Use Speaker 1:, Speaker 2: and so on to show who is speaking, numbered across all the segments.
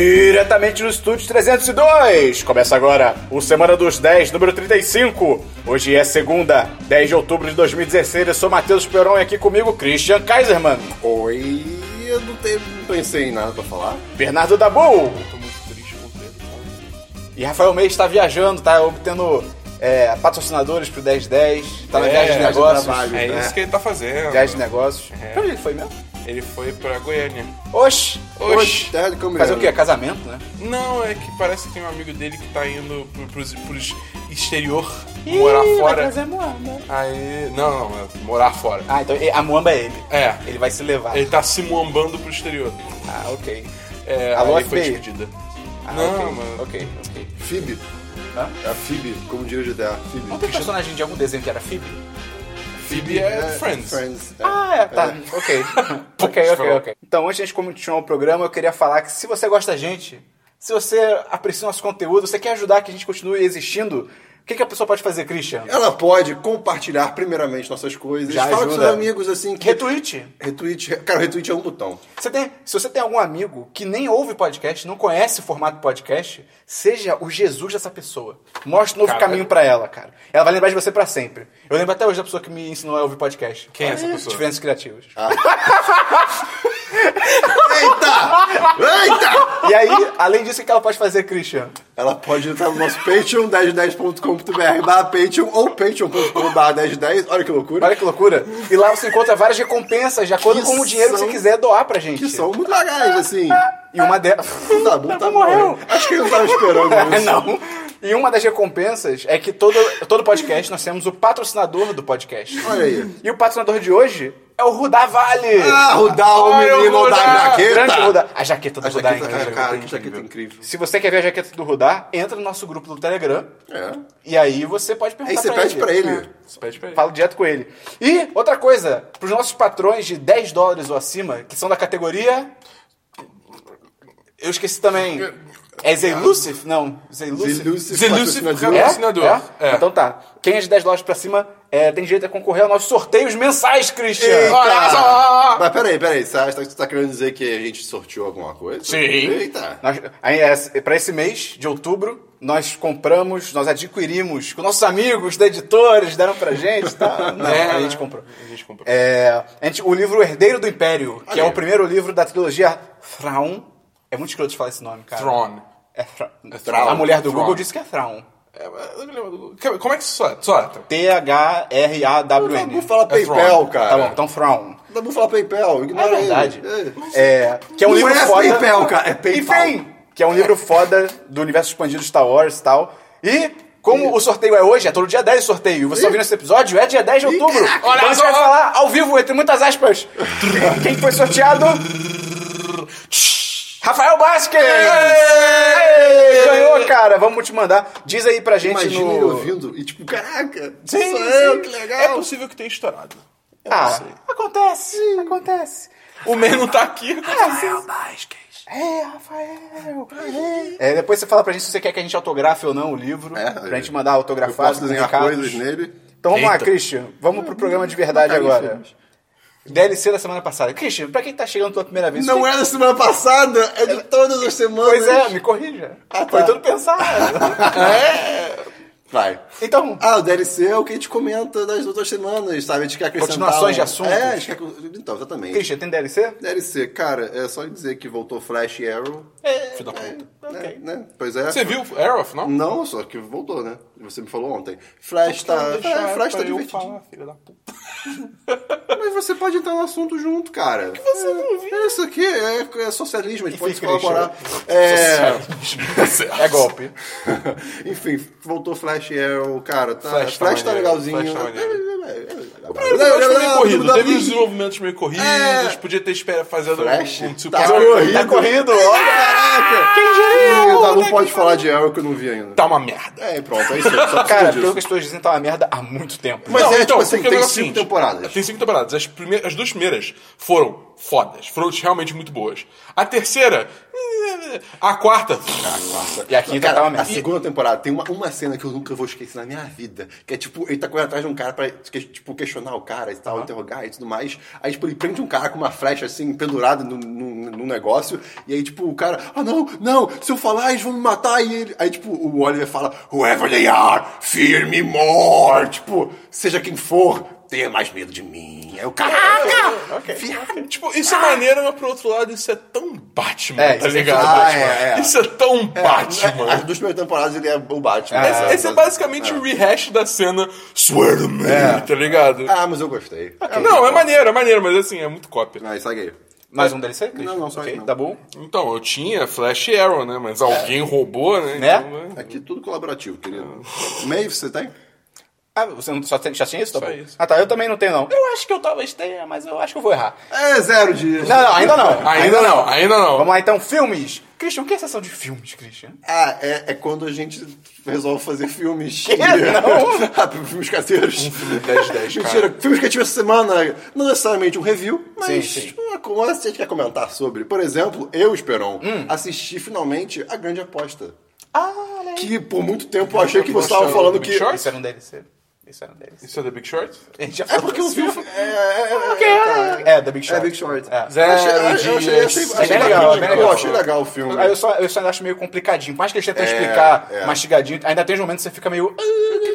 Speaker 1: diretamente no estúdio 302. Começa agora o Semana dos 10, número 35. Hoje é segunda, 10 de outubro de 2016. Eu sou Matheus Peron e aqui comigo Christian Kaiserman.
Speaker 2: Oi, eu não, te, não pensei em nada pra falar.
Speaker 1: Bernardo Dabu.
Speaker 3: Tô muito triste com o Pedro. né? cara.
Speaker 1: E Rafael Meia está viajando, tá obtendo é, patrocinadores pro 1010. Tá na viagem de
Speaker 2: É, viagem de
Speaker 1: negócios.
Speaker 2: trabalho.
Speaker 3: É
Speaker 2: né?
Speaker 3: isso que ele tá fazendo.
Speaker 1: Viagem de negócios.
Speaker 3: É.
Speaker 1: Pra onde ele foi mesmo?
Speaker 3: Ele foi pra Goiânia.
Speaker 1: Oxi!
Speaker 3: Oxi.
Speaker 2: terra de Cambriano.
Speaker 1: Fazer o quê? Casamento, né?
Speaker 3: Não, é que parece que tem um amigo dele que tá indo pro, pros, pros exterior morar fora. Aí. Não, não, é morar fora.
Speaker 1: Ah, então a Muamba é ele.
Speaker 3: É.
Speaker 1: Ele vai se levar.
Speaker 3: Ele tá se muambando pro exterior.
Speaker 1: Ah, ok.
Speaker 3: É,
Speaker 1: Alô,
Speaker 3: aí foi
Speaker 1: FBI.
Speaker 3: despedida.
Speaker 1: Ah,
Speaker 3: não,
Speaker 1: ok,
Speaker 3: mano.
Speaker 1: Ok, ok.
Speaker 2: Phoebe.
Speaker 1: Hã?
Speaker 2: É a Phoebe, como diria o
Speaker 1: Não
Speaker 2: GTA.
Speaker 1: tem
Speaker 2: Phoebe.
Speaker 1: personagem de algum desenho que era Phoebe?
Speaker 3: Phoebe é Friends.
Speaker 2: Friends. é.
Speaker 1: Ah, é, tá. Ok. ok, ok, ok. Então, antes de a gente continuar o programa, eu queria falar que se você gosta da gente, se você aprecia nosso conteúdo, você quer ajudar que a gente continue existindo, o que, que a pessoa pode fazer, Christian?
Speaker 2: Ela pode compartilhar primeiramente nossas coisas.
Speaker 1: Já
Speaker 2: Fala com
Speaker 1: ajuda.
Speaker 2: seus amigos assim que.
Speaker 1: Retweet.
Speaker 2: Retweet. Cara, retweet é um botão.
Speaker 1: Você tem, se você tem algum amigo que nem ouve podcast, não conhece o formato podcast, seja o Jesus dessa pessoa. Mostre um novo
Speaker 3: Cara,
Speaker 1: caminho pra ela, cara. Ela vai lembrar de você pra sempre. Eu lembro até hoje da pessoa que me ensinou a ouvir podcast.
Speaker 3: Quem é essa pessoa?
Speaker 1: Diferenças criativas.
Speaker 2: Eita! Eita!
Speaker 1: E aí, além disso, o que ela pode fazer, Christian?
Speaker 2: Ela pode entrar no nosso Patreon 1010.com.br barra Patreon ou patreon.com barra 1010. Olha que loucura.
Speaker 1: Olha que loucura. E lá você encontra várias recompensas de acordo
Speaker 2: Que
Speaker 1: com o dinheiro que
Speaker 2: são-
Speaker 1: você quiser doar pra gente.
Speaker 2: Que são muito legais, assim.
Speaker 1: E uma delas.
Speaker 2: O Dabu tá
Speaker 1: Ah, morreu.
Speaker 2: morrendo. Acho que ele não tava esperando isso.
Speaker 1: Não. E uma das recompensas é que todo, todo podcast nós temos o patrocinador do podcast.
Speaker 2: Olha aí.
Speaker 1: E o patrocinador de hoje é o Rudá Vale.
Speaker 2: Ah, Rudá, o
Speaker 3: Olha o
Speaker 2: menino da
Speaker 3: Rudá.
Speaker 2: jaqueta.
Speaker 1: Grande Rudá. A jaqueta do
Speaker 2: A
Speaker 1: Rudá,
Speaker 2: jaqueta,
Speaker 1: incrível.
Speaker 2: cara, cara, que jaqueta incrível.
Speaker 1: Se você quer ver a jaqueta do Rudá, entra no nosso grupo do Telegram.
Speaker 2: É.
Speaker 1: E aí você pode perguntar
Speaker 2: Aí você
Speaker 1: pra
Speaker 2: pede
Speaker 1: ele.
Speaker 2: pra É. ele.
Speaker 3: Você pede pra ele.
Speaker 1: Falo direto com ele. E outra coisa, pros nossos patrões de 10 dólares ou acima, que são da categoria. Eu esqueci também. É Zelucif? Não. Zelucif.
Speaker 2: Zelucif,
Speaker 3: Zelucif,
Speaker 2: patrocinador.
Speaker 3: cara. Patrocinador.
Speaker 1: É?
Speaker 3: É.
Speaker 1: Então tá. Quem é de 10 dólares pra cima é, tem direito a concorrer aos nossos sorteios mensais, Christian.
Speaker 2: Eita!
Speaker 3: Olha só!
Speaker 2: Mas peraí, peraí, você acha que você tá querendo dizer que a gente sorteou alguma coisa?
Speaker 3: Sim.
Speaker 2: Eita!
Speaker 1: Nós, aí, é, pra esse mês de outubro, nós compramos, nós adquirimos, com nossos amigos da editora, eles deram pra gente, tá? Não,
Speaker 3: É,
Speaker 1: a gente
Speaker 3: né?
Speaker 1: comprou.
Speaker 3: A gente comprou.
Speaker 1: É, a gente- o livro Herdeiro do Império, que
Speaker 2: Olha
Speaker 1: é
Speaker 2: aí.
Speaker 1: o primeiro livro da trilogia Thrawn. É muito escroto de falar esse nome, cara.
Speaker 3: Thrawn.
Speaker 1: É Thra-
Speaker 3: É Thrawn.
Speaker 1: A mulher do
Speaker 3: Thrawn.
Speaker 1: Google disse que é Thrawn.
Speaker 3: É, mas eu não lembro do- Que- Como é que isso soa? Soa.
Speaker 2: O Dabu
Speaker 1: T-H-R-A-W-N.
Speaker 2: fala PayPal,
Speaker 3: wrong.
Speaker 1: Tá
Speaker 2: cara.
Speaker 1: bom, então Thrawn.
Speaker 2: O Dabu fala PayPal,
Speaker 1: É
Speaker 2: ignora
Speaker 1: verdade.
Speaker 2: ele.
Speaker 1: É, que é um
Speaker 2: Não
Speaker 1: livro
Speaker 2: é
Speaker 1: foda.
Speaker 2: PayPal, cara, é PayPal.
Speaker 1: Enfim, que é um livro foda do universo expandido Star Wars e tal. E como o sorteio é hoje, é todo dia 10 o sorteio, e você ouvindo esse episódio, é dia 10 de outubro.
Speaker 2: caraca.
Speaker 1: Então a gente vai
Speaker 3: Olha só.
Speaker 1: falar ao vivo, entre muitas aspas, quem foi sorteado? Rafael Basquez! Aê, Ganhou, cara! Vamos te mandar. Diz aí pra gente
Speaker 2: Imagina
Speaker 1: no...
Speaker 2: ele ouvindo e tipo, caraca,
Speaker 1: Sim,
Speaker 2: sou eu,
Speaker 1: sim.
Speaker 2: que
Speaker 3: É
Speaker 2: legal.
Speaker 3: possível que tenha estourado. Eu não
Speaker 1: Ah,
Speaker 3: sei.
Speaker 1: acontece, acontece.
Speaker 3: O Mer não tá
Speaker 2: É,
Speaker 3: aqui.
Speaker 1: Rafael Basquez. É, Rafael. É, depois você fala pra gente se você quer que a gente autografe ou não o livro.
Speaker 2: É,
Speaker 1: pra gente mandar
Speaker 2: Eu
Speaker 1: autografado.
Speaker 2: posso desenhar
Speaker 1: com recados.
Speaker 2: coisas nele.
Speaker 1: Então vamos lá,
Speaker 3: Eita.
Speaker 1: Christian. Vamos pro programa de verdade
Speaker 2: Macarinho
Speaker 1: agora.
Speaker 2: feliz.
Speaker 1: DLC da semana passada. Christian, pra quem tá chegando pela primeira vez...
Speaker 2: Não
Speaker 1: você-
Speaker 2: é da semana passada, é de todas as semanas.
Speaker 1: Pois é, me corrija.
Speaker 2: Ah,
Speaker 1: Foi
Speaker 2: tá. É?
Speaker 1: tudo pensado.
Speaker 2: Vai.
Speaker 1: então,
Speaker 2: Ah, o DLC é o que a gente comenta das outras semanas, sabe? A gente quer acrescentar...
Speaker 1: Continuações de
Speaker 2: um-
Speaker 1: assuntos.
Speaker 2: É, a gente quer... Então, exatamente.
Speaker 1: Christian, tem DLC?
Speaker 2: DLC, cara, é só dizer que voltou Flash e Arrow.
Speaker 3: Filho da puta.
Speaker 2: né?
Speaker 1: Ok.
Speaker 2: Né? Pois é.
Speaker 3: Você viu Arrow, não?
Speaker 2: Não, só que voltou, né? Você me falou ontem. Flash tá. É, Flash tá divertido.
Speaker 3: filha da puta.
Speaker 2: Mas você pode entrar no assunto junto, cara. Você não viu? Isso aqui é, é socialismo, a gente pode
Speaker 1: Enfim,
Speaker 2: se colaborar.
Speaker 3: É.
Speaker 2: É,
Speaker 1: É golpe.
Speaker 2: enfim, voltou Flash e Arrow, cara. Tá,
Speaker 3: Flash
Speaker 2: Flash,
Speaker 3: tá
Speaker 2: tá
Speaker 3: maneiro,
Speaker 2: legalzinho.
Speaker 3: Flash tá maneiro.
Speaker 2: É, é, é, é, é.
Speaker 3: Foi meio corrido. Teve uns desenvolvimentos meio corridos.
Speaker 2: É.
Speaker 3: Podia ter espera fazendo
Speaker 2: Flash?
Speaker 3: um super.
Speaker 2: Tá
Speaker 3: Tá,
Speaker 2: corrido.
Speaker 1: Tá corrido, olha.
Speaker 2: Caraca! Quem diria? Não, não pode falar de Arrow que eu não vi ainda.
Speaker 3: Tá uma merda.
Speaker 2: É, pronto, é isso. aí,
Speaker 1: Cara,
Speaker 2: Só
Speaker 1: pelo
Speaker 2: preciso disso.
Speaker 1: que as pessoas dizem, tá uma merda há muito tempo.
Speaker 2: Mas
Speaker 3: Não,
Speaker 2: é, tipo assim,
Speaker 3: porque o
Speaker 2: tem
Speaker 3: negócio é o
Speaker 2: cinco temporadas.
Speaker 3: Tem cinco temporadas. As, primeiras, as duas primeiras foram fodas. Foram realmente muito boas. A terceira. eh, A quarta.
Speaker 1: E a quinta
Speaker 2: Cara,
Speaker 1: tá uma
Speaker 2: a
Speaker 1: merda.
Speaker 2: segunda temporada tem uma, uma cena que eu nunca vou esquecer na minha vida. Que é tipo, ele tá correndo atrás de um cara pra, que que- tipo, questionar o cara e tal, interrogar e tudo mais. Aí, tipo, ele prende um cara com uma flecha, assim, pendurada num, num, num negócio. E aí, tipo, o cara, ah, não, não, se eu falar, eles vão me matar. E ele... Aí, tipo, o Oliver fala, whoever they are, fear me more. Tipo, seja quem for, tenha mais medo de mim. Aí o caraca!
Speaker 1: Ok.
Speaker 2: viado.
Speaker 3: Tipo, isso é maneiro, mas por outro lado, isso é tão Batman,
Speaker 1: É,
Speaker 3: tá
Speaker 1: isso é
Speaker 3: ligado?
Speaker 2: tão Batman. Ah, é, é.
Speaker 3: Isso é tão Batman.
Speaker 2: As duas primeiras temporadas ele é o Batman.
Speaker 3: Esse, esse é basicamente o rehash da cena Swear to me, tá ligado?
Speaker 2: Ah, mas eu gostei.
Speaker 3: Não, é maneiro, é maneiro, mas assim, é muito cópia.
Speaker 2: Mas segue aí.
Speaker 1: Mais um DLC, Christian?
Speaker 2: Não, não, só
Speaker 1: Ok,
Speaker 2: isso não.
Speaker 1: Tá bom?
Speaker 3: Então, eu tinha Flash e Arrow, né? Mas alguém roubou,
Speaker 1: Né?
Speaker 3: né? Então, é.
Speaker 2: Aqui tudo colaborativo, querido. Maeve, você tem?
Speaker 1: Ah, você não, só, tem, já tinha isso? Tá
Speaker 3: Só
Speaker 1: bom.
Speaker 3: isso.
Speaker 1: Ah, tá. Eu também não tenho, não. Eu acho que eu talvez tenha, mas eu acho que eu vou errar.
Speaker 2: É, zero dias.
Speaker 1: Não, não, ainda não.
Speaker 3: Ainda não, ainda não.
Speaker 1: Vamos lá, então. Filmes. Christian, o que é a sessão de filmes, Christian?
Speaker 2: Ah, é, é quando a gente resolve fazer filmes. Que?
Speaker 1: Não.
Speaker 2: filmes caseiros. Um filme
Speaker 3: 10, 10, cara.
Speaker 2: Mentira, filmes que eu tive essa semana, não necessariamente um review, mas
Speaker 1: Sim, sim.
Speaker 2: uma coisa que a gente quer comentar sobre. Por exemplo, eu, Esperon, assisti finalmente A Grande Aposta.
Speaker 1: Ah, né?
Speaker 2: Que por muito tempo eu achei que você
Speaker 3: Aposta
Speaker 2: estava falando
Speaker 3: do
Speaker 2: que...
Speaker 3: Big Short?
Speaker 1: Isso era um DLC. Isso era um DLC.
Speaker 3: Isso é The Big Short?
Speaker 1: A gente já
Speaker 2: É
Speaker 1: falou
Speaker 2: porque eu
Speaker 1: desse
Speaker 2: vi o
Speaker 1: filme.
Speaker 2: filme. É, é, é,
Speaker 1: Porque
Speaker 2: tá.
Speaker 1: é, é The Big Short.
Speaker 2: É Big Short.
Speaker 1: É.
Speaker 3: Zero
Speaker 2: Achei- eu achei- eu achei-
Speaker 3: dias.
Speaker 2: achei-
Speaker 1: É bem
Speaker 2: achei
Speaker 1: legal,
Speaker 2: legal,
Speaker 1: é bem legal.
Speaker 2: Eu achei legal o filme.
Speaker 1: Aí eu só, eu só ainda acho meio complicadinho. Por mais que eles tentem explicar
Speaker 2: é.
Speaker 1: mastigadinho, ainda tem uns momentos que você fica meio.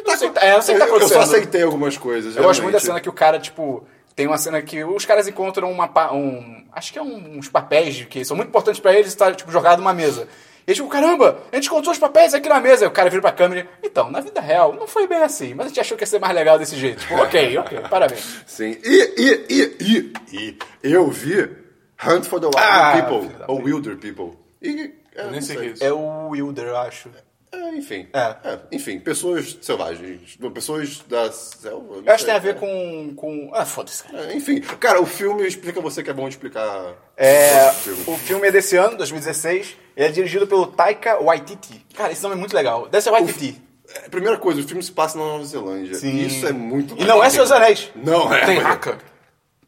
Speaker 1: Tá, é, eu sei o que tá
Speaker 2: Eu- eu
Speaker 1: acontecendo.
Speaker 2: só aceitei algumas coisas.
Speaker 1: Eu gosto muito da
Speaker 2: realmente.
Speaker 1: cena que o cara, tipo. Tem uma cena que os caras encontram uma, pa- um. Acho que é um- uns papéis que são muito importantes pra eles e tá, tipo, jogado numa mesa. E eles, tipo, caramba, a gente encontrou os papéis aqui na mesa. Aí o cara vira pra câmera e. Então, na vida real, não foi bem assim, mas a gente achou que ia ser mais legal desse jeito. Tipo, ok, ok, parabéns.
Speaker 2: Sim. E, e, e, e, e eu vi Hunt for the Wilder
Speaker 1: Ah, filho
Speaker 2: People.
Speaker 1: da
Speaker 2: Ou Wilder People. E, é,
Speaker 3: Eu
Speaker 2: não
Speaker 3: nem sei o que é isso.
Speaker 1: É o Wilder, eu acho.
Speaker 2: É, enfim.
Speaker 1: É.
Speaker 2: É, enfim, pessoas selvagens. Pessoas da selva. não
Speaker 1: Eu acho que
Speaker 2: sei.
Speaker 1: tem a ver com. com... Ah, foda-se, cara.
Speaker 2: É, Enfim, cara, o filme explica você que é bom de explicar.
Speaker 1: É,
Speaker 2: filme.
Speaker 1: o filme é desse ano, 2016. Ele é dirigido pelo Taika Waititi. Cara, esse nome é muito legal. Deve ser Waititi.
Speaker 2: É, Primeira coisa, o filme se passa na Nova Zelândia.
Speaker 1: Sim.
Speaker 2: E Isso é muito
Speaker 1: E não é Seus Anéis.
Speaker 2: Não é.
Speaker 3: Tem Haka?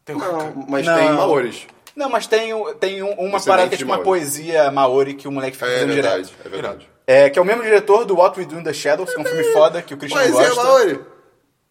Speaker 3: Tem
Speaker 2: Não,
Speaker 3: Haka?
Speaker 2: mas
Speaker 1: Não.
Speaker 2: tem valores.
Speaker 1: Não, mas tem, um- tem um- uma
Speaker 2: Descendente
Speaker 1: parada que é
Speaker 2: de
Speaker 1: tipo uma
Speaker 2: Maori.
Speaker 1: poesia maori que o moleque fica
Speaker 2: É
Speaker 1: fazendo
Speaker 2: verdade,
Speaker 1: direto.
Speaker 2: é verdade.
Speaker 1: É, que é o mesmo diretor do What We Do in the Shadows, que é um filme foda que o Christian
Speaker 2: Mas é
Speaker 1: gosta.
Speaker 2: Maori.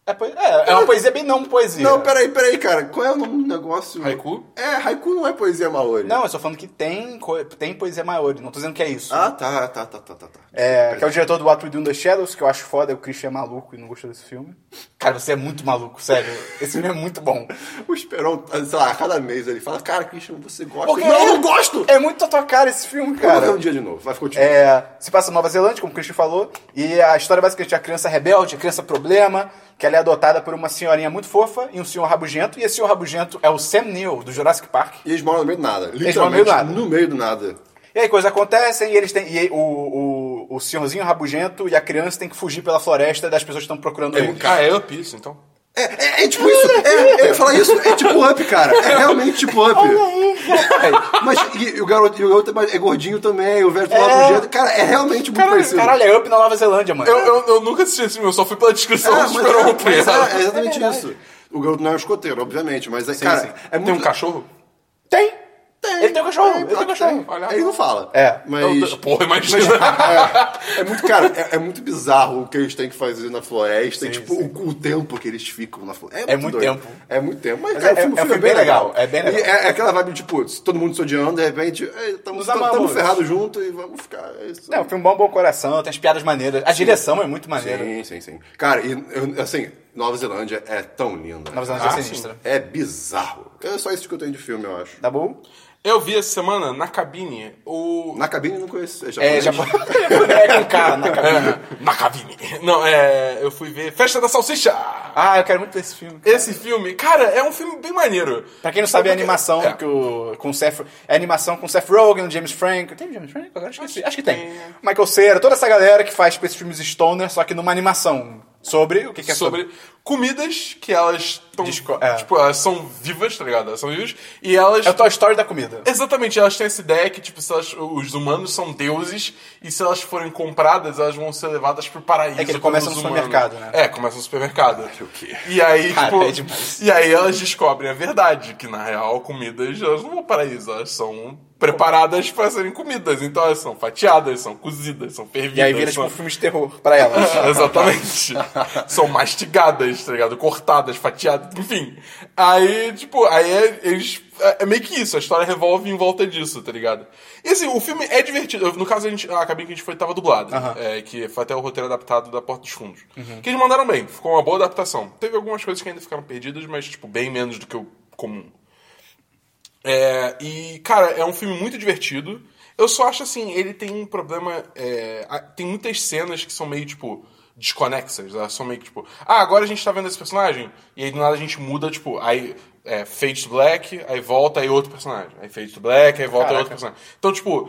Speaker 1: É, poe- é, é uma poesia bem não poesia.
Speaker 2: Não, peraí, peraí, cara. Qual é o nome do negócio?
Speaker 3: Haiku?
Speaker 2: É, Haiku não é poesia Maori.
Speaker 1: Não, eu só falando que tem, co- tem poesia maori, não tô dizendo que é isso.
Speaker 2: Ah, tá, tá, tá, tá, tá. tá.
Speaker 1: É, que é o diretor do What We Do in the Shadows, que eu acho foda, o Christian é maluco e não gostou desse filme. Cara, você é muito maluco, sério. Esse filme é muito bom.
Speaker 2: O Esperon, sei lá, a cada mês ele fala, cara, Christian, você gosta?
Speaker 1: Porque
Speaker 2: não,
Speaker 1: é-
Speaker 2: eu não gosto!
Speaker 1: É muito a tua cara esse filme,
Speaker 2: Cara,
Speaker 1: cara.
Speaker 2: um dia de novo, vai continuar.
Speaker 1: É, se passa na Nova Zelândia, como o Christian falou, e a história é basicamente a criança rebelde, a criança problema, que ela é adotada por uma senhorinha muito fofa e um senhor rabugento, e esse senhor rabugento é o Sam Neill, do Jurassic Park.
Speaker 2: E eles moram no meio do nada.
Speaker 1: Eles moram no meio do nada.
Speaker 2: literalmente, No meio do nada.
Speaker 1: E aí coisas acontecem, e eles têm. E aí, o, o, o senhorzinho rabugento e a criança têm que fugir pela floresta das pessoas que estão procurando ele.
Speaker 3: Ah, é Up isso, então.
Speaker 2: É, é, é tipo isso, é, é, eu falar isso, é tipo up, cara. É realmente tipo up. É, mas e, e o garoto, e o garoto é mais- é gordinho também, o velho do lado do jeito. Cara, é realmente muito
Speaker 1: Caralho,
Speaker 2: parecido.
Speaker 1: caralho, é up na Nova Zelândia, mano.
Speaker 3: Eu, eu, eu nunca assisti esse filme, eu só fui pela descrição
Speaker 2: É,
Speaker 3: do
Speaker 2: mas é,
Speaker 3: Esperon. tá
Speaker 2: mas
Speaker 3: ligado?
Speaker 2: é, é exatamente
Speaker 1: verdade.
Speaker 2: isso. O garoto não é um escoteiro, obviamente, mas é, cara,
Speaker 1: sim.
Speaker 2: é
Speaker 3: Tem
Speaker 2: muito...
Speaker 3: um cachorro?
Speaker 1: Tem! Ele tem um cachorro, ele tem um
Speaker 2: Tem,
Speaker 1: cachorro.
Speaker 3: olha.
Speaker 2: Ele não fala.
Speaker 1: É.
Speaker 2: Mas...
Speaker 3: Porra, imagina.
Speaker 2: É muito, cara, é, é muito bizarro o que eles têm que fazer na floresta e, tipo, O, o tempo que eles ficam na floresta.
Speaker 1: É muito
Speaker 2: doido.
Speaker 1: tempo.
Speaker 2: É muito tempo. Mas,
Speaker 1: Mas é-
Speaker 2: cara, o filme,
Speaker 1: é um
Speaker 2: o filme
Speaker 1: filme bem legal, é bem legal.
Speaker 2: E é, é aquela vibe, tipo, se todo mundo se odiando, de repente, estamos
Speaker 1: Nos amamos.
Speaker 2: ferrados junto e vamos ficar. É isso.
Speaker 1: Não, o filme bom, bom coração, tem as piadas maneiras. A direção é muito maneira.
Speaker 2: sim, sim, sim. Cara, e eu- assim, Nova Zelândia é tão linda.
Speaker 1: Nova Zelândia
Speaker 3: Ah,
Speaker 1: é sinistra.
Speaker 2: É bizarro. É só isso que eu tenho de filme, eu acho.
Speaker 1: Tá bom?
Speaker 3: Eu vi essa semana na cabine o.
Speaker 2: Na cabine eu não conheço. É,
Speaker 1: É,
Speaker 2: japonês?
Speaker 1: já é com cara na cabeça.
Speaker 3: É, na cabine. Não, é. Eu fui ver Festa da Salsicha!
Speaker 1: Ah, eu quero muito ver esse filme.
Speaker 3: Esse filme, cara, é um filme bem maneiro.
Speaker 1: Pra quem não sabe, é a
Speaker 3: Porque-
Speaker 1: animação
Speaker 3: é.
Speaker 1: que o, com o Seth... É a animação com o Seth Rogen, James Franco... Tem James Franco? Agora esqueci. Acho que tem. Michael Cera, toda essa galera que faz pra esses filmes stoner, só que numa animação. Sobre... O que, que é sobre?
Speaker 3: sobre comidas que elas estão.
Speaker 1: Disco- é.
Speaker 3: Tipo, elas são vivas, tá ligado? Elas são vivas. E elas.
Speaker 1: É a tua história da comida.
Speaker 3: Exatamente, elas têm essa ideia que, tipo, se elas- os humanos são deuses e se elas forem compradas, elas vão ser levadas pro paraíso.
Speaker 1: É que ele
Speaker 3: pelos
Speaker 1: começa no
Speaker 3: humanos.
Speaker 1: supermercado, né?
Speaker 3: É, começa no supermercado.
Speaker 2: o quê?
Speaker 3: E aí,
Speaker 1: Cara,
Speaker 3: tipo,
Speaker 1: é demais.
Speaker 3: e aí elas descobrem a verdade, que na real, comidas, elas não vão ao paraíso, elas são preparadas para serem comidas. Então elas são fatiadas, são cozidas, são fervidas.
Speaker 1: E aí vira, tipo,
Speaker 3: são...
Speaker 1: um filme de terror pra elas.
Speaker 3: Exatamente. são mastigadas. picadas, tá ligado? Cortadas, fatiadas, enfim. Aí, tipo, aí é, eles. É meio que isso, a história revolve em volta disso, tá ligado? E assim, o filme é divertido. Eu, No caso, a gente. A cabine que a gente foi tava dublada. é, que foi até o roteiro adaptado da Porta dos Fundos. Que eles mandaram bem, ficou uma boa adaptação. Teve algumas coisas que ainda ficaram perdidas, mas, tipo, bem menos do que o comum. É, e, cara, é um filme muito divertido. Eu só acho assim, ele tem um problema. é, a- tem muitas cenas que são meio tipo. desconexas. Elas são meio que tipo. Ah, agora a gente tá vendo esse personagem. E aí do nada a gente muda, tipo. Aí é, fade to black, aí volta, aí outro personagem. Aí fade to black, aí volta, aí outro personagem. Então, tipo.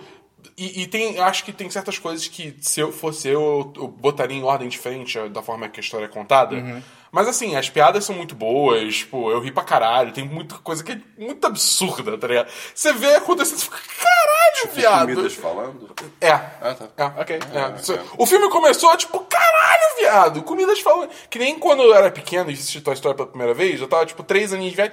Speaker 3: E, e tem, eu acho que tem certas coisas que, se eu fosse eu, eu botaria em ordem diferente eh, da forma que a história é contada. Mas assim, as piadas são muito boas, tipo, eu ri pra caralho, tem muita coisa que é muito absurda, tá ligado? Você vê acontecendo e fica, caralho, viado!
Speaker 2: Tipo, Comidas falando.
Speaker 3: É.
Speaker 2: Ah, tá.
Speaker 3: É.
Speaker 1: Ok.
Speaker 3: É. So- O filme começou, tipo, caralho, viado! Comidas falando. Que nem quando eu era pequeno e assisti Toy Story pela primeira vez, eu tava, tipo, três aninhos de velho.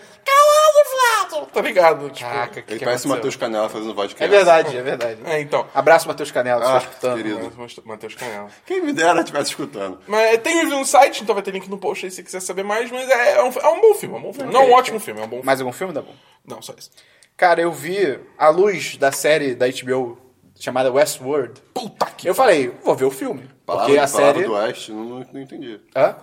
Speaker 3: Caralho, viado! Tá ligado? Tipo,
Speaker 1: Caraca, que
Speaker 2: Ele
Speaker 1: que
Speaker 2: parece
Speaker 1: aconteceu?
Speaker 2: o Matheus Canela fazendo voz de
Speaker 1: É
Speaker 2: criança.
Speaker 1: verdade, é verdade.
Speaker 3: É, então.
Speaker 1: Abraço, Matheus Canela, se
Speaker 2: Ah,
Speaker 1: você escutando. né?
Speaker 2: querido.
Speaker 3: Matheus Canela.
Speaker 2: Quem me dera estivesse escutando.
Speaker 3: Mas é, tem review no site, então vai ter link no post aí se você quiser saber mais, mas é, é um, é um bom filme, é um bom filme. Não é um ótimo filme, é um bom filme.
Speaker 1: Mais algum filme, Dabu?
Speaker 3: Não, só isso.
Speaker 1: Cara, eu vi a luz da série da HBO chamada Westworld.
Speaker 3: Puta que.
Speaker 1: Eu falei, vou ver o filme.
Speaker 2: Palavra,
Speaker 1: porque a
Speaker 2: palavra
Speaker 1: série.
Speaker 2: do Oeste, não, não, não entendi.
Speaker 1: Hã?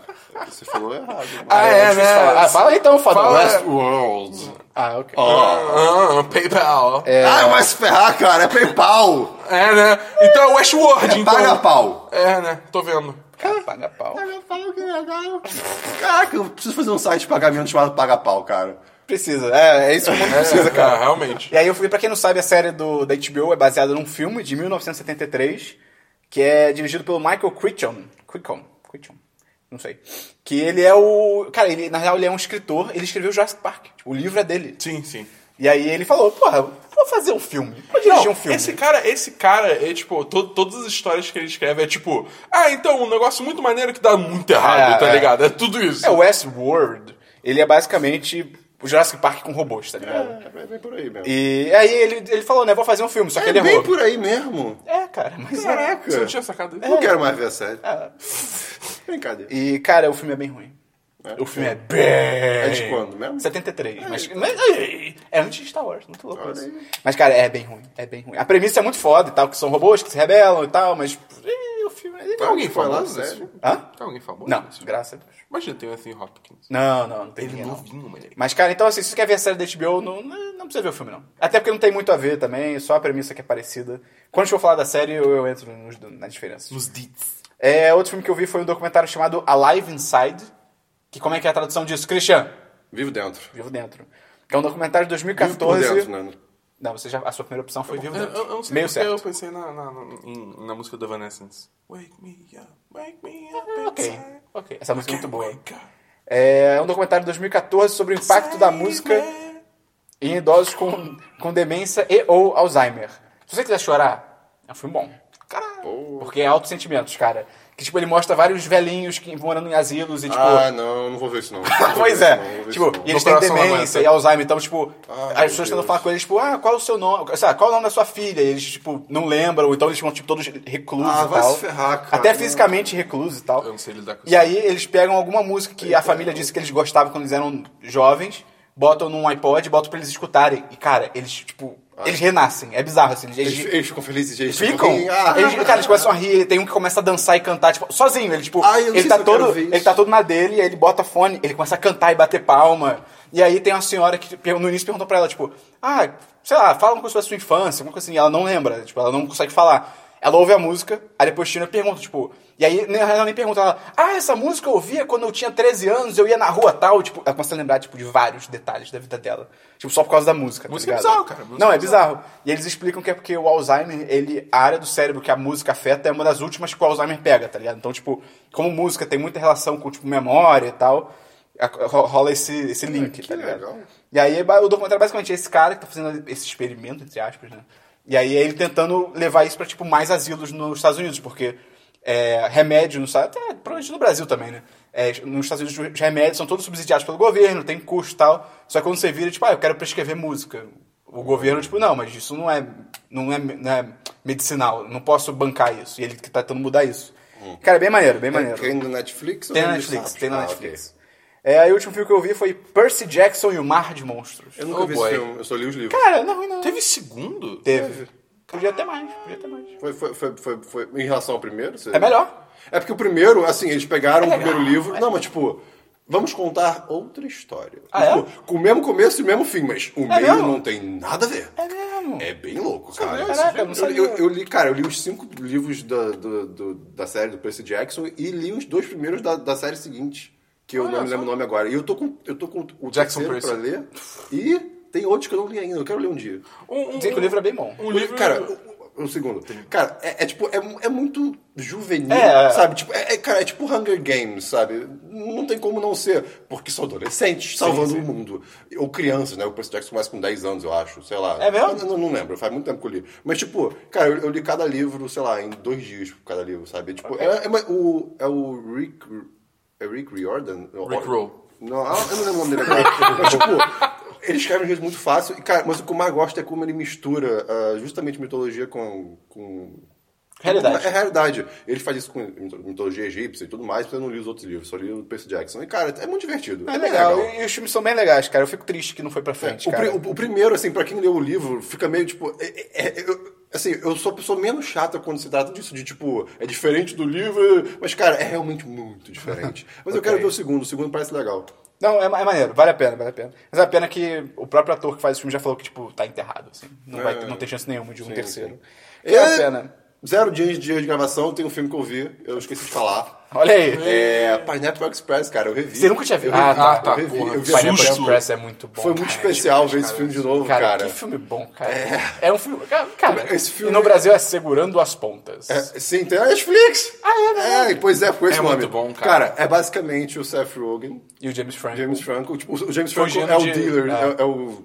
Speaker 2: Você falou errado. mano.
Speaker 3: Ah, é,
Speaker 1: difícil
Speaker 3: né?
Speaker 1: falar. Ah, fala então, Fadão.
Speaker 3: Fala.
Speaker 2: Westworld.
Speaker 1: Ah, ok.
Speaker 3: Ah, ah, PayPal. É.
Speaker 2: Ah, vai se ferrar, cara. É PayPal.
Speaker 3: né? Então é Westworld,
Speaker 2: É
Speaker 3: então.
Speaker 2: paga pau.
Speaker 3: É, né? Tô vendo.
Speaker 1: Cara, paga pau.
Speaker 2: Paga pau, que legal. Caraca, eu preciso fazer um site de pagamento chamado Paga Pau, cara.
Speaker 1: Precisa, é, é isso que o mundo precisa, cara.
Speaker 3: Ah, realmente.
Speaker 1: E aí eu fui, pra quem não sabe, a série do, da HBO é baseada num filme de 1973, que é dirigido pelo Michael Crichton. Crichton, Crichton, não sei. Que ele é o... Cara, ele, na real ele é um escritor, ele escreveu Jurassic Park. Tipo, o livro é dele.
Speaker 3: Sim, sim.
Speaker 1: E aí ele falou, porra, eu vou fazer um filme. Vou dirigir um filme.
Speaker 3: Esse cara, esse cara, é tipo, to- todas as histórias que ele escreve é tipo, ah, então, um negócio muito maneiro que dá muito errado,
Speaker 1: É,
Speaker 3: tá
Speaker 1: é.
Speaker 3: ligado? É tudo isso.
Speaker 1: É o Westworld. Ele é basicamente o Jurassic Park com robôs, tá ligado?
Speaker 2: É, é bem por aí mesmo.
Speaker 1: E aí ele, ele falou, né, vou fazer um filme, só que
Speaker 2: É
Speaker 1: ele
Speaker 2: bem
Speaker 1: errou.
Speaker 2: por aí mesmo.
Speaker 1: É, cara, mas é.
Speaker 2: Caraca.
Speaker 3: Você não tinha sacado isso?
Speaker 2: Não quero mais ver a série.
Speaker 1: Ah.
Speaker 2: É. Brincadeira.
Speaker 1: E, cara, o filme é bem ruim.
Speaker 2: É?
Speaker 1: O filme é bem...
Speaker 2: É de quando mesmo? É
Speaker 1: 73, mas, mas- ei, é antes de Star Wars, muito louco
Speaker 2: Olha
Speaker 1: isso.
Speaker 2: aí.
Speaker 1: Mas, cara, é bem ruim, é bem ruim. A premissa é muito foda e tal, que são robôs que se rebelam e tal, mas... ih, o filme... ele
Speaker 2: Tá
Speaker 3: Tem
Speaker 1: não-
Speaker 3: alguém
Speaker 2: Foi lá,
Speaker 3: famoso nesse
Speaker 2: sério?
Speaker 3: filme?
Speaker 1: Hã?
Speaker 3: Tem alguém famoso?
Speaker 1: Não,
Speaker 3: nesse filme?
Speaker 1: graças a Deus.
Speaker 3: Imagina, tem o Anthony Hopkins.
Speaker 1: Não, não, não tem
Speaker 3: Ele
Speaker 1: ninguém, não.
Speaker 3: novinho, moleque.
Speaker 1: Mas, cara, então assim, se você quer ver a série da HBO, não, não precisa ver o filme, não. Até porque não tem muito a ver também, só a premissa que é parecida. Quando a gente for falar da série, eu, eu entro nos, nas diferenças.
Speaker 3: Nos deets.
Speaker 1: É, outro filme que eu vi foi um documentário chamado Alive Inside, que como é que é a tradução disso? Christian,
Speaker 2: Vivo dentro.
Speaker 1: Vivo Dentro. Que é um documentário de
Speaker 2: Vivo por
Speaker 1: 2014...
Speaker 2: dentro, né?
Speaker 1: Não, você já, a sua primeira opção foi Vivo
Speaker 3: Eu,
Speaker 1: Dentro.
Speaker 3: eu- eu não sei
Speaker 1: Meio
Speaker 3: porque eu
Speaker 1: certo.
Speaker 3: pensei na, na, na, em- na música do Evanescence. Wake me up, wake me up
Speaker 1: Ok,
Speaker 3: inside.
Speaker 1: ok. Essa música é muito boa, hein?
Speaker 3: Wake up.
Speaker 1: É um documentário de 2014 sobre o impacto da música... em idosos com, com demência e ou Alzheimer. Se você quiser chorar, é um filme bom. Caralho. Porque é altos sentimentos, cara. Que, tipo, ele mostra vários velhinhos que morando em asilos e, tipo...
Speaker 2: Ah, não, não vou ver isso não.
Speaker 1: pois
Speaker 2: Não vou
Speaker 1: é.
Speaker 2: ver
Speaker 1: Tipo,
Speaker 2: isso, não.
Speaker 1: e eles
Speaker 3: Meu
Speaker 1: têm
Speaker 3: coração não aguenta.
Speaker 1: demência e Alzheimer. Então, tipo,
Speaker 2: né? Ah, meu
Speaker 1: as pessoas tentam
Speaker 2: Deus.
Speaker 1: falar com eles, tipo, ah, qual é o seu nome? Sabe, qual é o nome da sua filha? E eles, tipo, não lembram. Então, eles ficam, tipo, todos reclusos
Speaker 2: Ah,
Speaker 1: e
Speaker 2: vai
Speaker 1: tal.
Speaker 2: se ferrar, cara. né?
Speaker 1: Até fisicamente reclusos e tal.
Speaker 3: Eu não sei lidar com
Speaker 1: E aí eles pegam alguma música que a família disse que eles gostavam quando eles eram jovens, botam num iPod, botam pra eles escutarem. E, cara, eles, tipo, eles renascem. É bizarro, assim. Eles,
Speaker 2: Eles,
Speaker 1: eles
Speaker 2: eles ficam felizes, eles
Speaker 1: ficam.
Speaker 2: riem. Ah,
Speaker 1: Eles, cara, eles começam a rir. Tem um que começa a dançar e cantar, tipo, sozinho. Ele, tipo,
Speaker 2: Ah, eu não sei
Speaker 1: ele, tá
Speaker 2: se eu quero
Speaker 1: todo,
Speaker 2: ver isso.
Speaker 1: ele tá todo na dele, aí ele bota fone, ele começa a cantar e bater palma. E aí tem uma senhora que per- no início perguntou pra ela, tipo, ah, sei lá, fala uma coisa sobre a sua infância, alguma coisa assim. E ela não lembra, tipo, ela não consegue falar. Ela ouve a música, aí depois tira e pergunta, tipo. E aí nem- ela nem pergunta, ela, ah, essa música eu ouvia quando eu tinha 13 anos, eu ia na rua tal. Tipo, ela começa a lembrar, tipo, de vários detalhes da vida dela. Tipo, só por causa da música.
Speaker 3: Música é
Speaker 1: tá ligado?
Speaker 3: bizarro, cara. Música
Speaker 1: não,
Speaker 3: é
Speaker 1: é bizarro. E eles explicam que é porque o Alzheimer, ele, a área do cérebro que a música afeta é uma das últimas que o Alzheimer pega, tá ligado? Então, tipo, como música tem muita relação com, tipo, memória e tal, a- ro- rola esse, esse link,
Speaker 2: É, que
Speaker 1: tá ligado?
Speaker 2: legal.
Speaker 1: E aí ba- o documentário é basicamente esse cara que tá fazendo esse experimento, entre aspas, né? E aí é ele tentando levar isso pra, tipo, mais asilos nos Estados Unidos, porque é, remédio, não sabe, até provavelmente no Brasil também, né? É, nos Estados Unidos os remédios são todos subsidiados pelo governo, tem custo e tal. Só que quando você vira, tipo, ah, eu quero prescrever música. O governo, tipo, não, mas isso não é, não é, não é medicinal, não posso bancar isso. E ele que tá tentando mudar isso. Cara, é bem maneiro, bem maneiro.
Speaker 2: Tem no Netflix ou
Speaker 1: Tem
Speaker 2: no
Speaker 1: na Netflix,
Speaker 2: Sapo?
Speaker 1: tem na
Speaker 2: Ah,
Speaker 1: Netflix.
Speaker 2: ok.
Speaker 1: É, aí o último filme que eu vi foi Percy Jackson e o Mar de Monstros.
Speaker 2: Eu nunca
Speaker 3: Oh,
Speaker 2: vi
Speaker 3: boy.
Speaker 2: esse filme, eu só li os livros.
Speaker 1: Cara, não é ruim não.
Speaker 3: Teve segundo?
Speaker 1: Teve. Podia ter mais, podia ter mais.
Speaker 2: Foi, foi, foi, foi, foi- em relação ao primeiro? você-
Speaker 1: É melhor. É
Speaker 2: É porque o primeiro, assim, eles pegaram o
Speaker 1: legal,
Speaker 2: primeiro livro. Não, mas tipo, vamos contar outra história.
Speaker 1: Ah, é?
Speaker 2: tipo, Com o mesmo começo e o mesmo fim, mas o meio
Speaker 1: mesmo?
Speaker 2: não tem nada a ver.
Speaker 1: É mesmo.
Speaker 2: É bem louco, cara.
Speaker 1: viu isso? Caraca, eu não
Speaker 2: eu,
Speaker 1: sabia.
Speaker 2: eu- eu li, cara, eu li os cinco livros da, do- do- da série do Percy Jackson e li os dois primeiros da, da série seguinte, que eu não me lembro o nome agora. E eu tô com, eu tô com o
Speaker 3: Jackson
Speaker 2: terceiro
Speaker 3: Percy.
Speaker 2: pra ler e tem outros que eu não li ainda. Eu quero ler um dia.
Speaker 3: Um, um,
Speaker 1: Dizem que o livro é bem bom.
Speaker 3: um livro...
Speaker 2: Cara, o- o, o segundo. Cara, é, é tipo, é, mu- é muito juvenil,
Speaker 1: É, é.
Speaker 2: sabe? Tipo, é, é, cara, é tipo Hunger Games, sabe? Não tem como não ser, porque são adolescentes salvando o mundo. Ou crianças, né? O Percy Jackson começa com 10 anos, eu acho, sei lá.
Speaker 1: É mesmo?
Speaker 2: Eu não, não lembro, faz muito tempo que eu li. Mas, tipo, cara, eu, eu li cada livro, sei lá, em dois dias por cada livro, sabe? Tipo, é, é, uma- o, é o Rick... É Rick Riordan?
Speaker 3: Rick Roll.
Speaker 2: Não, ah, eu não lembro o nome dele agora. mas, tipo, ele escreve um jeito muito fácil. E, cara, mas o que eu mais gosto é como ele mistura ah, justamente mitologia com. com...
Speaker 1: Realidade.
Speaker 2: É realidade. Ele faz isso com mitologia egípcia e tudo mais, porque eu não li os outros livros, só li o Percy Jackson. E, cara, é muito divertido.
Speaker 1: É
Speaker 2: bem
Speaker 1: legal. E, e os filmes são bem legais, cara. Eu fico triste que não foi pra frente,
Speaker 2: o, pri-
Speaker 1: cara.
Speaker 2: o- o primeiro, assim, pra quem leu o livro, fica meio tipo. é- é- é- eu- assim, eu sou a pessoa menos chata quando se trata disso, de tipo, é diferente do livro, mas, cara, é realmente muito diferente. Mas eu quero ver o segundo, o segundo parece legal.
Speaker 1: Não, é, ma- é maneiro, vale a pena, vale a pena. Mas é a pena que o próprio ator que faz o filme já falou que, tipo, tá enterrado, assim. Não, vai,
Speaker 2: É.
Speaker 1: ter- não tem chance nenhuma de um terceiro. É a pena.
Speaker 2: Zero dias, dias de gravação, tem um filme que eu vi, eu esqueci de falar.
Speaker 1: Olha aí.
Speaker 2: É Pineapple Express, cara, eu revi.
Speaker 1: Você nunca tinha visto?
Speaker 2: Eu revi,
Speaker 1: Ah, tá,
Speaker 2: eu
Speaker 3: tá,
Speaker 2: revi,
Speaker 3: porra,
Speaker 2: eu vi
Speaker 3: Susto.
Speaker 1: Pineapple
Speaker 2: essa
Speaker 1: Express
Speaker 2: temporada.
Speaker 1: é muito bom.
Speaker 2: Foi muito
Speaker 1: cara.
Speaker 2: especial ver esse filme de novo,
Speaker 1: Cara,
Speaker 2: cara.
Speaker 1: que filme bom, cara. É, um filme. Cara, cara,
Speaker 2: Esse filme-
Speaker 1: E no Brasil é Segurando as Pontas.
Speaker 2: É, sim, tem a Netflix.
Speaker 1: Ah, é, né?
Speaker 2: É, pois é, foi esse
Speaker 3: É
Speaker 2: nome.
Speaker 3: muito bom, cara.
Speaker 2: é basicamente o Seth Rogen,
Speaker 1: E o James Franco.
Speaker 2: James Franco. Tipo, o James
Speaker 1: Foi
Speaker 2: Franco é o
Speaker 1: gênio de-
Speaker 2: dealer,
Speaker 1: é.
Speaker 2: é, é o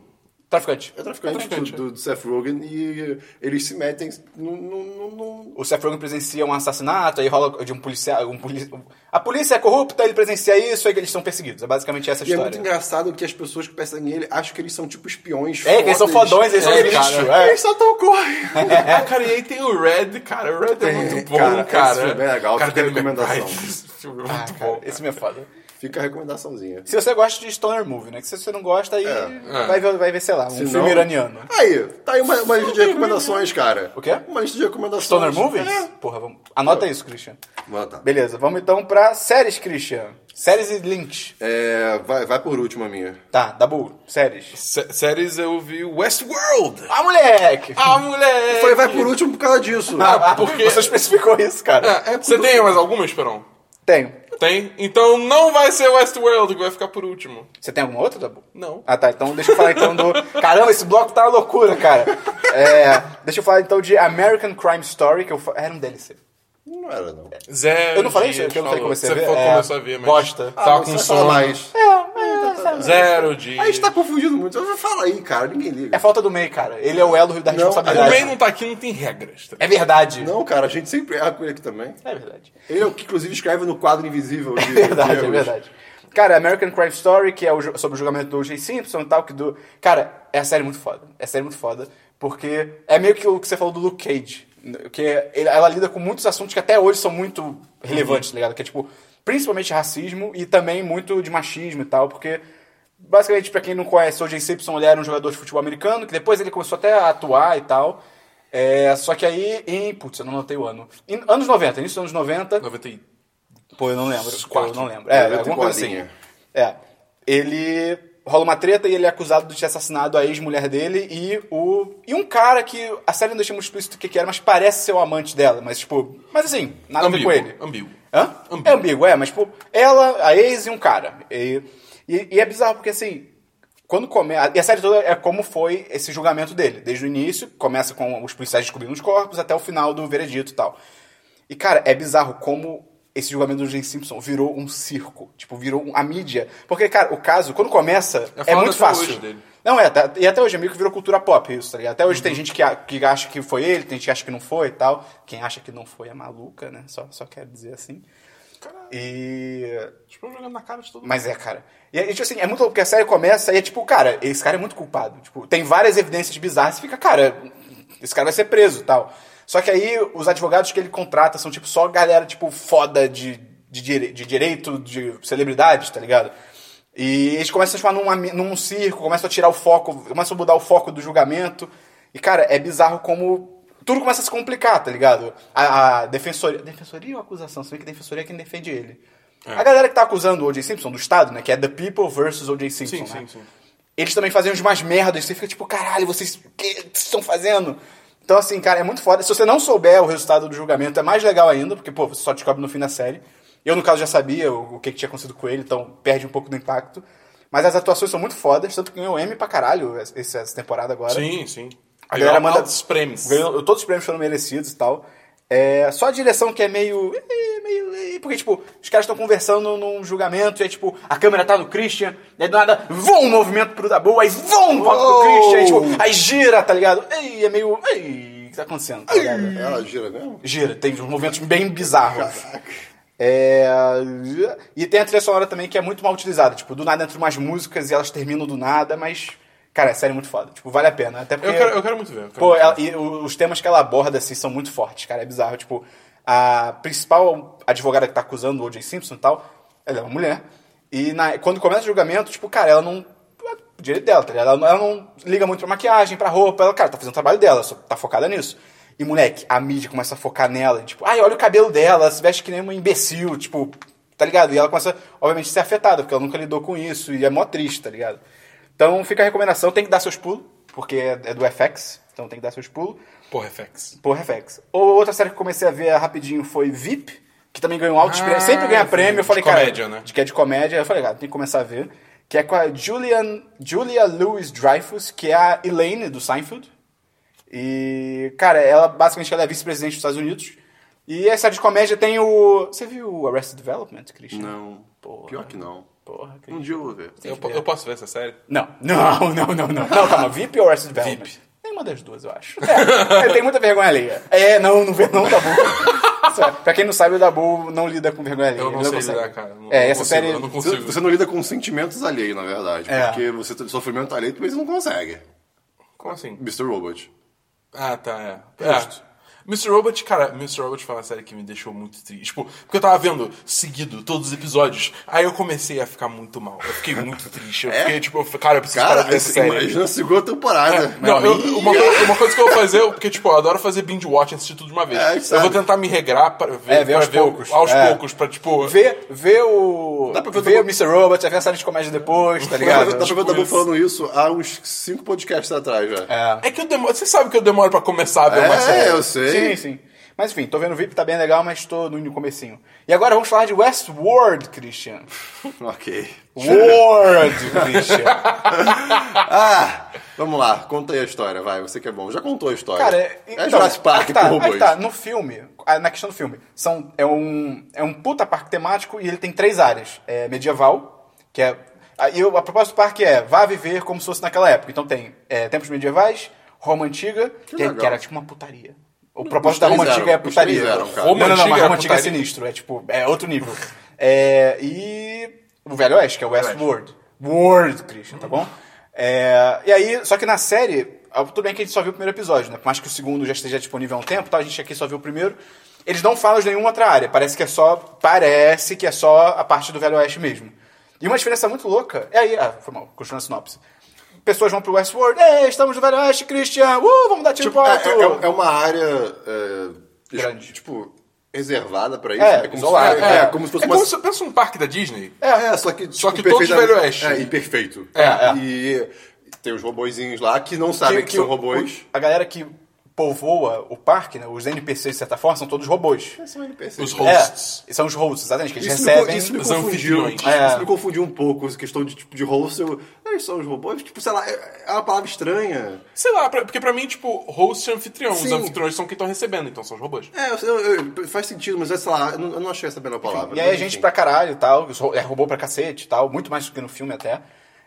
Speaker 1: Traficante.
Speaker 2: é o traficante,
Speaker 3: Traficante,
Speaker 2: do, do Seth Rogen e eles se metem num- num- num- num-
Speaker 1: O Seth Rogen presencia um assassinato, aí rola de um policial. Um poli... A polícia é corrupta, ele presencia isso, aí eles são perseguidos. É basicamente essa
Speaker 2: E é
Speaker 1: história.
Speaker 2: muito engraçado que as pessoas que perseguem ele acham que eles são tipo espiões.
Speaker 1: É, que eles são fodões, eles são
Speaker 3: É,
Speaker 1: os bichos.
Speaker 3: cara.
Speaker 1: é.
Speaker 2: Eles só tão correndo.
Speaker 3: Ah, cara, e aí tem o Red, cara. O Red é, muito bom,
Speaker 2: cara,
Speaker 3: cara.
Speaker 2: esse filme é legal,
Speaker 3: Cara,
Speaker 2: fica a
Speaker 3: Danny
Speaker 2: recomendação.
Speaker 3: McBride, Esse filme é
Speaker 1: Ah,
Speaker 3: muito
Speaker 1: cara,
Speaker 3: bom.
Speaker 1: Esse filme é foda.
Speaker 2: Fica a recomendaçãozinha.
Speaker 1: Se você gosta de Stoner Movie, né? Que se você não gosta, aí
Speaker 2: É,
Speaker 3: é.
Speaker 1: Vai, ver, vai ver, sei lá, um
Speaker 2: Se
Speaker 1: filme
Speaker 2: não-
Speaker 1: iraniano.
Speaker 2: Aí, tá aí uma, uma lista de recomendações, cara.
Speaker 1: O quê?
Speaker 2: Uma lista de recomendações.
Speaker 1: Stoner Movies?
Speaker 2: É.
Speaker 1: Porra, vamos... anota isso, Christian.
Speaker 2: Bom, tá.
Speaker 1: Beleza, vamos então pra séries, Christian. Séries e Lynch.
Speaker 2: É, vai, vai por último a minha.
Speaker 1: Tá, Dabu, séries.
Speaker 3: Sé- séries eu vi Westworld.
Speaker 1: Ah, moleque!
Speaker 3: Ah, moleque!
Speaker 2: Eu falei, vai por último por causa disso.
Speaker 1: Ah,
Speaker 3: por quê?
Speaker 1: Você especificou isso, cara.
Speaker 3: É, Você tem mais alguma, Esperão?
Speaker 1: Tenho.
Speaker 3: Tem? Então não vai ser Westworld que vai ficar por último.
Speaker 1: Você tem alguma outra, Dabu?
Speaker 3: Não.
Speaker 1: Ah, tá. Então deixa eu falar então do... Caramba, esse bloco tá uma loucura, cara. É, deixa eu falar então de American Crime Story, que eu... fa- Era um DLC.
Speaker 2: Não era, não.
Speaker 3: Zero.
Speaker 1: Eu não falei
Speaker 3: dias,
Speaker 1: isso, que eu não falei
Speaker 3: falou.
Speaker 1: que você
Speaker 3: Você
Speaker 1: vê,
Speaker 3: falou
Speaker 1: é,
Speaker 3: que começou a ver, mas.
Speaker 1: bosta. Ah,
Speaker 3: Tava
Speaker 2: mas
Speaker 3: com
Speaker 2: Ah, você vai falar
Speaker 3: sono.
Speaker 2: mais.
Speaker 3: Zero dias.
Speaker 2: A gente tá confundindo muito. Fala aí, cara. Ninguém liga.
Speaker 1: É falta do MEI, cara. Ele é o elo da
Speaker 2: Não,
Speaker 1: responsabilidade.
Speaker 3: O May não tá aqui, não tem regras. tá?
Speaker 1: É verdade.
Speaker 2: Não, cara, a gente sempre erra com ele aqui também.
Speaker 1: É verdade.
Speaker 2: Ele é o que, inclusive, escreve no quadro invisível. De,
Speaker 1: É verdade,
Speaker 2: de
Speaker 1: é verdade. Cara, American Crime Story, que é o ju- sobre o julgamento do O.J. Simpson e tal, que do... Cara, é a série muito foda. É a série muito foda, porque é meio que o que você falou do Luke Cage, n- que ele- ela lida com muitos assuntos que até hoje são muito relevantes, tá ligado? Que é, tipo, principalmente racismo e também muito de machismo e tal, porque... Basicamente, pra quem não conhece, o O.J. Simpson ele era um jogador de futebol americano, que depois ele começou até a atuar e tal. É, só que aí, em. Putz, eu não notei o ano. Em anos 90, início dos anos 90.
Speaker 3: 90 e-
Speaker 1: Pô, eu não lembro.
Speaker 3: Quatro.
Speaker 1: Eu não lembro. É,
Speaker 2: Eu
Speaker 1: alguma
Speaker 2: tenho
Speaker 1: coisa assim.
Speaker 2: bolinha.
Speaker 1: É. Ele rola uma treta e ele é acusado de ter assassinado a ex-mulher dele e o. E um cara que a série não deixa muito explícito o que que era, mas parece ser o amante dela, mas tipo. Mas assim, nada a ver com
Speaker 3: Ambíguo.
Speaker 1: ele.
Speaker 3: Ambíguo.
Speaker 1: Hã?
Speaker 3: Ambíguo.
Speaker 1: É ambíguo, é, mas tipo, ela, a ex e um cara. E, e, e é bizarro porque assim. Quando começa. E a série toda é como foi esse julgamento dele. Desde o início, começa com os policiais descobrindo os corpos até o final do veredito e tal. E, cara, é bizarro como esse julgamento do Jim Simpson virou um circo. Tipo, virou um- a mídia. Porque, cara, o caso, quando começa,
Speaker 3: É
Speaker 1: é,
Speaker 3: falado
Speaker 1: muito
Speaker 3: até
Speaker 1: fácil.
Speaker 3: hoje dele. Uhum.
Speaker 1: Não, é, tá- e até hoje é meio que virou cultura pop isso, tá ligado? Até hoje tem gente que, a- que acha que foi ele, tem gente que acha que não foi e tal. Quem acha que não foi é maluca, né? Só, só quero dizer assim.
Speaker 3: Caralho,
Speaker 1: E
Speaker 3: tipo, jogando na cara de todo mundo.
Speaker 1: mas é, cara. E, e, tipo assim, é muito louco, porque a série começa e é tipo, cara, esse cara é muito culpado. Tipo, tem várias evidências bizarras, você fica, cara, esse cara vai ser preso e tal. Só que aí os advogados que ele contrata são, tipo, só galera, tipo, foda de, de, dire- de direito, de celebridades, tá ligado? E eles começam a transformar num, num circo, começam a tirar o foco, começam a mudar o foco do julgamento. E, cara, é bizarro como tudo começa a se complicar, tá ligado? A, a defensoria. Defensoria ou acusação? Você vê que defensoria é quem defende ele.
Speaker 3: É.
Speaker 1: A galera que tá acusando o O.J. Simpson, do Estado, né? Que é The People versus O.J. Simpson.
Speaker 3: Sim,
Speaker 1: né?
Speaker 3: sim, sim.
Speaker 1: Eles também fazem os mais merdas. Você fica tipo, caralho, vocês o que vocês estão fazendo? Então, assim, cara, é muito foda. Se você não souber o resultado do julgamento, é mais legal ainda, porque, pô, você só descobre no fim da série. Eu, no caso, já sabia o, o que, que tinha acontecido com ele, então perde um pouco do impacto. Mas as atuações são muito fodas, tanto que ganhou M pra caralho essa, essa temporada agora.
Speaker 3: Sim, sim. é
Speaker 1: A galera manda-
Speaker 3: altos prêmios.
Speaker 1: Ganhou- todos os prêmios foram merecidos e tal. É, só a direção que é meio. é, meio é, porque, tipo, os caras estão conversando num julgamento, e aí, tipo, a câmera tá no Christian, e aí do nada, voa um movimento pro Dabu, aí voa um voto pro
Speaker 2: Uou!
Speaker 1: Christian, aí, tipo, aí gira, tá ligado? Ei, é meio. Ei, o que tá acontecendo? Tá ligado?
Speaker 2: Ela gira mesmo?
Speaker 1: Gira, tem uns movimentos bem bizarros. assim. É, e tem a trilha sonora também que é muito mal utilizada. Tipo, do nada entram umas músicas e elas terminam do nada, mas. Cara, é série muito foda. Tipo, vale a pena. Até porque.
Speaker 3: Eu quero, eu quero muito ver. eu quero
Speaker 1: Pô,
Speaker 3: muito
Speaker 1: ela- e o- os temas que ela aborda, assim, são muito fortes, cara. É bizarro. Tipo, a principal advogada que tá acusando o O.J. Simpson e tal, ela é uma mulher. E na- quando começa o julgamento, tipo, cara, ela não... é o direito dela, tá ligado? Ela, ela não liga muito pra maquiagem, pra roupa. Ela, cara, tá fazendo o trabalho dela, só tá focada nisso. E, moleque, a mídia começa a focar nela. Tipo, ai, olha o cabelo dela, ela se veste que nem uma imbecil, tipo... Tá ligado? E ela começa, obviamente, a ser afetada, porque ela nunca lidou com isso. E é mó triste, tá ligado? Então, fica a recomendação. Tem que dar seus pulos, porque é é do FX. Então, tem que dar seus pulos.
Speaker 3: Porra, FX.
Speaker 1: Porra, FX. Ou outra série que eu comecei a ver rapidinho foi VIP, que também ganhou altos
Speaker 3: Ah,
Speaker 1: prêmios. Sempre ganha
Speaker 3: vi.
Speaker 1: prêmio. Eu falei,
Speaker 3: De
Speaker 1: cara.
Speaker 3: comédia, né?
Speaker 1: de- Que é de comédia. Eu falei, cara, tem que começar a ver. Que é com a Julian, Julia Louis Dreyfus, que é a Elaine do Seinfeld. E, cara, ela basicamente ela é vice-presidente dos Estados Unidos. E a série de comédia tem o. Você viu o Arrested Development, Christian?
Speaker 2: Não.
Speaker 1: Porra.
Speaker 2: Pior que não.
Speaker 1: Porra, Christian.
Speaker 2: Um dia eu vou ver.
Speaker 3: Eu, po- eu posso ver essa série?
Speaker 1: Não, não, não, não, não. Não, calma, VIP ou Arrested Development?
Speaker 3: VIP.
Speaker 1: Nenhuma das duas, eu acho. É, é, tem muita vergonha alheia. É, não, não vê não, Dabu. Só, é, pra quem não sabe, o Dabu não lida com vergonha alheia.
Speaker 3: Eu
Speaker 1: ele
Speaker 3: não sei
Speaker 1: consegue.
Speaker 3: lidar, cara. Eu não-
Speaker 1: é,
Speaker 3: não
Speaker 1: essa
Speaker 3: consigo,
Speaker 1: série...
Speaker 3: Eu não
Speaker 2: Você,
Speaker 3: consigo.
Speaker 2: você não lida com sentimentos alheios, na verdade.
Speaker 1: É.
Speaker 2: Porque você tem sofrimento alheio, mas você não consegue.
Speaker 3: Como assim?
Speaker 2: Mr. Robot.
Speaker 3: Ah, tá, é. é. Mr. Robot, cara, Mr. Robot foi uma série que me deixou muito triste. Tipo, porque eu tava vendo seguido todos os episódios. Aí eu comecei a ficar muito mal. Eu fiquei muito triste. Eu fiquei, tipo, eu falei, cara, eu preciso parar de
Speaker 2: É? Cara,
Speaker 3: ver essa
Speaker 2: esse-
Speaker 3: série.
Speaker 2: imagina a segunda temporada.
Speaker 3: Não, eu- uma, co- uma coisa que eu vou fazer, eu- porque, tipo, eu adoro fazer binge watch assistir tudo de uma vez.
Speaker 2: É, a gente
Speaker 3: eu vou
Speaker 2: sabe.
Speaker 3: tentar me regrar pra ver,
Speaker 1: É, ver
Speaker 3: pra
Speaker 1: aos
Speaker 3: o-
Speaker 1: poucos.
Speaker 3: aos
Speaker 1: É.
Speaker 3: poucos, pra, tipo.
Speaker 1: Vê, vê o...
Speaker 2: Dá pra ver o
Speaker 1: vê o
Speaker 2: Dabu-
Speaker 1: Mr. Robot, vê a série de comédia depois, tá
Speaker 2: Dá pra
Speaker 1: ligado?
Speaker 2: ver- dá pra ver o
Speaker 3: tipo
Speaker 2: Dabu
Speaker 3: isso.
Speaker 2: falando isso há uns cinco podcasts atrás já.
Speaker 1: É.
Speaker 3: É que eu demoro. Você sabe que eu demoro pra começar a ver uma
Speaker 2: É,
Speaker 3: série.
Speaker 2: eu sei.
Speaker 1: Sim, sim. Mas enfim, tô vendo o VIP, tá bem legal, mas tô no comecinho. E agora vamos falar de Westworld, Christian.
Speaker 2: Ok.
Speaker 1: Word, Christian.
Speaker 2: Ah, vamos lá. Conta aí a história, vai. Você que é bom. Já contou a história.
Speaker 1: Cara,
Speaker 2: é
Speaker 1: então,
Speaker 2: Jurassic
Speaker 1: aí
Speaker 2: Park
Speaker 1: que tá,
Speaker 2: com
Speaker 1: aí
Speaker 2: robôs.
Speaker 1: que tá, no filme, ah, na questão do filme, são, é, um, é um puta parque temático e ele tem três áreas. É medieval, que é... ah, E eu- a proposta do parque é, vá viver como se fosse naquela época. Então tem é, tempos medievais, Roma Antiga, que, é-
Speaker 2: legal.
Speaker 1: que era tipo uma putaria. O propósito da
Speaker 2: três
Speaker 1: Roma Antiga é
Speaker 2: eram, os três
Speaker 1: putaria.
Speaker 2: eram, cara.
Speaker 1: Roma não, não,
Speaker 3: Antiga
Speaker 1: mas
Speaker 3: era
Speaker 1: Roma Antiga é
Speaker 3: putaria?
Speaker 1: sinistro, é tipo, é outro nível. É, e o Velho Oeste, que é o Westworld. World, Christian, tá bom? É, e aí, só que na série, ah, tudo bem que a gente só viu o primeiro episódio, né? Por mais que o segundo já esteja disponível há um tempo, tá? a gente aqui só viu o primeiro. Eles não falam de nenhuma outra área, parece que é só. Parece que é só a parte do Velho Oeste mesmo. E uma diferença muito louca. É aí, ah, foi mal, continuando a sinopse. Pessoas vão pro Westworld, ei, estamos no Velho Oeste, Christian! Uh, vamos dar tiro
Speaker 2: Tipo,
Speaker 1: pro
Speaker 2: é,
Speaker 1: alto!
Speaker 2: é- é- é uma área. é,
Speaker 1: Grande.
Speaker 2: Tipo, reservada pra isso.
Speaker 1: É,
Speaker 2: como
Speaker 1: isolada.
Speaker 2: se, é,
Speaker 1: É.
Speaker 2: como se fosse
Speaker 3: É
Speaker 2: uma.
Speaker 3: como se eu penso num parque da Disney.
Speaker 2: É, é, só que.
Speaker 3: Só
Speaker 2: tipo,
Speaker 3: que todos
Speaker 2: perfeitamente-
Speaker 3: Velho Oeste.
Speaker 2: É, imperfeito.
Speaker 3: É, é.
Speaker 2: E tem os robozinhos lá que não sabem que, são
Speaker 1: o-
Speaker 2: robôs.
Speaker 1: o- a galera que povoa o parque, né, os NPCs, de certa forma, são todos robôs.
Speaker 2: São NPCs.
Speaker 3: Os
Speaker 1: É,
Speaker 3: hosts.
Speaker 1: são os hosts, exatamente, que eles
Speaker 2: Isso me, co-
Speaker 1: recebem...
Speaker 2: isso me
Speaker 3: os
Speaker 2: confundiu.
Speaker 3: anfitriões.
Speaker 1: É.
Speaker 2: Isso me confundiu um pouco, essa questão de tipo de host. Eu, eles são os robôs, tipo, sei lá, é é uma palavra estranha.
Speaker 3: Sei lá, pra- porque pra mim, tipo, host e anfitrião. Os
Speaker 2: Sim.
Speaker 3: anfitriões são quem estão recebendo, então são os robôs.
Speaker 2: É, eu- eu- eu- faz sentido, mas é, sei lá, eu não, eu não achei essa a melhor palavra.
Speaker 1: E aí a
Speaker 2: Mas,
Speaker 1: gente
Speaker 2: enfim.
Speaker 1: pra caralho e tal, os ro- é robô pra cacete e tal, muito mais do que no filme até.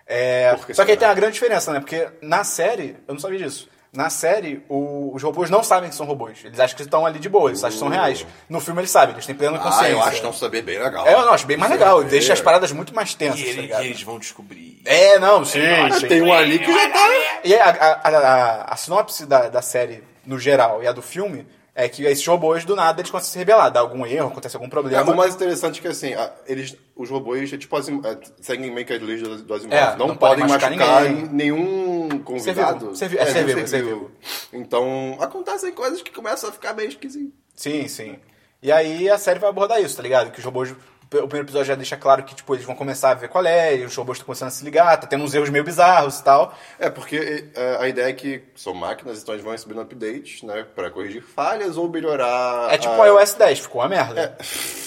Speaker 1: É,
Speaker 2: Por que
Speaker 1: só que aí tem
Speaker 2: será?
Speaker 1: uma grande diferença, né? Porque na série, eu não sabia disso, na série o- os robôs não sabem que são robôs. Eles acham que estão ali de boa, eles acham que são reais. No filme eles sabem, eles têm plena consciência.
Speaker 2: Ah, eu acho não saber bem legal.
Speaker 1: É, eu não, acho bem mais legal, deixa
Speaker 2: maneiro.
Speaker 1: as paradas muito mais tensas,
Speaker 3: E,
Speaker 1: tá
Speaker 3: ele-
Speaker 1: ligado?
Speaker 3: e eles vão descobrir.
Speaker 1: É, não, sim, sim.
Speaker 2: Tem um ali que já tá.
Speaker 1: E a, a- a- a- a sinopse da, da série, no geral, e a do filme, É que esses robôs, do nada, eles conseguem se rebelar. Dá algum erro, acontece algum
Speaker 2: É,
Speaker 1: problema.
Speaker 2: o mais interessante é que, assim, a- eles, os robôs, é tipo, Asim- é, seguem meio que as leis do- do Asimov.
Speaker 1: É,
Speaker 2: não,
Speaker 1: não podem
Speaker 2: podem
Speaker 1: machucar
Speaker 2: machucar,
Speaker 1: ninguém.
Speaker 2: nenhum convidado.
Speaker 1: Ser vivo, ser vivo, é, ser
Speaker 2: nenhum
Speaker 1: vivo, ser vivo.
Speaker 2: Então, acontecem coisas que começam a ficar meio esquisito.
Speaker 1: Sim, sim. E aí a série vai abordar isso, tá ligado? Que os robôs. O primeiro episódio já deixa claro que, tipo, eles vão começar a ver qual é, e os robôs estão começando a se ligar, tá tendo uns erros meio bizarros e tal.
Speaker 2: É, porque é, a ideia é que são máquinas, então eles vão recebendo updates, né, pra corrigir falhas ou melhorar...
Speaker 1: É tipo
Speaker 2: a-
Speaker 1: o iOS 10, ficou uma
Speaker 2: É.
Speaker 1: merda.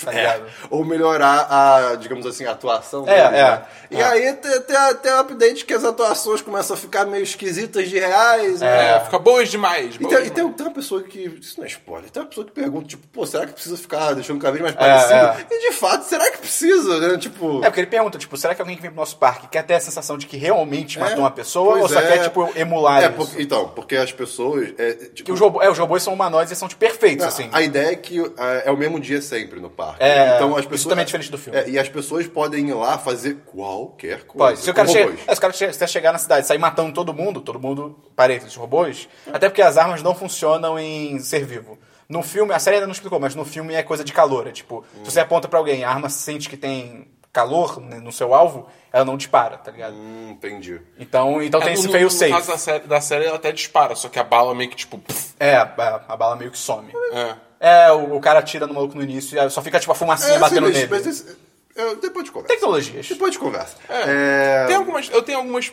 Speaker 1: Tá ligado?
Speaker 2: Ou melhorar a, digamos assim, a atuação
Speaker 1: É,
Speaker 2: deles,
Speaker 1: é.
Speaker 2: né? E
Speaker 1: É.
Speaker 2: aí tem, tem, tem um update que as atuações começam a ficar meio esquisitas de reais, né?
Speaker 3: É, fica boas demais.
Speaker 2: E
Speaker 3: boas
Speaker 2: tem, e tem- tem uma pessoa que. Isso não é spoiler. Tem uma pessoa que pergunta, tipo, pô, será que precisa ficar deixando o cabelo mais parecido?
Speaker 1: é.
Speaker 2: E de fato, será que precisa, né? Tipo.
Speaker 1: É, porque ele pergunta, tipo, será que alguém que vem pro nosso parque quer ter a sensação de que realmente matou uma pessoa,
Speaker 2: pois
Speaker 1: ou só
Speaker 2: é.
Speaker 1: quer, tipo, emular
Speaker 2: É,
Speaker 1: isso?
Speaker 2: porque- então, porque as pessoas. É, tipo,
Speaker 1: Que os robôs, é, os robôs são humanoides e são tipo, perfeitos,
Speaker 2: a-
Speaker 1: assim.
Speaker 2: A ideia é que é, é o mesmo dia sempre no parque.
Speaker 1: É,
Speaker 2: então as
Speaker 1: isso
Speaker 2: pessoas.
Speaker 1: também é diferente do filme.
Speaker 2: É, e as pessoas podem ir lá fazer qualquer coisa.
Speaker 1: Pode. Se o
Speaker 2: com
Speaker 1: cara, chega,
Speaker 2: robôs.
Speaker 1: é, se o cara che- se chegar na cidade e sair matando todo mundo, todo mundo, parênteses, robôs, até porque as armas não funcionam em ser vivo. No filme, a série ainda não explicou, mas no filme é coisa de calor. É tipo, se você aponta pra alguém, a arma sente que tem calor né, no seu alvo, ela não dispara, tá ligado?
Speaker 2: Hum, entendi.
Speaker 1: Então, então
Speaker 3: É,
Speaker 1: tem esse
Speaker 3: no-
Speaker 1: fail
Speaker 3: no
Speaker 1: safe.
Speaker 3: caso da série, da série, ela até dispara, só que a bala meio que tipo. pff,
Speaker 1: É, a, a bala meio que some.
Speaker 3: é.
Speaker 1: É, o, o cara atira no maluco no início e aí só fica tipo a fumacinha
Speaker 2: É,
Speaker 1: batendo
Speaker 2: assim,
Speaker 1: nele.
Speaker 2: mas esse- eu- depois de conversa.
Speaker 1: Tecnologias.
Speaker 2: Depois de conversa. É,
Speaker 1: um-
Speaker 3: Tem algumas, eu tenho algumas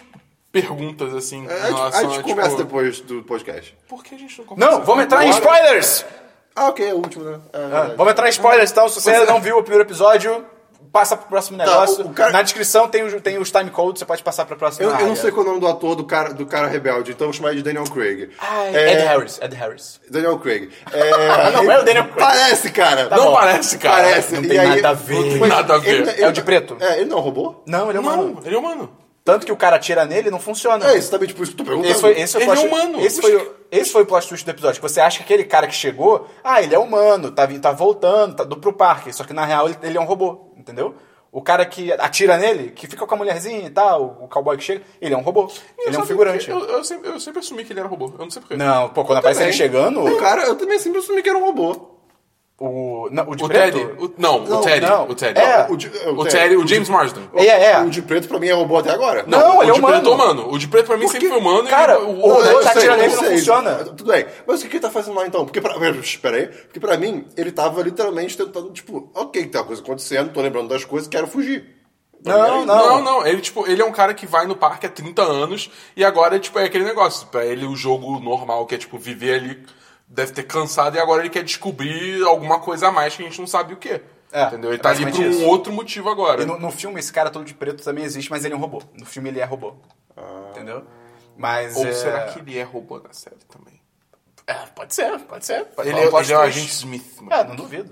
Speaker 3: perguntas
Speaker 2: a
Speaker 3: assim. em
Speaker 2: gente- a
Speaker 3: relação
Speaker 2: gente
Speaker 3: a,
Speaker 2: conversa
Speaker 3: tipo,
Speaker 2: depois do podcast.
Speaker 3: Por que a gente não conversa?
Speaker 1: Não, vamos entrar em
Speaker 3: Agora?
Speaker 1: spoilers!
Speaker 2: Ah, ok, é o último, né? É, verdade.
Speaker 1: Ah, Vamos entrar em spoilers, então. Se você ainda não viu o primeiro episódio, passa pro próximo negócio.
Speaker 2: Tá, o- o cara-
Speaker 1: Na descrição tem, os- tem os time codes, você pode passar pra próxima
Speaker 2: Eu, eu
Speaker 1: área.
Speaker 2: não sei qual é o nome do ator do cara, do cara rebelde, então eu vou chamar ele de Daniel Craig.
Speaker 1: Ai,
Speaker 2: É,
Speaker 1: Ah, Ed Harris, Ed Harris.
Speaker 2: Daniel Craig. É,
Speaker 1: não é o Daniel Craig.
Speaker 2: Parece, cara.
Speaker 1: Tá
Speaker 3: Não
Speaker 1: bom.
Speaker 3: parece, cara.
Speaker 2: Parece.
Speaker 1: Não
Speaker 2: E
Speaker 1: tem
Speaker 2: aí-
Speaker 1: nada a ver.
Speaker 3: Não tem nada a
Speaker 2: Ele-
Speaker 3: ver.
Speaker 2: ele-
Speaker 1: É o de preto?
Speaker 2: É, ele não é um robô?
Speaker 1: Não, ele é humano.
Speaker 3: Não, ele é humano.
Speaker 1: Tanto que o cara atira nele e não funciona.
Speaker 2: É, isso também, tipo, isso que eu tô perguntando.
Speaker 1: Esse foi, esse foi
Speaker 3: Ele
Speaker 1: o plot,
Speaker 3: é humano.
Speaker 1: Esse foi, o- esse foi o plot twist do episódio. Que você acha que aquele cara que chegou, ah, ele é humano, tá, vi- tá voltando, tá do, pro parque. Só que na real ele, ele é um robô, entendeu? O cara que atira nele, que fica com a mulherzinha e tal, o cowboy que chega, ele é um robô.
Speaker 3: E
Speaker 1: Ele é um
Speaker 3: sabe
Speaker 1: figurante.
Speaker 3: que Eu, eu sempre, eu sempre assumi que ele era robô. Eu não sei porquê.
Speaker 1: Não, pô, quando aparece ele
Speaker 2: Também.
Speaker 1: tá chegando,
Speaker 2: O cara, eu também sempre assumi que era um robô.
Speaker 1: o. Não, o de
Speaker 3: O
Speaker 1: preto?
Speaker 3: Teddy. o- não,
Speaker 2: Não,
Speaker 3: o Teddy.
Speaker 1: não.
Speaker 3: O Teddy.
Speaker 1: É.
Speaker 2: O de- é,
Speaker 3: O Teddy, o James Marsden.
Speaker 1: É, é, é.
Speaker 2: O de preto pra mim é robô até agora.
Speaker 1: Não, ele é
Speaker 3: o de preto
Speaker 1: humano.
Speaker 3: humano. O de preto pra mim sempre foi humano.
Speaker 1: Cara,
Speaker 3: e o,
Speaker 1: o-
Speaker 3: o-
Speaker 1: o-
Speaker 2: eu
Speaker 1: tá
Speaker 2: sei,
Speaker 1: tirando
Speaker 2: eu
Speaker 1: ele, não
Speaker 2: sei.
Speaker 1: funciona.
Speaker 2: Tudo bem. Mas o que ele tá fazendo lá então? Porque pra... Espera aí. Porque pra mim, ele tava literalmente tentando, tipo, ok, tem uma coisa acontecendo, tô lembrando das coisas, quero fugir. Tá Pra mim era
Speaker 1: Não,
Speaker 2: isso.
Speaker 1: não.
Speaker 3: Não, não, ele tipo, ele é um cara que vai no parque há 30 anos e agora tipo é aquele negócio, Pra ele o jogo normal que é tipo viver ali deve ter cansado e agora ele quer descobrir alguma coisa a mais que a gente não sabe o que.
Speaker 1: É,
Speaker 3: entendeu?
Speaker 1: é
Speaker 3: Ele tá ali por
Speaker 1: basicamente
Speaker 3: um
Speaker 1: isso.
Speaker 3: outro motivo agora.
Speaker 1: E no, no filme, esse cara todo de preto também existe, mas ele é um robô. No filme ele é robô. Entendeu? Mas.
Speaker 3: Ah. Ou
Speaker 1: é...
Speaker 3: será que ele é robô na série também?
Speaker 1: É, pode ser, pode ser. Pode
Speaker 3: Ele,
Speaker 1: rolar um
Speaker 3: é,
Speaker 1: plot
Speaker 3: ele é o
Speaker 1: twist.
Speaker 3: agente Smith. mano.
Speaker 1: É, não duvido.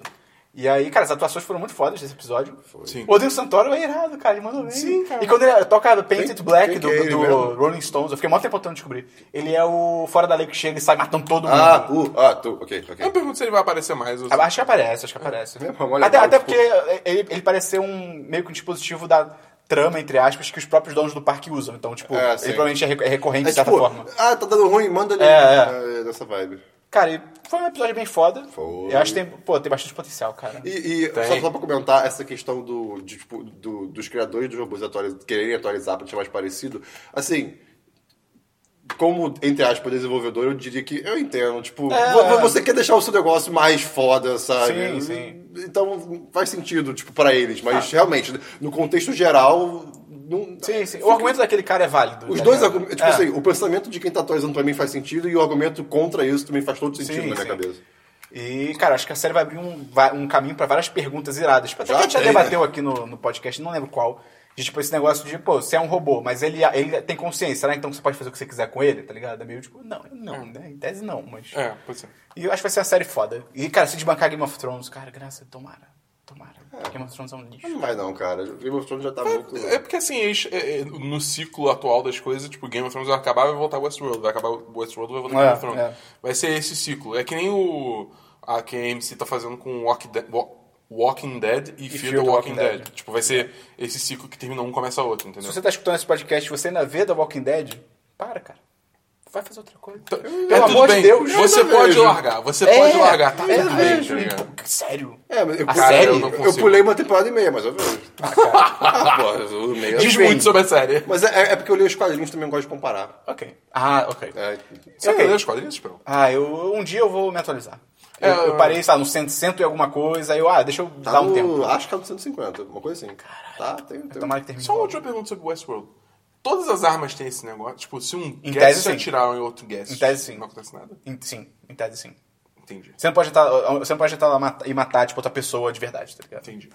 Speaker 1: E aí, cara, as atuações foram muito fodas desse episódio.
Speaker 3: Sim.
Speaker 1: O Odin Santoro é irado, cara, ele mandou bem.
Speaker 3: Sim, cara.
Speaker 1: E quando ele toca Painted
Speaker 2: Quem-
Speaker 1: Black
Speaker 2: quem
Speaker 1: do,
Speaker 2: que é ele
Speaker 1: do
Speaker 2: mesmo?
Speaker 1: Rolling Stones, eu fiquei mó tempo tentando descobrir. Ele é o fora da lei que chega e sai matando todo mundo.
Speaker 2: Ah, tu. Ah, tu. Ok, ok.
Speaker 1: É
Speaker 3: Eu pergunto se ele vai aparecer mais. ou-
Speaker 1: Ah, Acho que aparece, acho que aparece.
Speaker 2: É, mas olha
Speaker 1: até,
Speaker 2: lá,
Speaker 1: até
Speaker 2: tipo-
Speaker 1: porque ele, ele pareceu um meio que um dispositivo da trama, entre aspas, que os próprios donos do parque usam. Então, tipo,
Speaker 2: É,
Speaker 1: ele
Speaker 2: sim.
Speaker 1: provavelmente é re- é recorrente
Speaker 2: É
Speaker 1: de certa
Speaker 2: tipo,
Speaker 1: forma.
Speaker 2: ah, tá dando ruim, manda ele.
Speaker 1: É, é.
Speaker 2: dessa vibe.
Speaker 1: Cara, e foi um episódio bem foda.
Speaker 2: Foi.
Speaker 1: Eu acho que tem, pô, tem bastante potencial, cara.
Speaker 2: E, e
Speaker 3: Tem.
Speaker 2: só, só pra comentar essa questão do, de, tipo, do- dos criadores dos robôs atualiz, quererem atualizar pra deixar mais parecido, assim, como, entre aspas, desenvolvedor, eu diria que eu entendo, tipo,
Speaker 1: É.
Speaker 2: vo- você quer deixar o seu negócio mais foda, sabe?
Speaker 1: Sim, sim. Ah.
Speaker 2: Então faz sentido, tipo, pra eles, mas realmente, no contexto geral, não...
Speaker 1: Sim, sim. O argumento daquele cara é válido.
Speaker 2: Os
Speaker 1: tá
Speaker 2: dois
Speaker 1: ligado?
Speaker 2: argumentos, tipo
Speaker 1: É.
Speaker 2: assim, o pensamento de quem tá atualizando pra mim faz sentido e o argumento contra isso também faz todo sentido
Speaker 1: Sim,
Speaker 2: na minha
Speaker 1: sim.
Speaker 2: cabeça.
Speaker 1: E, cara, acho que a série vai abrir um, vai- um caminho pra várias perguntas iradas. Tipo, Até
Speaker 2: Já
Speaker 1: que a gente já
Speaker 3: né?
Speaker 2: tem,
Speaker 1: debateu aqui no, no podcast, não lembro qual. De, tipo, esse negócio de, pô, você é um robô, mas ele, ele tem consciência, né? Então você pode fazer o que você quiser com ele, tá ligado? É meio tipo, não, não, né? Em tese não, mas.
Speaker 3: Hum. É, pode ser.
Speaker 1: E eu acho que vai ser uma série foda. E, cara, se desbancar Game of Thrones, cara, graça, tomara. Tomara. Game of Thrones é um lixo.
Speaker 2: Não vai não, cara. O Game of Thrones já tá muito...
Speaker 3: É porque assim, eles, é, é, no ciclo atual das coisas, tipo, Game of Thrones vai acabar e vai voltar Westworld. Vai acabar Westworld vai voltar Game
Speaker 1: É,
Speaker 3: of Thrones.
Speaker 1: é.
Speaker 3: Vai ser esse ciclo. É que nem o. A que a AMC tá fazendo com Walk De- Wa- Walking Dead e, Fear the Walking, Dead. Tipo, vai ser esse ciclo que termina um começa outro, entendeu?
Speaker 1: Se você tá escutando esse podcast e você ainda vê The Walking Dead, para, cara. Vai fazer outra coisa.
Speaker 3: É,
Speaker 1: Pelo
Speaker 3: tudo
Speaker 1: amor
Speaker 3: bem.
Speaker 1: de Deus.
Speaker 3: Você
Speaker 2: Eu não
Speaker 3: pode
Speaker 2: vejo.
Speaker 3: largar, você
Speaker 1: É,
Speaker 3: pode largar, tá?
Speaker 1: eu
Speaker 3: tudo bem,
Speaker 1: vejo.
Speaker 3: tá ligado?
Speaker 1: Sério?
Speaker 2: É, mas eu,
Speaker 1: A
Speaker 2: cara,
Speaker 1: série?
Speaker 2: eu,
Speaker 3: Eu não
Speaker 2: eu
Speaker 3: consigo.
Speaker 2: pulei uma temporada e meia, mas eu vejo. Ah, porra, eu meio. assim.
Speaker 3: Diz
Speaker 1: Enfim.
Speaker 3: muito sobre a série.
Speaker 2: Mas é, é porque eu li os quadrinhos também eu gosto de comparar.
Speaker 1: Ok. Ah, ok.
Speaker 2: É,
Speaker 3: Você
Speaker 1: Ok.
Speaker 3: leu os quadrinhos, Esperão?
Speaker 1: Ah, eu, um dia eu vou me atualizar. Eu,
Speaker 3: É,
Speaker 1: eu parei, sei lá, no 100, 100 e alguma coisa, aí eu, ah, deixa eu
Speaker 2: tá
Speaker 1: dar um
Speaker 2: no-
Speaker 1: tempo.
Speaker 2: Acho que tá no 150, uma coisa assim. Tá, tem, tem.
Speaker 1: Tomara que termine.
Speaker 3: Só uma
Speaker 1: logo.
Speaker 3: última pergunta sobre Westworld. Todas as armas têm esse negócio? Tipo, se um
Speaker 1: Em
Speaker 3: gas
Speaker 1: tese,
Speaker 3: se
Speaker 1: sim.
Speaker 3: atirar em outro gas,
Speaker 1: Em tese, sim.
Speaker 3: não acontece nada?
Speaker 1: Em- sim, em tese sim.
Speaker 3: Entendi,
Speaker 1: Você não pode tentar, você não pode tentar lá mata- e matar, tipo, outra pessoa de verdade, tá ligado?
Speaker 3: entendi.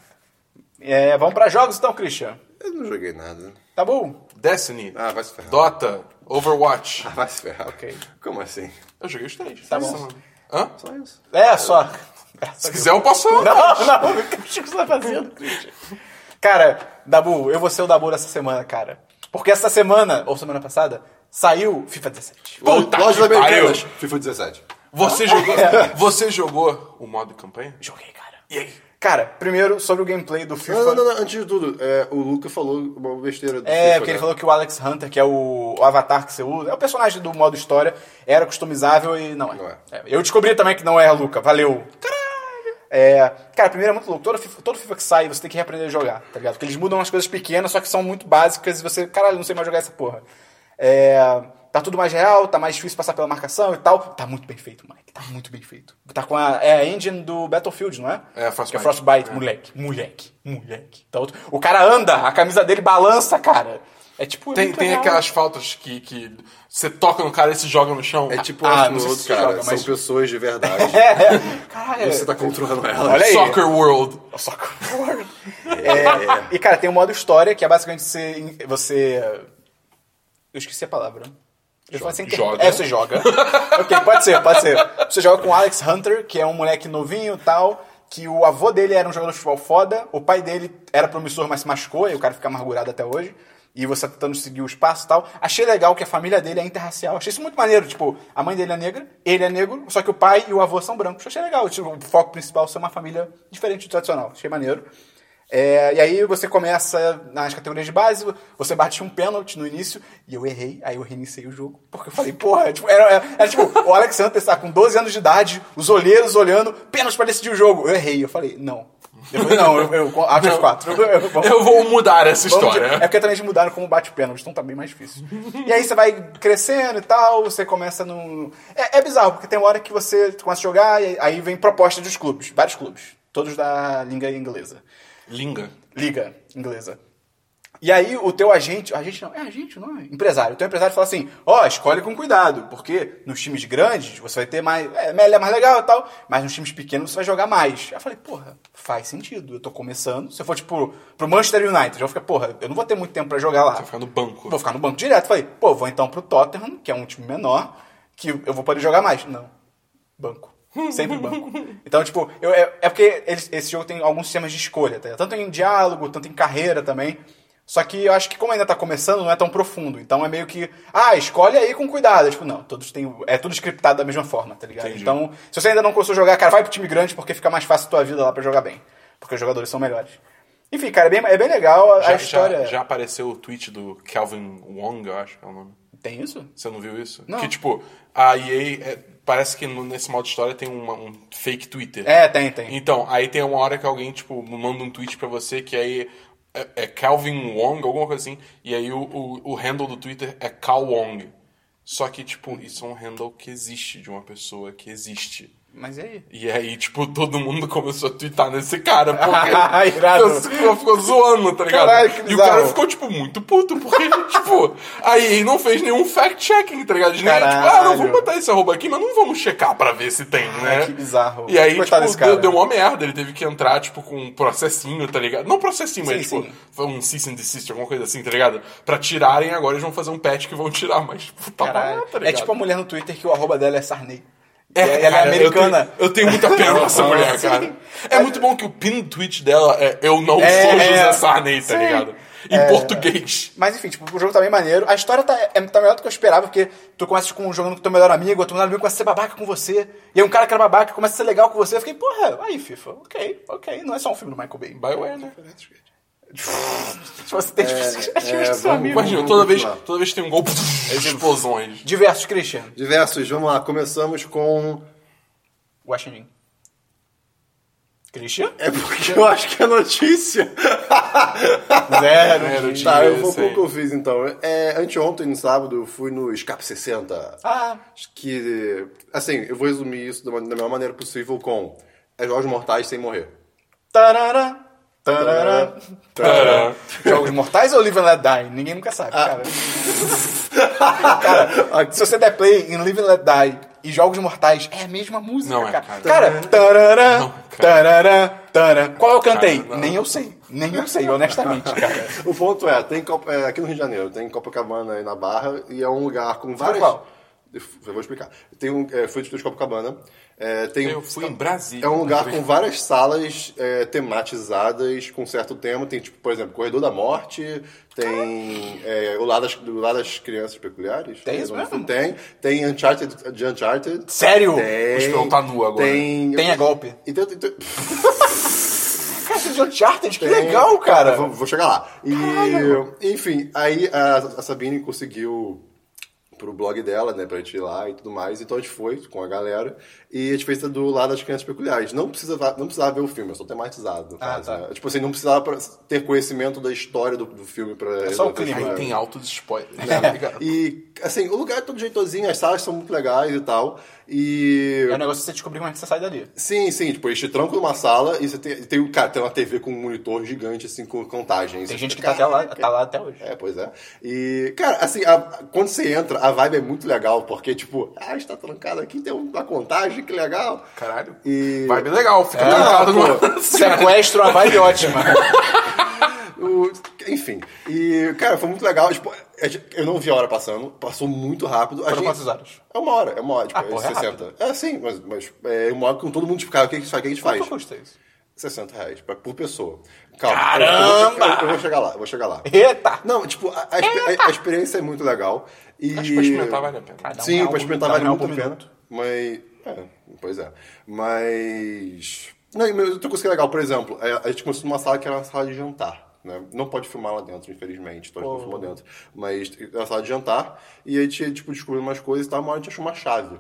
Speaker 1: É, vamos pra jogos então, Christian.
Speaker 2: Eu não joguei nada.
Speaker 1: Tá bom?
Speaker 3: Destiny,
Speaker 2: Ah, vai se ferrar.
Speaker 3: Dota, Overwatch.
Speaker 2: Ah, vai se ferrar.
Speaker 1: Ok.
Speaker 2: Como assim?
Speaker 3: Eu joguei os três.
Speaker 1: Tá
Speaker 3: Essa
Speaker 1: bom.
Speaker 3: semana. Hã?
Speaker 2: Só isso.
Speaker 1: É, só.
Speaker 3: Se quiser eu posso... Não.
Speaker 1: Não, não, o que o Chico está fazendo, Christian? Cara, Dabu, eu vou ser o Dabu dessa semana, cara. Porque essa semana, ou semana passada, saiu FIFA 17.
Speaker 3: Puta
Speaker 2: Lojas
Speaker 3: que
Speaker 2: americanas, FIFA 17.
Speaker 3: Você jogou,
Speaker 1: É.
Speaker 3: você jogou o modo campanha?
Speaker 1: Joguei, cara.
Speaker 3: E aí?
Speaker 1: Cara, primeiro sobre o gameplay do FIFA.
Speaker 2: Não, não, não, não, antes de tudo, é, o Luca falou uma besteira do
Speaker 1: É,
Speaker 2: FIFA,
Speaker 1: porque ele
Speaker 2: né?
Speaker 1: falou que o Alex Hunter, que é o, o avatar que você usa, é o personagem do modo história, era customizável e não é.
Speaker 2: Não é.
Speaker 1: eu descobri também que não é, Luca. Valeu. Caralho! É, cara, primeiro é muito louco. Todo FIFA, todo FIFA que sai, você tem que reaprender a jogar, tá ligado? Porque eles mudam umas coisas pequenas, só que são muito básicas e você, caralho, não sei mais jogar essa porra. É, tá tudo mais real, tá mais difícil passar pela marcação e tal. Tá muito bem feito, Mike. Tá muito bem feito. Tá com a, é a engine do Battlefield, não é?
Speaker 3: É, Frostbite.
Speaker 1: Que é Frostbite, moleque, moleque, moleque. Tá outro- O cara anda, a camisa dele balança, cara. É tipo. é
Speaker 3: Tem,
Speaker 1: muito
Speaker 3: tem
Speaker 1: real.
Speaker 3: aquelas faltas que, que você toca no cara e se joga no chão?
Speaker 2: É tipo,
Speaker 1: Ah,
Speaker 2: acho
Speaker 1: não
Speaker 2: no
Speaker 1: sei
Speaker 2: outro,
Speaker 1: se
Speaker 2: cara,
Speaker 1: joga, mas-
Speaker 2: são pessoas de verdade.
Speaker 1: É, é. Caralho.
Speaker 2: Você tá controlando elas.
Speaker 1: Olha aí.
Speaker 3: Soccer World.
Speaker 1: Soccer World. É, e, cara, tem o modo história, que é basicamente você. você eu esqueci a palavra. Eu falei sem ter-
Speaker 3: Joga.
Speaker 1: É, você joga. ok, pode ser, pode ser. Você joga com o Alex Hunter, que é um moleque novinho e tal, que o avô dele era um jogador de futebol foda, o pai dele era promissor, mas se machucou, e o cara fica amargurado até hoje. E você tá tentando seguir o espaço e tal. Achei legal que a família dele é interracial. Achei isso muito maneiro. Tipo, a mãe dele é negra, ele é negro, só que o pai e o avô são brancos. Achei legal. Tipo, o foco principal é ser uma família diferente do tradicional. Achei maneiro. É, e aí você começa nas categorias de base, você bate um pênalti no início, e eu errei, aí eu reiniciei o jogo, porque eu falei, porra, tipo, era, era- era tipo, o Alex Hunter tá com 12 anos de idade, os olheiros olhando, pênalti pra decidir o jogo. Eu errei, eu falei, não. Eu falei, não, eu, eu, eu acho os quatro. Eu- vamos-
Speaker 3: Eu vou mudar essa
Speaker 1: Vamos de- É
Speaker 3: história. né?
Speaker 1: porque também eles mudaram como bate pênalti, então tá bem mais difícil. e aí você vai crescendo e tal, você começa num. É, é bizarro, porque tem uma hora que você começa a jogar e aí vem proposta dos clubes, vários clubes, todos da língua inglesa.
Speaker 3: Linga.
Speaker 1: Liga inglesa. E aí o teu agente, agente não, é agente, não é? Empresário. O teu empresário fala assim, ó, escolhe com cuidado, porque nos times grandes você vai ter mais, é, melhor, mais legal e tal, mas nos times pequenos você vai jogar mais. Aí eu falei, porra, faz sentido, eu tô começando. Se eu for, tipo, pro Manchester United, eu vou ficar, porra, eu não vou ter muito tempo pra jogar lá.
Speaker 3: Vai ficar no banco.
Speaker 1: Vou ficar no banco direto. Falei, pô, vou então pro Tottenham, que é um time menor, que eu vou poder jogar mais. Não. Banco. Sempre banco. Então, tipo, eu- é, é porque eles- esse jogo tem alguns sistemas de escolha, tá? ligado? tanto em diálogo, tanto em carreira também. Só que eu acho que como ainda tá começando, não é tão profundo. Então é meio que, ah, escolhe aí com cuidado. Tipo, não, todos têm. É tudo scriptado da mesma forma, tá ligado?
Speaker 3: Entendi.
Speaker 1: Então, se você ainda não começou a jogar, cara, vai pro time grande porque fica mais fácil a tua vida lá pra jogar bem. Porque os jogadores são melhores. Enfim, cara, é bem, é bem legal a, a
Speaker 3: Já,
Speaker 1: história. é.
Speaker 3: já, já apareceu o tweet do Calvin Wong, eu acho que é o nome.
Speaker 1: Tem isso?
Speaker 3: Você não viu isso?
Speaker 1: Não.
Speaker 3: Que tipo, a EA. é- parece que no- nesse modo história tem uma- um fake Twitter.
Speaker 1: É, tem, tem.
Speaker 3: Então, aí tem uma hora que alguém, tipo, manda um tweet pra você que aí é, é Calvin Wong, alguma coisa assim, e aí o, o, o handle do Twitter é Cal Wong. Só que, tipo, isso é um handle que existe, de uma pessoa que existe.
Speaker 1: Mas e aí?
Speaker 3: E aí, tipo, todo mundo começou a twittar nesse cara, porque
Speaker 1: Ah, Irado.
Speaker 3: ficou- assim, ficou, ficou zoando, tá ligado?
Speaker 1: Caralho, que
Speaker 3: e o
Speaker 1: bizarro.
Speaker 3: cara ficou, tipo, muito puto, porque, tipo, aí não fez nenhum fact-checking, tá ligado? Eles nem, tipo, ah, não,
Speaker 1: Caralho.
Speaker 3: vamos botar esse arroba aqui, mas não vamos checar pra ver se tem, né?
Speaker 1: que bizarro.
Speaker 3: E aí,
Speaker 1: Coitado desse
Speaker 3: tipo,
Speaker 1: cara.
Speaker 3: deu, deu uma merda, ele teve que entrar, tipo, com um processinho, tá ligado? Não processinho, mas,
Speaker 1: Sim,
Speaker 3: tipo,
Speaker 1: sim.
Speaker 3: foi um cease and desist, alguma coisa assim, tá ligado? Pra tirarem, agora eles vão fazer um patch que vão tirar, mas, tipo, tá
Speaker 1: Caralho.
Speaker 3: lá, tá
Speaker 1: é
Speaker 3: ligado?
Speaker 1: tipo a mulher no Twitter que o arroba dela é Sarney.
Speaker 3: É,
Speaker 1: E ela
Speaker 3: cara,
Speaker 1: é americana.
Speaker 3: Eu tenho, eu tenho muita pena dessa mulher,
Speaker 1: Sim.
Speaker 3: cara. É muito bom que o pin do tweet dela é Eu não
Speaker 1: É,
Speaker 3: sou José
Speaker 1: é.
Speaker 3: Sarney, tá
Speaker 1: Sim.
Speaker 3: ligado? Em português.
Speaker 1: Mas enfim, tipo, o jogo tá bem maneiro. A história tá, é, tá melhor do que eu esperava, porque tu começa tipo, com jogando com teu melhor amigo, o teu melhor amigo começa a ser babaca com você. E aí um cara que era babaca começa a ser legal com você. Eu fiquei, porra, aí, FIFA, ok, ok. Não é só um filme do Michael Bay. Tipo,
Speaker 3: Bioware, né?
Speaker 1: Você tem expectativas do seu
Speaker 2: vamos-
Speaker 1: amigo.
Speaker 3: Imagina,
Speaker 2: vamos
Speaker 3: toda vez,
Speaker 2: continuar.
Speaker 3: toda vez que tem um gol, explosões.
Speaker 1: Diversos, Christian.
Speaker 2: Diversos, vamos lá. Começamos com.
Speaker 1: Washington. Christian?
Speaker 2: É porque eu acho que é notícia.
Speaker 3: É,
Speaker 1: Zero.
Speaker 3: Era o
Speaker 1: de-
Speaker 3: time,
Speaker 2: Tá, eu vou pro
Speaker 3: assim.
Speaker 2: que eu fiz então. É, anteontem, no sábado, eu fui no Escape 60.
Speaker 1: Ah,
Speaker 2: Que. Assim, eu vou resumir isso da ma- da melhor maneira possível com. É Jogos Mortais sem morrer.
Speaker 1: tarará, tarará.
Speaker 3: Tarará.
Speaker 1: Jogos Mortais ou Live and Let Die? Ninguém nunca sabe,
Speaker 2: Ah.
Speaker 1: cara. cara, se você der play em Live and Let Die e Jogos Mortais, é a mesma música,
Speaker 3: Não é,
Speaker 1: cara.
Speaker 3: cara.
Speaker 1: tarará,
Speaker 3: Não, cara.
Speaker 1: tarará, tarará. Qual é eu cantei?
Speaker 3: Cara, não.
Speaker 1: Nem eu sei. Nem eu sei, honestamente, cara.
Speaker 2: O ponto é, tem Copa- é, aqui no Rio de Janeiro, tem Copacabana aí na Barra e é um lugar com várias.
Speaker 1: qual?
Speaker 2: Eu f- eu vou explicar. Tem um, é, fui de Estúdio Copacabana. é, tem,
Speaker 3: Eu fui em Brasília.
Speaker 2: É um lugar com várias salas é, tematizadas com certo tema. Tem, tipo, por exemplo, Corredor da Morte, tem é, o, lado das, o Lado das Crianças Peculiares.
Speaker 1: Tem isso mesmo?
Speaker 2: Tem. Tem Uncharted de Uncharted.
Speaker 1: Sério?
Speaker 2: Tem.
Speaker 3: O espião tá nu agora.
Speaker 2: Tem. Então,
Speaker 1: Tem é golpe.
Speaker 2: E tem- tem- tem-
Speaker 1: Cara, esses Uncharted, que
Speaker 2: tem-
Speaker 1: legal, cara.
Speaker 2: Vou, vou chegar lá. E,
Speaker 1: Caralho.
Speaker 2: enfim, aí a, a Sabine conseguiu pro blog dela, né, pra gente ir lá e tudo mais. Então a gente foi com a galera e a gente fez do lado das crianças peculiares. Não precisava, não precisava ver o filme, é só tematizado. no
Speaker 1: Ah,
Speaker 2: caso,
Speaker 1: tá.
Speaker 2: né? Tipo assim, não precisava pra- ter conhecimento da história do, do filme pra... É
Speaker 1: só o clima.
Speaker 3: Aí tem altos spoilers. tá ligado?
Speaker 2: E, assim, o lugar é todo jeitosinho, as salas são muito legais e tal. E...
Speaker 1: É um negócio de você descobrir como é que você sai dali.
Speaker 2: Sim, sim, tipo, eles te trancam numa sala e você tem, tem, o- cara, tem uma TV com um monitor gigante, assim, com contagem.
Speaker 1: Tem gente que tá, até lá, tá lá até hoje.
Speaker 2: É, pois é. E, cara, assim, a- quando você entra, a vibe é muito legal, porque, tipo, ah, está trancado aqui, tem uma contagem, que legal.
Speaker 3: Caralho.
Speaker 2: E-
Speaker 3: Vai bem legal,
Speaker 1: É,
Speaker 3: fica
Speaker 2: Ah,
Speaker 3: trancado numa-
Speaker 2: pô.
Speaker 1: Sequestro a vibe ótima.
Speaker 2: O- enfim. E, cara, foi muito legal. Tipo, a gente- eu não vi a hora passando, passou muito rápido. A
Speaker 1: Foram
Speaker 2: gente-
Speaker 1: quantas horas?
Speaker 2: É uma hora, é uma hora, tipo,
Speaker 1: Ah, porra, é
Speaker 2: é 60. É, sim, mas, mas é uma hora com todo mundo, tipo, cara, o que, que, faz, o que a gente faz?
Speaker 1: Quanto custa isso?
Speaker 2: 60 reais pra- por pessoa. Calma.
Speaker 1: Caramba!
Speaker 2: Eu, eu- eu vou chegar lá, eu vou chegar lá.
Speaker 1: Eita!
Speaker 2: Não, tipo, a, a expe- a- a experiência é muito legal. E...
Speaker 3: Acho que pra experimentar vale a pena.
Speaker 1: Dá um
Speaker 2: Sim,
Speaker 1: real
Speaker 2: pra
Speaker 1: por-
Speaker 2: experimentar
Speaker 1: dá um
Speaker 2: vale
Speaker 1: real
Speaker 2: muito a
Speaker 1: por
Speaker 2: pena.
Speaker 1: minuto.
Speaker 2: Mas. É, pois é. Mas. Não, mas outra coisa que é legal, por exemplo, é, a gente começou numa sala que era uma sala de jantar. Né? Não pode filmar lá dentro, infelizmente. Então a gente não filmou dentro. Mas era uma sala de jantar. E a gente, tipo, descobriu umas coisas e tal. Uma hora a gente achou uma chave.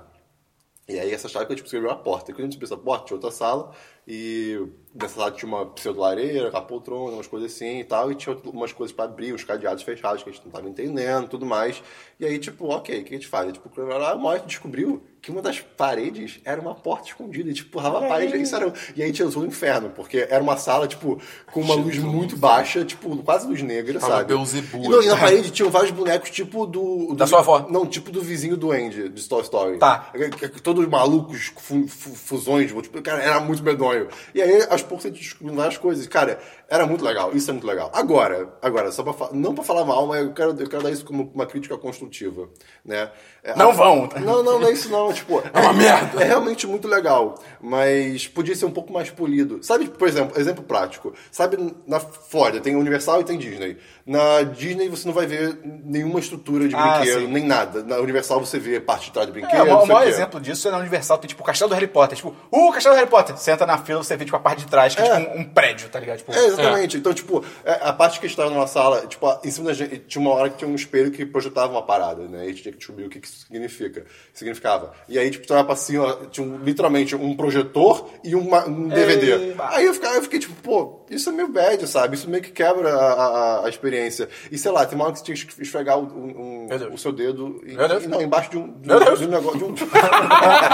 Speaker 2: E aí essa chave que a gente conseguiu abrir uma porta. E quando a gente abriu essa porta, tinha outra sala. E nessa sala tinha uma pseudo-lareira, uma poltrona, umas coisas assim e tal. E tinha outro- umas coisas pra abrir, uns cadeados fechados que a gente não tava entendendo tudo mais. E aí, tipo, ok, o que a gente faz? A gente procurou lá, uma hora a gente descobriu que uma das paredes era uma porta escondida. E, tipo, empurrava a parede. Isso era... E aí a gente entrou no inferno, porque era uma sala, tipo, com uma luz muito baixa, tipo, quase luz negra,
Speaker 3: Tava
Speaker 2: sabe?
Speaker 3: Beelzebub,
Speaker 2: E, não, e na
Speaker 3: sabe?
Speaker 2: parede tinham vários bonecos, tipo, do... do-
Speaker 1: É. Da sua avó.
Speaker 2: Não, tipo do vizinho do Andy, de Toy Story.
Speaker 1: Tá.
Speaker 2: É que- é que Todos malucos, fu- fu- fusões, tipo, cara, era muito medonho. E aí, aos poucos, você descobriu várias coisas. Cara, era muito legal, isso é muito legal. Agora, agora, só pra fa- não pra falar mal, mas eu quero, eu quero dar isso como uma crítica construtiva, né? É,
Speaker 1: Não
Speaker 2: a-
Speaker 1: vão.
Speaker 2: Não, não, não é isso não, tipo... É
Speaker 3: uma merda.
Speaker 2: É realmente muito legal, mas podia ser um pouco mais polido. Sabe, por exemplo, exemplo prático, sabe, na Flórida tem Universal e tem Disney. Na Disney você não vai ver nenhuma estrutura de
Speaker 1: Ah,
Speaker 2: brinquedo,
Speaker 1: sim.
Speaker 2: nem nada. Na Universal você vê parte de trás do brinquedo.
Speaker 1: É, o maior,
Speaker 2: não
Speaker 1: o
Speaker 2: sei o
Speaker 1: maior
Speaker 2: quê.
Speaker 1: exemplo disso é na Universal, tem tipo o Castelo do Harry Potter. Tipo, uh, Castelo do Harry Potter. Senta na fila, você vê tipo a parte de trás, que é,
Speaker 2: É.
Speaker 1: tipo um, um prédio, tá ligado? Tipo,
Speaker 2: É, exatamente. Então, tipo, é, a parte que estava numa sala, tipo, a- em cima da gente, tinha uma hora que tinha um espelho que projetava uma parada, né? E a gente tinha que descobrir o que, que isso significa, significava. E aí, tipo, tu olhava pra cima, tinha um- literalmente um projetor e uma- um DVD.
Speaker 1: Eba.
Speaker 2: Aí eu fiquei, eu fiquei, tipo, pô, isso é meio bad, sabe? Isso meio que quebra a, a- a experiência. E sei lá, tem uma hora que você tinha que esfregar o, um- um-
Speaker 1: Meu Deus.
Speaker 2: o seu dedo. E,
Speaker 1: Meu Deus.
Speaker 2: e não, embaixo de um, de
Speaker 1: Meu
Speaker 2: um-
Speaker 1: Deus.
Speaker 2: de um negócio. De um,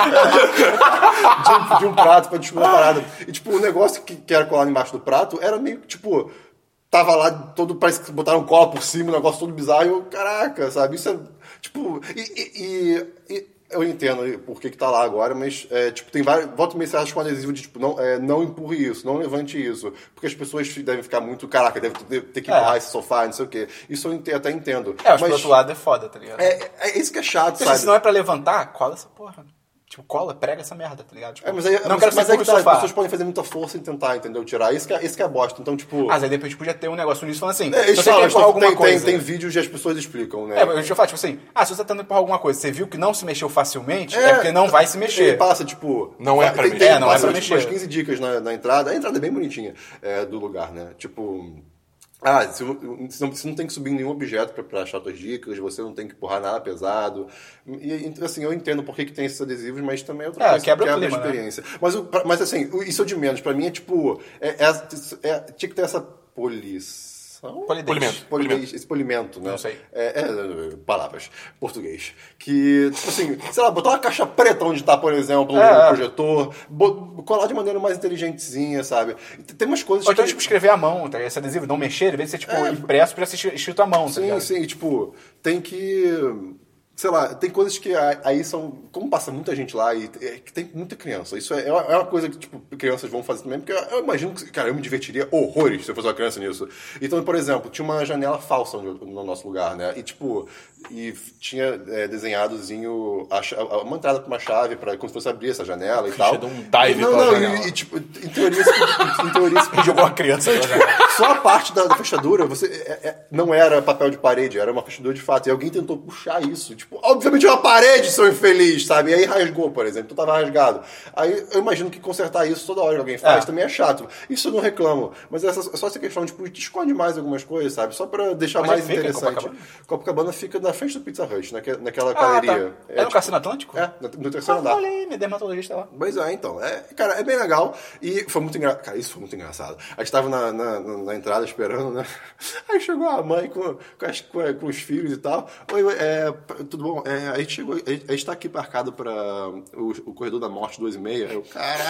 Speaker 2: de um, de um prato pra descobrir uma parada. E, tipo, o negócio que, que era colado embaixo do prato era meio que, tipo, tava lá todo, parece que botaram cola por cima, um negócio todo bizarro. E eu, caraca, sabe? Isso é, tipo, e... e- e- e eu entendo por que que tá lá agora, mas, é, tipo, tem vários... Volta e meia você acha com adesivo de, tipo, não, é, não empurre isso, não levante isso. Porque as pessoas devem ficar muito, caraca, deve ter, ter que
Speaker 1: É.
Speaker 2: empurrar esse sofá, não sei o quê. Isso eu ente- até entendo.
Speaker 1: É, mas, pro outro lado é foda, tá ligado?
Speaker 2: É, é- é isso que é chato,
Speaker 1: Porque se não
Speaker 2: sabe?
Speaker 1: é pra levantar, cola essa porra. Tipo, cola, prega essa merda, tá ligado? Tipo,
Speaker 2: É, mas aí,
Speaker 1: não
Speaker 2: mas,
Speaker 1: quero
Speaker 2: mas
Speaker 1: ser
Speaker 2: é
Speaker 1: puro
Speaker 2: que tá, as
Speaker 1: sofá.
Speaker 2: pessoas podem fazer muita força em tentar, entendeu? Tirar. Isso que é, isso que é bosta. Então, tipo.
Speaker 1: Mas aí depois podia ter um negócio nisso falando assim,
Speaker 2: é,
Speaker 1: se
Speaker 2: eles
Speaker 1: você
Speaker 2: falam,
Speaker 1: quer
Speaker 2: tipo,
Speaker 1: empurrar alguma
Speaker 2: tem,
Speaker 1: coisa...
Speaker 2: tem, tem vídeos e as pessoas explicam, né?
Speaker 1: É, mas deixa eu falar, tipo assim, ah, se você tá tentando empurrar alguma coisa, você viu que não se mexeu facilmente, é,
Speaker 2: É.
Speaker 1: porque não vai se
Speaker 2: Ele
Speaker 1: mexer.
Speaker 2: passa, tipo.
Speaker 3: Não é pra
Speaker 2: tem-
Speaker 3: mexer.
Speaker 2: tem-
Speaker 1: É, não é
Speaker 2: passa,
Speaker 1: pra
Speaker 2: tipo,
Speaker 1: mexer.
Speaker 2: umas 15 dicas na, na entrada. A entrada é bem bonitinha é, do lugar, né? Tipo. Ah, se- se não- você não tem que subir nenhum objeto pra- pra achar suas dicas, você não tem que empurrar nada pesado. E, então, assim, eu entendo por que, que tem esses adesivos, mas também é outra
Speaker 1: É,
Speaker 2: coisa que
Speaker 1: quebra o
Speaker 2: quebra
Speaker 1: clima,
Speaker 2: a
Speaker 1: né?
Speaker 2: experiência. Mas, o- pra- mas assim, o- isso é o de menos. Pra mim é tipo. é- é- é- tinha que ter essa polição.
Speaker 1: Polidez.
Speaker 3: Polimento.
Speaker 2: Polimento, esse polimento, né?
Speaker 1: Não sei.
Speaker 2: É, é, é, palavras. Português. Que, tipo assim, sei lá, botar uma caixa preta onde tá, por exemplo, um
Speaker 1: É, é.
Speaker 2: projetor. bo- colar de maneira mais inteligentezinha, sabe? Tem- Tem umas coisas
Speaker 1: Ou então,
Speaker 2: que...
Speaker 1: tipo, escrever à mão, tá? ligado? Esse adesivo, não mexer, ele vez de ser, tipo, impresso, pra ser escrito à mão, tá
Speaker 2: É. Sim,
Speaker 1: ligado?
Speaker 2: sim, tipo, tem que. Sei lá, tem coisas que a- aí são. Como passa muita gente lá e é que tem muita criança. Isso é, é uma é uma coisa que, tipo, crianças vão fazer também, porque eu, eu imagino que, cara, eu me divertiria horrores se eu fosse uma criança nisso. Então, por exemplo, tinha uma janela falsa no, no nosso lugar, né? E, tipo, e tinha é, desenhadozinho a cha- a- uma entrada pra uma chave pra quando fosse abrir essa janela e tal.
Speaker 3: deu um dive
Speaker 2: não,
Speaker 3: pela
Speaker 2: não,
Speaker 3: janela.
Speaker 2: e, e, tipo, em teoria, isso- em teoria, isso
Speaker 1: Jogou a criança.
Speaker 2: então, tipo, só a parte da, da fechadura você, é- é- não era papel de parede, era uma fechadura de fato. E alguém tentou puxar isso. Tipo, obviamente é uma parede, seu infeliz, sabe? E aí rasgou, por exemplo. Então tava rasgado. Aí eu imagino que consertar isso toda hora que alguém faz
Speaker 1: É.
Speaker 2: também é chato. Isso eu não reclamo. Mas essa, só essa questão, tipo, te esconde mais algumas coisas, sabe? Só pra deixar
Speaker 1: Mas
Speaker 2: mais
Speaker 1: ele fica em
Speaker 2: interessante.
Speaker 1: Copacabana?
Speaker 2: Copacabana? fica na frente do Pizza Hut, naque- naquela
Speaker 1: Ah, tá.
Speaker 2: galeria.
Speaker 1: É no Cassino Atlântico?
Speaker 2: É, no- no terceiro
Speaker 1: Ah,
Speaker 2: andar.
Speaker 1: falei, minha dermatologista lá.
Speaker 2: Pois é, então. É, cara, é bem legal. E foi muito engraçado. Cara, isso foi muito engraçado. A gente tava na, na, na- na entrada esperando, né? Aí chegou a mãe com, com, as- com a- com os filhos e tal. Oi, oi, é, p- tudo bom? É, a gente chegou, a gente a gente tá aqui marcado pra o, o Corredor da Morte 2 e meia. Eu,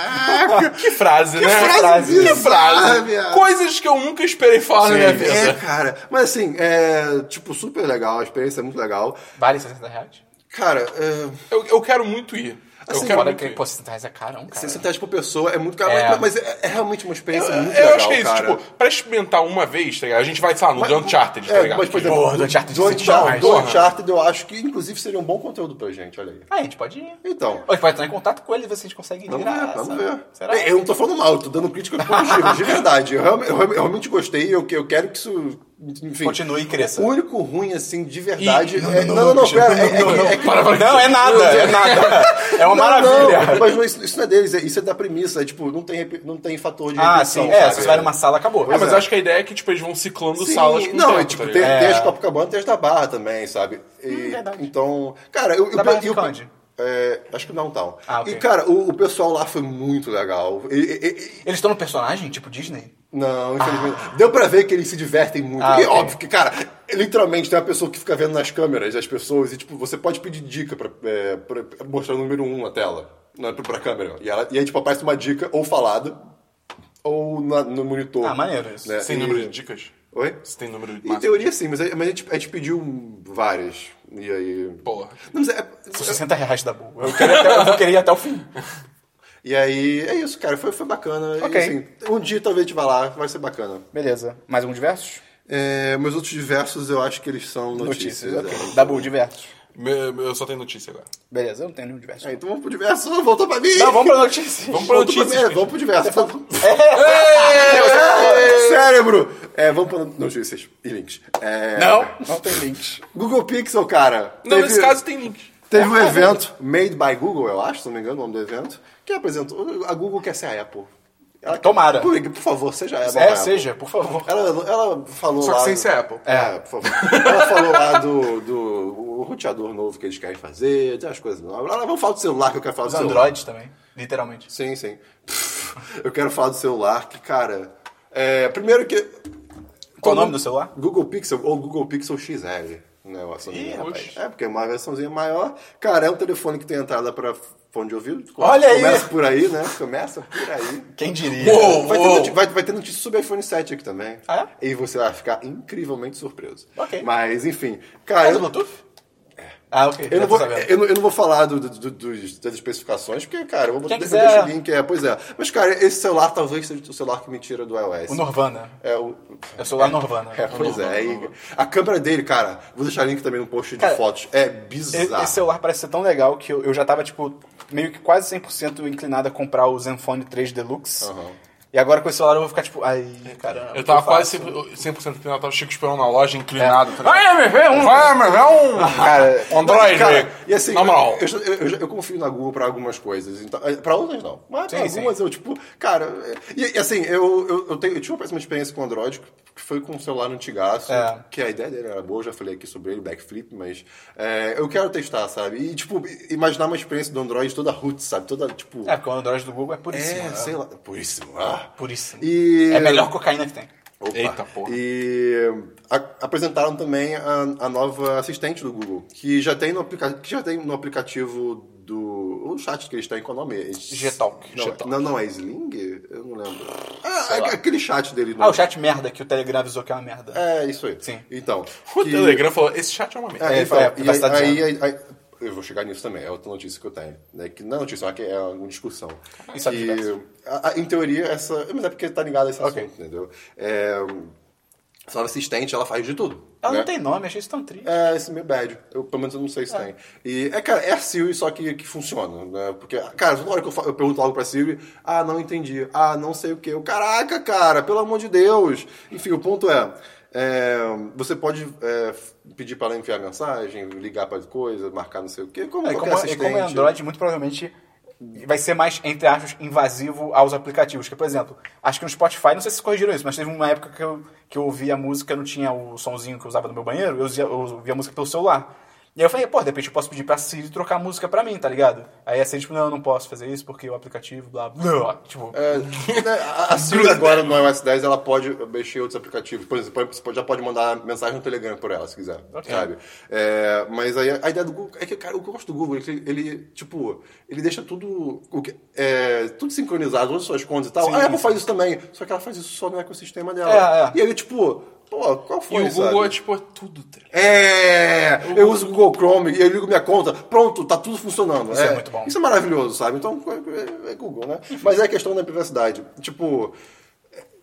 Speaker 2: caraca!
Speaker 3: Que frase, né?
Speaker 2: frase
Speaker 3: que
Speaker 2: bizarra,
Speaker 3: frase.
Speaker 2: viado.
Speaker 3: Coisas que eu nunca esperei falar na minha vida.
Speaker 2: É, cara. Mas assim, é, tipo, super legal. A experiência é muito legal.
Speaker 1: Vale 60 reais?
Speaker 2: Cara, é,
Speaker 3: Eu, eu quero muito ir.
Speaker 2: Assim,
Speaker 3: eu quero
Speaker 1: Olha
Speaker 3: muito
Speaker 1: que,
Speaker 3: ir.
Speaker 1: pô, 60 reais é carão, cara.
Speaker 2: 60 reais por pessoa é muito caro.
Speaker 1: É.
Speaker 2: Mas, mas é, é realmente uma experiência muito
Speaker 3: eu
Speaker 2: legal,
Speaker 3: acho que é isso,
Speaker 2: cara.
Speaker 3: tipo, pra experimentar uma vez, tá ligado? A gente vai, sei lá, no The Uncharted, tá
Speaker 2: É,
Speaker 3: ligado?
Speaker 2: mas, por
Speaker 3: Que-
Speaker 2: exemplo,
Speaker 1: Porra, do Uncharted
Speaker 2: do
Speaker 1: tem que dar mais,
Speaker 2: Uncharted, do
Speaker 1: porra.
Speaker 2: Uncharted eu acho que, inclusive, seria um bom conteúdo pra gente, olha aí.
Speaker 1: Ah, a gente pode ir.
Speaker 2: Então.
Speaker 1: Ou a gente vai entrar em contato com ele e ver se a gente consegue ir de
Speaker 2: Vamos ver,
Speaker 1: graça.
Speaker 2: vamos ver.
Speaker 1: Será?
Speaker 2: Eu não tô falando mal, eu tô dando crítica positiva, de verdade. Eu, realme- eu realme- eu realmente gostei, eu, que- eu quero que isso. Enfim.
Speaker 1: Continue e cresça.
Speaker 2: O único ruim, assim, de verdade.
Speaker 3: Ih, não,
Speaker 2: é-
Speaker 3: não, não,
Speaker 2: não, não, não,
Speaker 3: não,
Speaker 2: pera.
Speaker 3: não,
Speaker 2: é- é
Speaker 3: não,
Speaker 2: que-
Speaker 3: não,
Speaker 2: é que-
Speaker 3: para, para.
Speaker 1: Não, é nada, é nada. É uma
Speaker 2: Não,
Speaker 1: maravilha.
Speaker 2: não, mas não, isso, isso não é deles, é- isso é da premissa. É, tipo, não tem, rep- não tem fator de
Speaker 1: Ah,
Speaker 2: repetição.
Speaker 1: sim. É,
Speaker 2: sabe?
Speaker 1: se você vai numa sala, acabou.
Speaker 3: É, mas
Speaker 2: é.
Speaker 3: eu acho que a ideia é que, tipo, eles vão ciclando
Speaker 2: Sim,
Speaker 3: salas com o
Speaker 2: Não,
Speaker 3: tempo,
Speaker 2: é tipo,
Speaker 3: tá
Speaker 2: tem,
Speaker 3: ligado?
Speaker 2: tem as de Copacabana e tem as da Barra também, sabe? E,
Speaker 1: Hum, verdade.
Speaker 2: Então, cara, eu. eu,
Speaker 1: Da Barra
Speaker 2: eu-
Speaker 1: fica onde?
Speaker 2: é, acho que não, tal.
Speaker 1: Ah, ok.
Speaker 2: E, cara, o, o pessoal lá foi muito legal. E- e- e- e-
Speaker 1: Eles estão no personagem, tipo Disney?
Speaker 2: não, infelizmente. Deu pra ver que eles se divertem muito.
Speaker 1: Ah,
Speaker 2: Porque,
Speaker 1: ok.
Speaker 2: óbvio que, cara, literalmente tem uma pessoa que fica vendo nas câmeras as pessoas e, tipo, você pode pedir dica pra, é, pra- mostrar o número 1 um na tela, na, pra, pra câmera. E, ela, e aí, tipo, aparece uma dica ou falada ou na- no monitor.
Speaker 1: Ah, maneiro isso.
Speaker 2: né?
Speaker 3: Você tem
Speaker 2: E-
Speaker 3: número de dicas?
Speaker 2: Oi?
Speaker 3: Você tem número de
Speaker 2: Em teoria sim, mas, é tipo, a- mas a, gente, a gente pediu um, várias. E aí.
Speaker 3: Porra.
Speaker 2: Não, mas é-
Speaker 1: Por 60 reais da boa. Eu, queria até, eu vou querer ir até o fim.
Speaker 2: e aí é isso, cara. Foi, foi bacana. E,
Speaker 1: Ok.
Speaker 2: assim, um dia talvez a gente vá lá, vai ser bacana.
Speaker 1: Beleza. Mais um diversos?
Speaker 2: É, meus outros diversos eu acho que eles são notícias.
Speaker 1: Notícias.
Speaker 2: é.
Speaker 1: ok. Dabu, diversos.
Speaker 3: Me- me- Eu só tenho notícia agora.
Speaker 1: Beleza, eu não tenho nenhum diverso.
Speaker 2: É, então vamos pro diverso, voltou Tá, pra mim!
Speaker 1: Não, vamos pra notícias.
Speaker 3: Vamos pra
Speaker 2: Voltou pra
Speaker 3: notícias.
Speaker 2: mim, é, vamos pro diverso. É, Cérebro! É, vamos pra notícias e links. É,
Speaker 1: Não, não tem links.
Speaker 2: Google Pixel, cara.
Speaker 3: Não,
Speaker 2: Teve-
Speaker 3: nesse caso tem link.
Speaker 2: Teve um evento, Made by Google, eu acho, se não me engano, o nome do evento, que apresentou. A Google quer ser a Apple. Ela-
Speaker 1: Tomara.
Speaker 2: Por, por favor, seja a Apple.
Speaker 1: É,
Speaker 2: Apple.
Speaker 1: seja, por favor.
Speaker 2: Ela, ela falou
Speaker 3: Só que
Speaker 2: lá.
Speaker 3: sem
Speaker 2: do-
Speaker 3: ser Apple.
Speaker 2: É, por favor. Ela falou lá do, do o roteador novo que eles querem fazer, tem as coisas novas. Ela, vamos falar do celular que eu quero falar do
Speaker 1: Os
Speaker 2: celular.
Speaker 1: androids também, literalmente.
Speaker 2: Sim, sim. Eu quero falar do celular, que, cara. é, primeiro que.
Speaker 1: Qual o nome do celular?
Speaker 2: é? Google Pixel ou Google Pixel XL. Né, o assunto,
Speaker 3: Ih,
Speaker 2: né, rapaz?
Speaker 3: oxe.
Speaker 2: É, porque é uma versãozinha maior. Cara, é um telefone que tem entrada para fone de ouvido.
Speaker 1: Olha aí!
Speaker 2: Começa por aí, né? Começa por aí.
Speaker 1: Quem diria?
Speaker 3: Uou,
Speaker 2: Vai ter,
Speaker 3: uou.
Speaker 2: noti- vai- vai ter notícia sobre iPhone 7 aqui também.
Speaker 1: Ah,
Speaker 2: E você vai ficar incrivelmente surpreso.
Speaker 1: Ok.
Speaker 2: Mas, enfim.
Speaker 1: É
Speaker 2: Cara,
Speaker 1: do
Speaker 2: eu,
Speaker 1: Bluetooth? Ah, ok.
Speaker 2: É. eu
Speaker 1: já
Speaker 2: não
Speaker 1: tô
Speaker 2: vou,
Speaker 1: sabendo.
Speaker 2: eu, não, eu não vou falar do- do- do- dos- das especificações, porque, cara, eu vou botar
Speaker 1: Quem
Speaker 2: eu
Speaker 1: quiser.
Speaker 2: deixo o link. É, pois é. Mas, cara, esse celular talvez seja o celular que me tira do iOS.
Speaker 1: O Norvana.
Speaker 2: É o.
Speaker 1: É o celular Norvana.
Speaker 2: É, pois é. E a câmera dele, cara, vou deixar o link também no post de
Speaker 1: Cara,
Speaker 2: fotos. É
Speaker 1: E-
Speaker 2: bizarro.
Speaker 1: Esse celular parece ser tão legal que eu, eu já tava, tipo, meio que quase 100% inclinado a comprar o Zenfone 3 Deluxe.
Speaker 2: Aham.
Speaker 1: E agora com esse celular eu vou ficar tipo, ai, caramba.
Speaker 3: Eu tava
Speaker 1: que eu
Speaker 3: quase
Speaker 1: faço?
Speaker 3: 100%, 100 inclinado, eu tava Chico esperando na loja inclinado. tá ligado?
Speaker 1: Vai, meu filho, um-
Speaker 3: Vai, meu, é um.
Speaker 1: Cara,
Speaker 3: Android,
Speaker 2: Cara,
Speaker 1: né?
Speaker 2: e
Speaker 3: velho.
Speaker 2: assim,
Speaker 3: Na moral.
Speaker 2: eu, eu- eu- eu confio na Google pra algumas coisas. Então, eh, pra outras não. Mas pra
Speaker 1: Sim, sim.
Speaker 2: algumas eu, tipo, cara. eh, E, e assim, eu, eu, eu, tenho, eu tive uma péssima experiência com Android, que foi com um celular antigaço,
Speaker 1: É.
Speaker 2: que a ideia dele era boa, eu já falei aqui sobre ele, backflip, mas eh, eu quero testar, sabe? E, tipo, imaginar uma experiência do Android toda root, sabe? Toda, tipo.
Speaker 1: É, porque o Android do Google é
Speaker 2: É,
Speaker 1: puríssimo. né?
Speaker 2: sei lá. Puríssimo. Ah.
Speaker 1: Puríssimo.
Speaker 2: E-
Speaker 1: É a melhor cocaína que tem.
Speaker 2: Opa.
Speaker 3: Eita, porra.
Speaker 2: E a- apresentaram também a, a nova assistente do Google, que já tem no, aplica que já tem no aplicativo do. O chat que eles têm, qual é o nome? Eles-
Speaker 3: Gtalk,
Speaker 2: Não,
Speaker 3: Gtalk.
Speaker 2: não, não, é Sling? Eu não lembro. Ah,
Speaker 1: Sei
Speaker 2: é
Speaker 1: lá.
Speaker 2: aquele chat dele. no-
Speaker 1: Ah, o chat merda que o Telegram avisou que é uma merda.
Speaker 2: É, isso aí.
Speaker 1: Sim.
Speaker 2: Então.
Speaker 3: O
Speaker 2: que-
Speaker 3: Telegram falou: esse chat é uma merda.
Speaker 2: é,
Speaker 1: É,
Speaker 2: então,
Speaker 1: é,
Speaker 2: e
Speaker 1: tá
Speaker 2: aí,
Speaker 1: estagiando.
Speaker 2: aí- aí- eu vou chegar nisso também, é outra notícia que eu tenho. Né? Que não é notícia, mas que é uma discussão.
Speaker 1: Isso é
Speaker 2: Que,
Speaker 1: diverso.
Speaker 2: a- a- em teoria, essa. Mas é porque tá ligado a esse assunto, entendeu? É, essa nova assistente, ela faz de tudo.
Speaker 1: Ela
Speaker 2: né?
Speaker 1: Ah, não tem nome, achei isso tão triste.
Speaker 2: É, esse meio bad. Eu, pelo menos eu não sei se tem. E, é, cara, é a Siri só que, que funciona, né? Porque, cara, toda hora que eu, fa- eu pergunto algo pra Siri, ah, não entendi, ah, não sei o que. Eu, caraca, cara, pelo amor de Deus. Enfim, o ponto é, é, você pode é, f- pedir pra ela enviar mensagem, ligar pra coisa, marcar não sei o que, como
Speaker 1: É, e
Speaker 2: qualquer
Speaker 1: como, e
Speaker 2: assistente.
Speaker 1: como é Android, muito provavelmente vai ser mais, entre aspas, invasivo aos aplicativos. Que, por exemplo, acho que no Spotify, não sei se corrigiram isso, mas teve uma época que eu, que eu ouvia a música, não tinha o sonzinho que eu usava no meu banheiro, eu ouvia, eu ouvia a música pelo celular. E aí eu falei, pô, de repente eu posso pedir pra Siri trocar a música pra mim, tá ligado? Aí a Siri, tipo, não, eu não posso fazer isso porque o aplicativo, blá, blá, blá. Tipo,
Speaker 2: É, né, a- a Siri agora no iOS 10 ela pode mexer em outros aplicativos. Por exemplo, você pode- já pode mandar mensagem no Telegram por ela, se quiser. Sabe? É, mas aí a ideia do Google é que, cara, o que eu gosto do Google é que ele, ele, tipo, ele deixa tudo, o que- é, tudo sincronizado, todas as suas contas e tal.
Speaker 3: Sim,
Speaker 2: a Apple
Speaker 3: sim.
Speaker 2: faz isso também, só que ela faz isso só no ecossistema dela.
Speaker 1: É, é.
Speaker 2: E aí, tipo, pô, qual
Speaker 3: E
Speaker 2: foi
Speaker 3: o Google
Speaker 2: sabe?
Speaker 3: é tipo é tudo. tá ligado?
Speaker 2: É, eu uso o Google Chrome e eu ligo minha conta, pronto, tá tudo funcionando.
Speaker 1: Isso é muito bom. Uhum.
Speaker 2: Isso é maravilhoso, sabe? Então, é- é, é Google, né? Mas é a questão da privacidade. Tipo,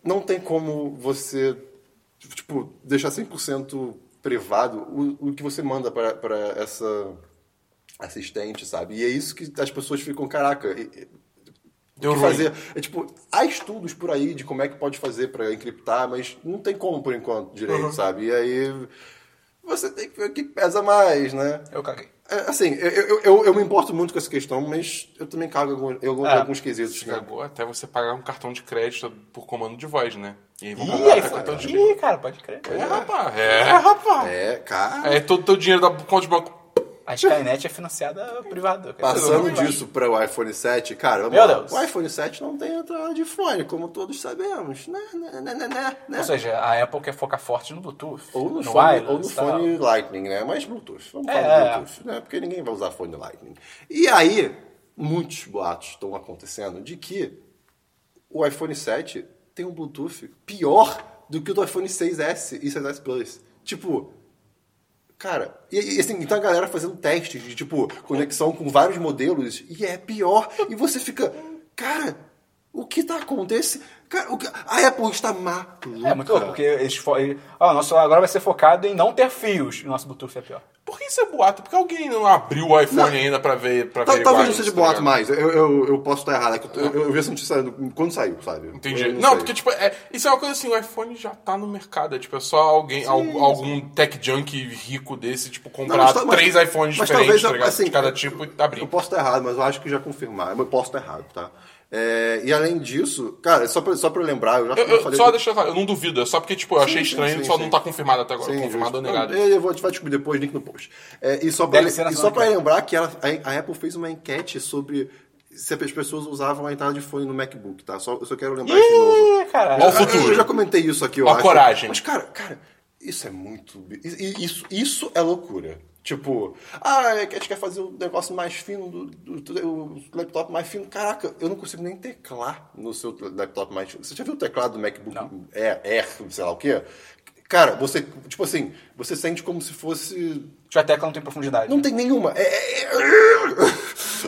Speaker 2: não tem como você, tipo, deixar 100% privado o, o que você manda para para essa assistente, sabe? E é isso que as pessoas ficam, caraca, e- e-
Speaker 3: Deu
Speaker 2: que
Speaker 3: ruim.
Speaker 2: fazer. É, tipo, há estudos por aí de como é que pode fazer pra encriptar, mas não tem como por enquanto direito, sabe? E aí você tem que ver o que pesa mais, né?
Speaker 1: eu caguei.
Speaker 2: É, Assim, eu, eu, eu, eu me importo muito com essa questão, mas eu também cago em algum- em algum-
Speaker 1: É.
Speaker 2: alguns quesitos. né?
Speaker 3: Cagou Tá até você pagar um cartão de crédito por comando de voz, né? E aí vão
Speaker 1: Ih,
Speaker 3: pagar
Speaker 1: aí
Speaker 3: até cartão de
Speaker 1: foi... Ih, cara, pode crer.
Speaker 3: É, rapaz. É, rapaz.
Speaker 2: É, cara.
Speaker 3: É todo o teu dinheiro da conta de banco.
Speaker 1: A Skynet é financiada privada. cara.
Speaker 2: Passando
Speaker 1: Não vai.
Speaker 2: disso para o iPhone 7, cara, vamos
Speaker 1: Meu
Speaker 2: lá.
Speaker 1: Deus.
Speaker 2: o iPhone 7 não tem entrada de fone, como todos sabemos, né? né, né, né, né, né.
Speaker 1: Ou seja, a Apple quer focar forte no Bluetooth.
Speaker 2: Ou no, fone,
Speaker 1: wireless tá?
Speaker 2: ou no
Speaker 1: e tal.
Speaker 2: fone Lightning, né? Mas Bluetooth. Vamos
Speaker 1: É,
Speaker 2: falar
Speaker 1: é.
Speaker 2: de Bluetooth, né? Porque ninguém vai usar fone Lightning. E aí, muitos boatos estão acontecendo de que o iPhone 7 tem um Bluetooth pior do que o do iPhone 6S e 6S Plus. Tipo, Cara, e, e, assim, então a galera fazendo testes de tipo conexão com vários modelos e é pior. E você fica, cara, o que tá acontecendo? Cara, o que- a Apple está maluca.
Speaker 1: É muito louco, porque eles fo... ele- Ó, o nosso celular agora vai ser focado em não ter fios. E o nosso Bluetooth é pior.
Speaker 3: Por que isso é boato? Porque alguém não abriu o iPhone
Speaker 2: Não.
Speaker 3: ainda pra ver. Pra
Speaker 2: Tal-
Speaker 3: ver
Speaker 2: Tá,
Speaker 3: tá
Speaker 2: Talvez não seja boato mais, eu, eu, eu posso estar errado. é que eu, eu, eu vi essa notícia no- quando saiu, sabe?
Speaker 3: Entendi.
Speaker 2: Eu
Speaker 3: Não,
Speaker 2: sei.
Speaker 3: porque, tipo, é- isso é uma coisa assim, o iPhone já tá no mercado. É, tipo, é só alguém, algum, algum tech junk rico desse, tipo,
Speaker 2: Não,
Speaker 3: comprar
Speaker 2: mas tá- mas-
Speaker 3: três iPhones
Speaker 2: mas talvez,
Speaker 3: diferentes, tá ligado?
Speaker 2: assim,
Speaker 3: de cada tipo e abrir.
Speaker 2: Eu posso estar errado, mas eu acho que já confirmaram. Eu posso estar errado, tá? É, e além disso, cara, só pra, só pra eu lembrar, eu já
Speaker 3: Eu- eu-
Speaker 2: falei.
Speaker 3: só
Speaker 2: que-
Speaker 3: deixa eu falar, eu não duvido, é só porque, tipo, eu achei
Speaker 2: sim,
Speaker 3: estranho,
Speaker 2: sim,
Speaker 3: só
Speaker 2: sim.
Speaker 3: não tá confirmado até agora.
Speaker 2: Sim,
Speaker 3: confirmado ou
Speaker 2: justo.
Speaker 3: negado.
Speaker 2: Não, é Eu vou te vai descobrir depois, link no post. É, e só pra,
Speaker 1: Deve ser na
Speaker 2: e só
Speaker 1: semana
Speaker 2: pra
Speaker 1: que vem.
Speaker 2: lembrar que ela- a, a Apple fez uma enquete sobre se as pessoas usavam a entrada de fone no MacBook, tá? Só, eu só quero lembrar isso de novo.
Speaker 1: Ih, caralho.
Speaker 3: Ó o
Speaker 2: Eu- eu-
Speaker 3: futuro.
Speaker 2: Eu já comentei isso aqui, eu
Speaker 3: Ó a
Speaker 2: acho.
Speaker 3: coragem.
Speaker 2: Mas, cara, cara, isso é muito. bi- i- i- Isso, isso é loucura. Tipo, ah, a gente quer fazer o negócio mais fino, do, do- do- o laptop mais fino. Caraca, eu não consigo nem teclar no seu laptop mais fino. Você já viu o teclado do MacBook Air, Air, sei lá o quê? Cara, você, tipo assim, você sente como se fosse
Speaker 1: Tipo, a tecla não tem profundidade.
Speaker 2: não
Speaker 1: né?
Speaker 2: tem nenhuma. É- é- é-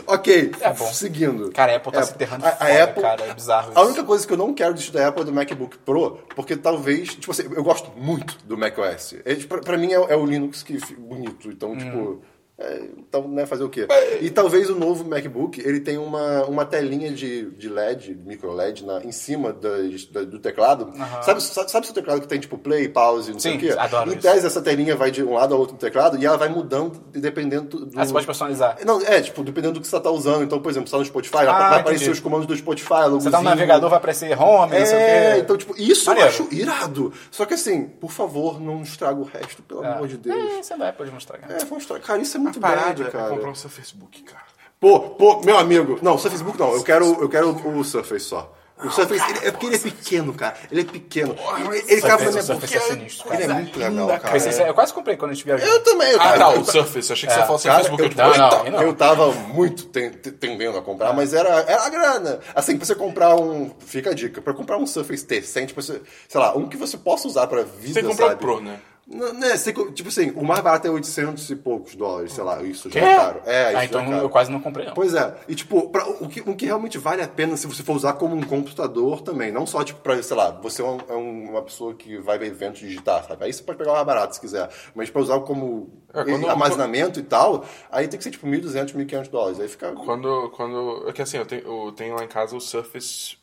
Speaker 2: ok,
Speaker 1: É bom.
Speaker 2: seguindo. É,
Speaker 1: Cara, a Apple tá se enterrando
Speaker 2: a,
Speaker 1: foda,
Speaker 2: a Apple,
Speaker 1: cara, é bizarro
Speaker 2: A
Speaker 1: isso.
Speaker 2: única coisa que eu não quero disso da Apple é do MacBook Pro, porque talvez. Tipo
Speaker 1: Hum.
Speaker 2: assim, eu gosto muito do macOS. É, tipo, pra, pra mim é, é o Linux que fica bonito. Então, tipo. É, então, né, fazer o quê? E talvez o novo MacBook, ele tenha uma, uma telinha de, de LED, micro LED, na, em cima das- da- do teclado. Sabe, sabe, sabe seu teclado que tem, tipo, play, pause, não sei
Speaker 1: Sim,
Speaker 2: o quê?
Speaker 1: adoro
Speaker 2: em
Speaker 1: isso.
Speaker 2: tese, essa telinha vai de um lado ao outro do teclado e ela vai mudando dependendo do...
Speaker 1: Ah, você pode personalizar.
Speaker 2: Não, é, tipo, dependendo do que você tá usando. Então, por exemplo, você tá no Spotify, vai- vai
Speaker 1: Ah, entendi.
Speaker 2: aparecer os comandos do Spotify,
Speaker 1: Você tá no navegador, vai aparecer home, não sei o
Speaker 2: É,
Speaker 1: quê.
Speaker 2: então, tipo, isso
Speaker 1: Maneiro.
Speaker 2: eu acho irado. Só que assim, por favor, não estraga o resto, pelo amor de Deus.
Speaker 1: É, você não é, pode mostrar. cara.
Speaker 2: É, vamos estragar. Cara, isso é muito
Speaker 3: Parada
Speaker 2: bad,
Speaker 3: é
Speaker 2: cara.
Speaker 3: comprar o seu Facebook, cara.
Speaker 2: Pô, pô, meu amigo. Não, o Surface Book não. Eu quero, eu quero o Surface só. O Surface, ele- é porque ele é pequeno, cara. Ele é pequeno. Ele, ele cabe na minha
Speaker 1: Surface
Speaker 2: boca.
Speaker 1: é sinistro, cara.
Speaker 2: Ele é muito legal, cara.
Speaker 1: Mas isso é- eu quase comprei quando a gente viajou.
Speaker 2: Eu também, eu
Speaker 3: Ah,
Speaker 2: tava,
Speaker 3: tá,
Speaker 2: eu,
Speaker 3: o Surface. Eu achei que você falou seu
Speaker 2: é, cara,
Speaker 3: Facebook.
Speaker 2: eu,
Speaker 3: Eu, tipo,
Speaker 1: é não,
Speaker 2: eu
Speaker 1: aí
Speaker 2: ta-
Speaker 1: não.
Speaker 2: eu tava muito ten- te- tendendo a comprar, mas era, era a grana. Assim, pra você comprar um. Fica a dica, pra comprar um Surface decente, pra você, sei lá, um que você possa usar pra vida.
Speaker 3: Você tem que comprar o
Speaker 2: sabe?
Speaker 3: Pro, né?
Speaker 2: Não, né, você co- tipo assim, o mais barato é 800 e poucos dólares, sei lá, isso já
Speaker 1: Quê?
Speaker 2: é caro. É, isso
Speaker 1: ah,
Speaker 2: já
Speaker 1: então
Speaker 2: é caro.
Speaker 1: eu quase não comprei, não.
Speaker 2: Pois é, e tipo, pra, o, que, o que realmente vale a pena se você for usar como um computador também, não só tipo pra, sei lá, você é, um- é um- uma pessoa que vai ver eventos digitar, sabe? Aí você pode pegar o mais barato se quiser, mas pra usar como
Speaker 3: É, quando-
Speaker 2: armazenamento e tal, aí tem que ser tipo 1.200, 1.500 dólares, aí fica...
Speaker 3: Quando. quando é que assim, eu tenho, eu tenho lá em casa o Surface.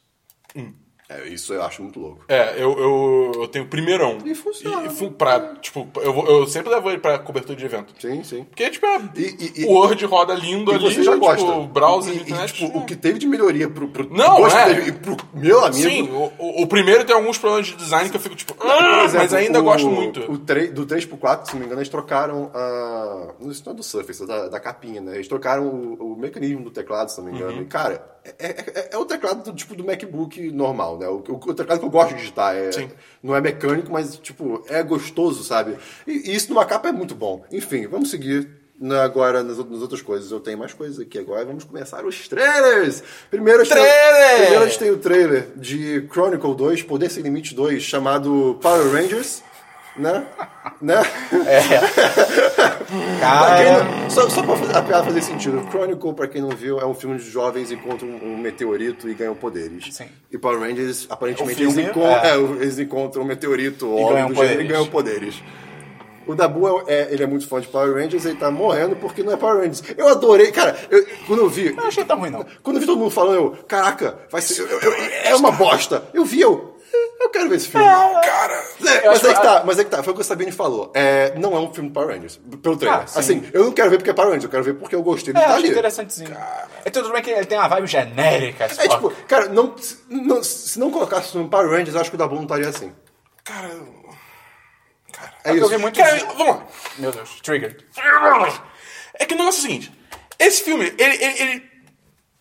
Speaker 2: É, isso eu acho muito louco.
Speaker 3: É, eu, eu, eu tenho o primeirão.
Speaker 2: E funciona.
Speaker 3: E, e fu- pra, tipo, eu, vou- eu sempre levo ele pra cobertura de evento.
Speaker 2: Sim, sim.
Speaker 3: Porque, tipo, é,
Speaker 2: E- e- e-
Speaker 3: o Word roda lindo
Speaker 2: E
Speaker 3: ali,
Speaker 2: você já
Speaker 3: tipo,
Speaker 2: gosta.
Speaker 3: o browser,
Speaker 2: e, e,
Speaker 3: internet. né?
Speaker 2: tipo, o que teve de melhoria pro, pro
Speaker 3: Não,
Speaker 2: gosto
Speaker 3: é.
Speaker 2: dele e pro meu amigo...
Speaker 3: Sim, o, o- o primeiro tem alguns problemas de design que eu fico tipo, ah,
Speaker 2: Por exemplo,
Speaker 3: mas ainda
Speaker 2: o-
Speaker 3: gosto muito.
Speaker 2: O tre- do 3 pro 4, se não me engano, eles trocaram a. não, Isso não é do Surface, é da, da capinha, né? Eles trocaram o, o mecanismo do teclado, se não me engano.
Speaker 3: Uhum.
Speaker 2: E, cara, é, é- é o teclado do, tipo, do MacBook normal, né? O, o- o teclado que eu gosto de digitar. É,
Speaker 3: Sim.
Speaker 2: Não é mecânico, mas, tipo, é gostoso, sabe? E, e isso numa capa é muito bom. Enfim, vamos seguir. na- agora nas, out- nas outras coisas, eu tenho mais coisas aqui agora. Vamos começar os trailers! Primeiro, os tra-
Speaker 3: Trailers!
Speaker 2: primeiro a gente tem o trailer de Chronicle 2, Poder Sem Limite 2, chamado Power Rangers, né? né?
Speaker 1: É. Ah,
Speaker 2: Pra quem não- só, só pra fazer- a piada fazer sentido, Chronicle, pra quem não viu, é um filme de jovens encontram um, um meteorito e ganham poderes.
Speaker 1: Sim.
Speaker 2: E Power Rangers, aparentemente,
Speaker 1: É um
Speaker 2: eles,
Speaker 1: filme,
Speaker 2: encon-
Speaker 1: é.
Speaker 2: é, eles encontram um meteorito ou
Speaker 1: ganham
Speaker 2: algo do gênero e
Speaker 1: poderes.
Speaker 2: ganham poderes. O Dabu é, é- ele é muito fã de Power Rangers, ele tá morrendo porque não é Power Rangers. Eu adorei, cara, eu- quando eu vi,
Speaker 1: Eu não achei tão ruim, não.
Speaker 2: quando eu vi todo mundo falando, eu, caraca, vai ser. eu- eu- é uma bosta. Eu vi, eu. Eu quero ver esse filme.
Speaker 3: Cara!
Speaker 2: É,
Speaker 1: Eu
Speaker 2: mas
Speaker 1: acho
Speaker 2: é que
Speaker 1: que-
Speaker 2: tá, mas é que tá. Foi o que a Sabine falou. É, não é um filme Power Rangers, pelo trailer.
Speaker 1: Ah, sim.
Speaker 2: assim, eu não quero ver porque é Power Rangers, eu quero ver porque eu gostei do
Speaker 1: É,
Speaker 2: tá
Speaker 1: acho
Speaker 2: ali.
Speaker 1: interessantezinho. É tudo bem que ele tem uma vibe genérica. esse
Speaker 2: É tipo,
Speaker 1: foco.
Speaker 2: cara, não, se- não- se não colocasse no Power Rangers, eu acho que o Dabu não estaria assim.
Speaker 3: Cara. eu- Cara.
Speaker 2: É isso.
Speaker 1: eu vi muito-
Speaker 3: Cara, vamos lá.
Speaker 1: Meu Deus, triggered.
Speaker 3: É que o negócio é o seguinte: esse filme, ele. ele- ele,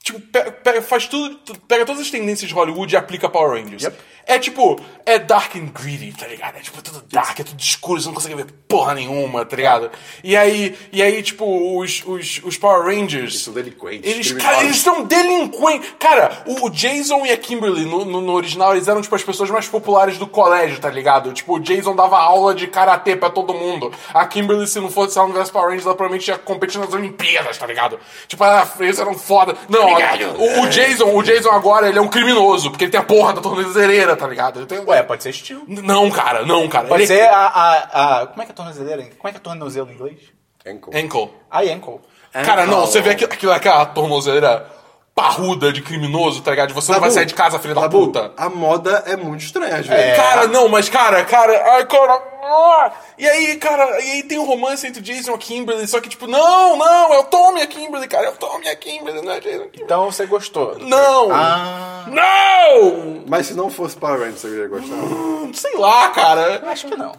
Speaker 3: tipo, pe- pe- faz tudo. tu- Pega todas as tendências de Hollywood e aplica Power Rangers.
Speaker 1: Yep.
Speaker 3: É tipo, é dark and greedy, tá ligado? É tipo, é tudo dark, é tudo escuro, você não consegue ver porra nenhuma, tá ligado? E aí, e aí tipo, os, os, os Power Rangers.
Speaker 2: são delinquentes,
Speaker 3: Eles,
Speaker 2: criminosos.
Speaker 3: cara, eles são delinquentes. Cara, o, o Jason e a Kimberly no, no- no original, eles eram, tipo, as pessoas mais populares do colégio, tá ligado? Tipo, o Jason dava aula de karatê pra todo mundo. A Kimberly, se não fosse ela no Vespa Rangers, ela provavelmente ia competir nas Olimpíadas, tá ligado? Tipo, ela, eles eram foda. Não, o, o Jason, o Jason agora, ele é um criminoso, porque ele tem a porra da tornozeleira, tá ligado? Ele tem-
Speaker 1: Ué, pode ser estilo.
Speaker 3: Não, cara, não, cara.
Speaker 1: Pode
Speaker 3: Ele- é
Speaker 1: ser a, a, a- Como é que é tornozeleira? em- Como é que é tornozelo em inglês?
Speaker 2: Ankle.
Speaker 3: Ankle.
Speaker 1: A ankle.
Speaker 3: Cara, não,
Speaker 2: Ankle.
Speaker 3: você vê aquilo, aquilo aquela tornozeleira parruda de criminoso, tá ligado? De Você não vai
Speaker 2: Dabu,
Speaker 3: sair de casa, filho da
Speaker 2: Dabu,
Speaker 3: puta.
Speaker 2: A moda é muito estranha, às vezes.
Speaker 3: Cara, não, mas cara, cara, ai, cara. ah! E aí, cara, e aí tem um romance entre o Jason e a Kimberly, só que tipo, não, não, é o Tommy e a Kimberly, cara, é o Tommy e a Kimberly, não é Jason e a Kimberly.
Speaker 1: Então você gostou.
Speaker 3: Não!
Speaker 1: Ah,
Speaker 3: Não!
Speaker 2: Mas se não fosse Power Rangers, eu iria gostar.
Speaker 3: Hum, Sei lá, cara.
Speaker 1: acho que não.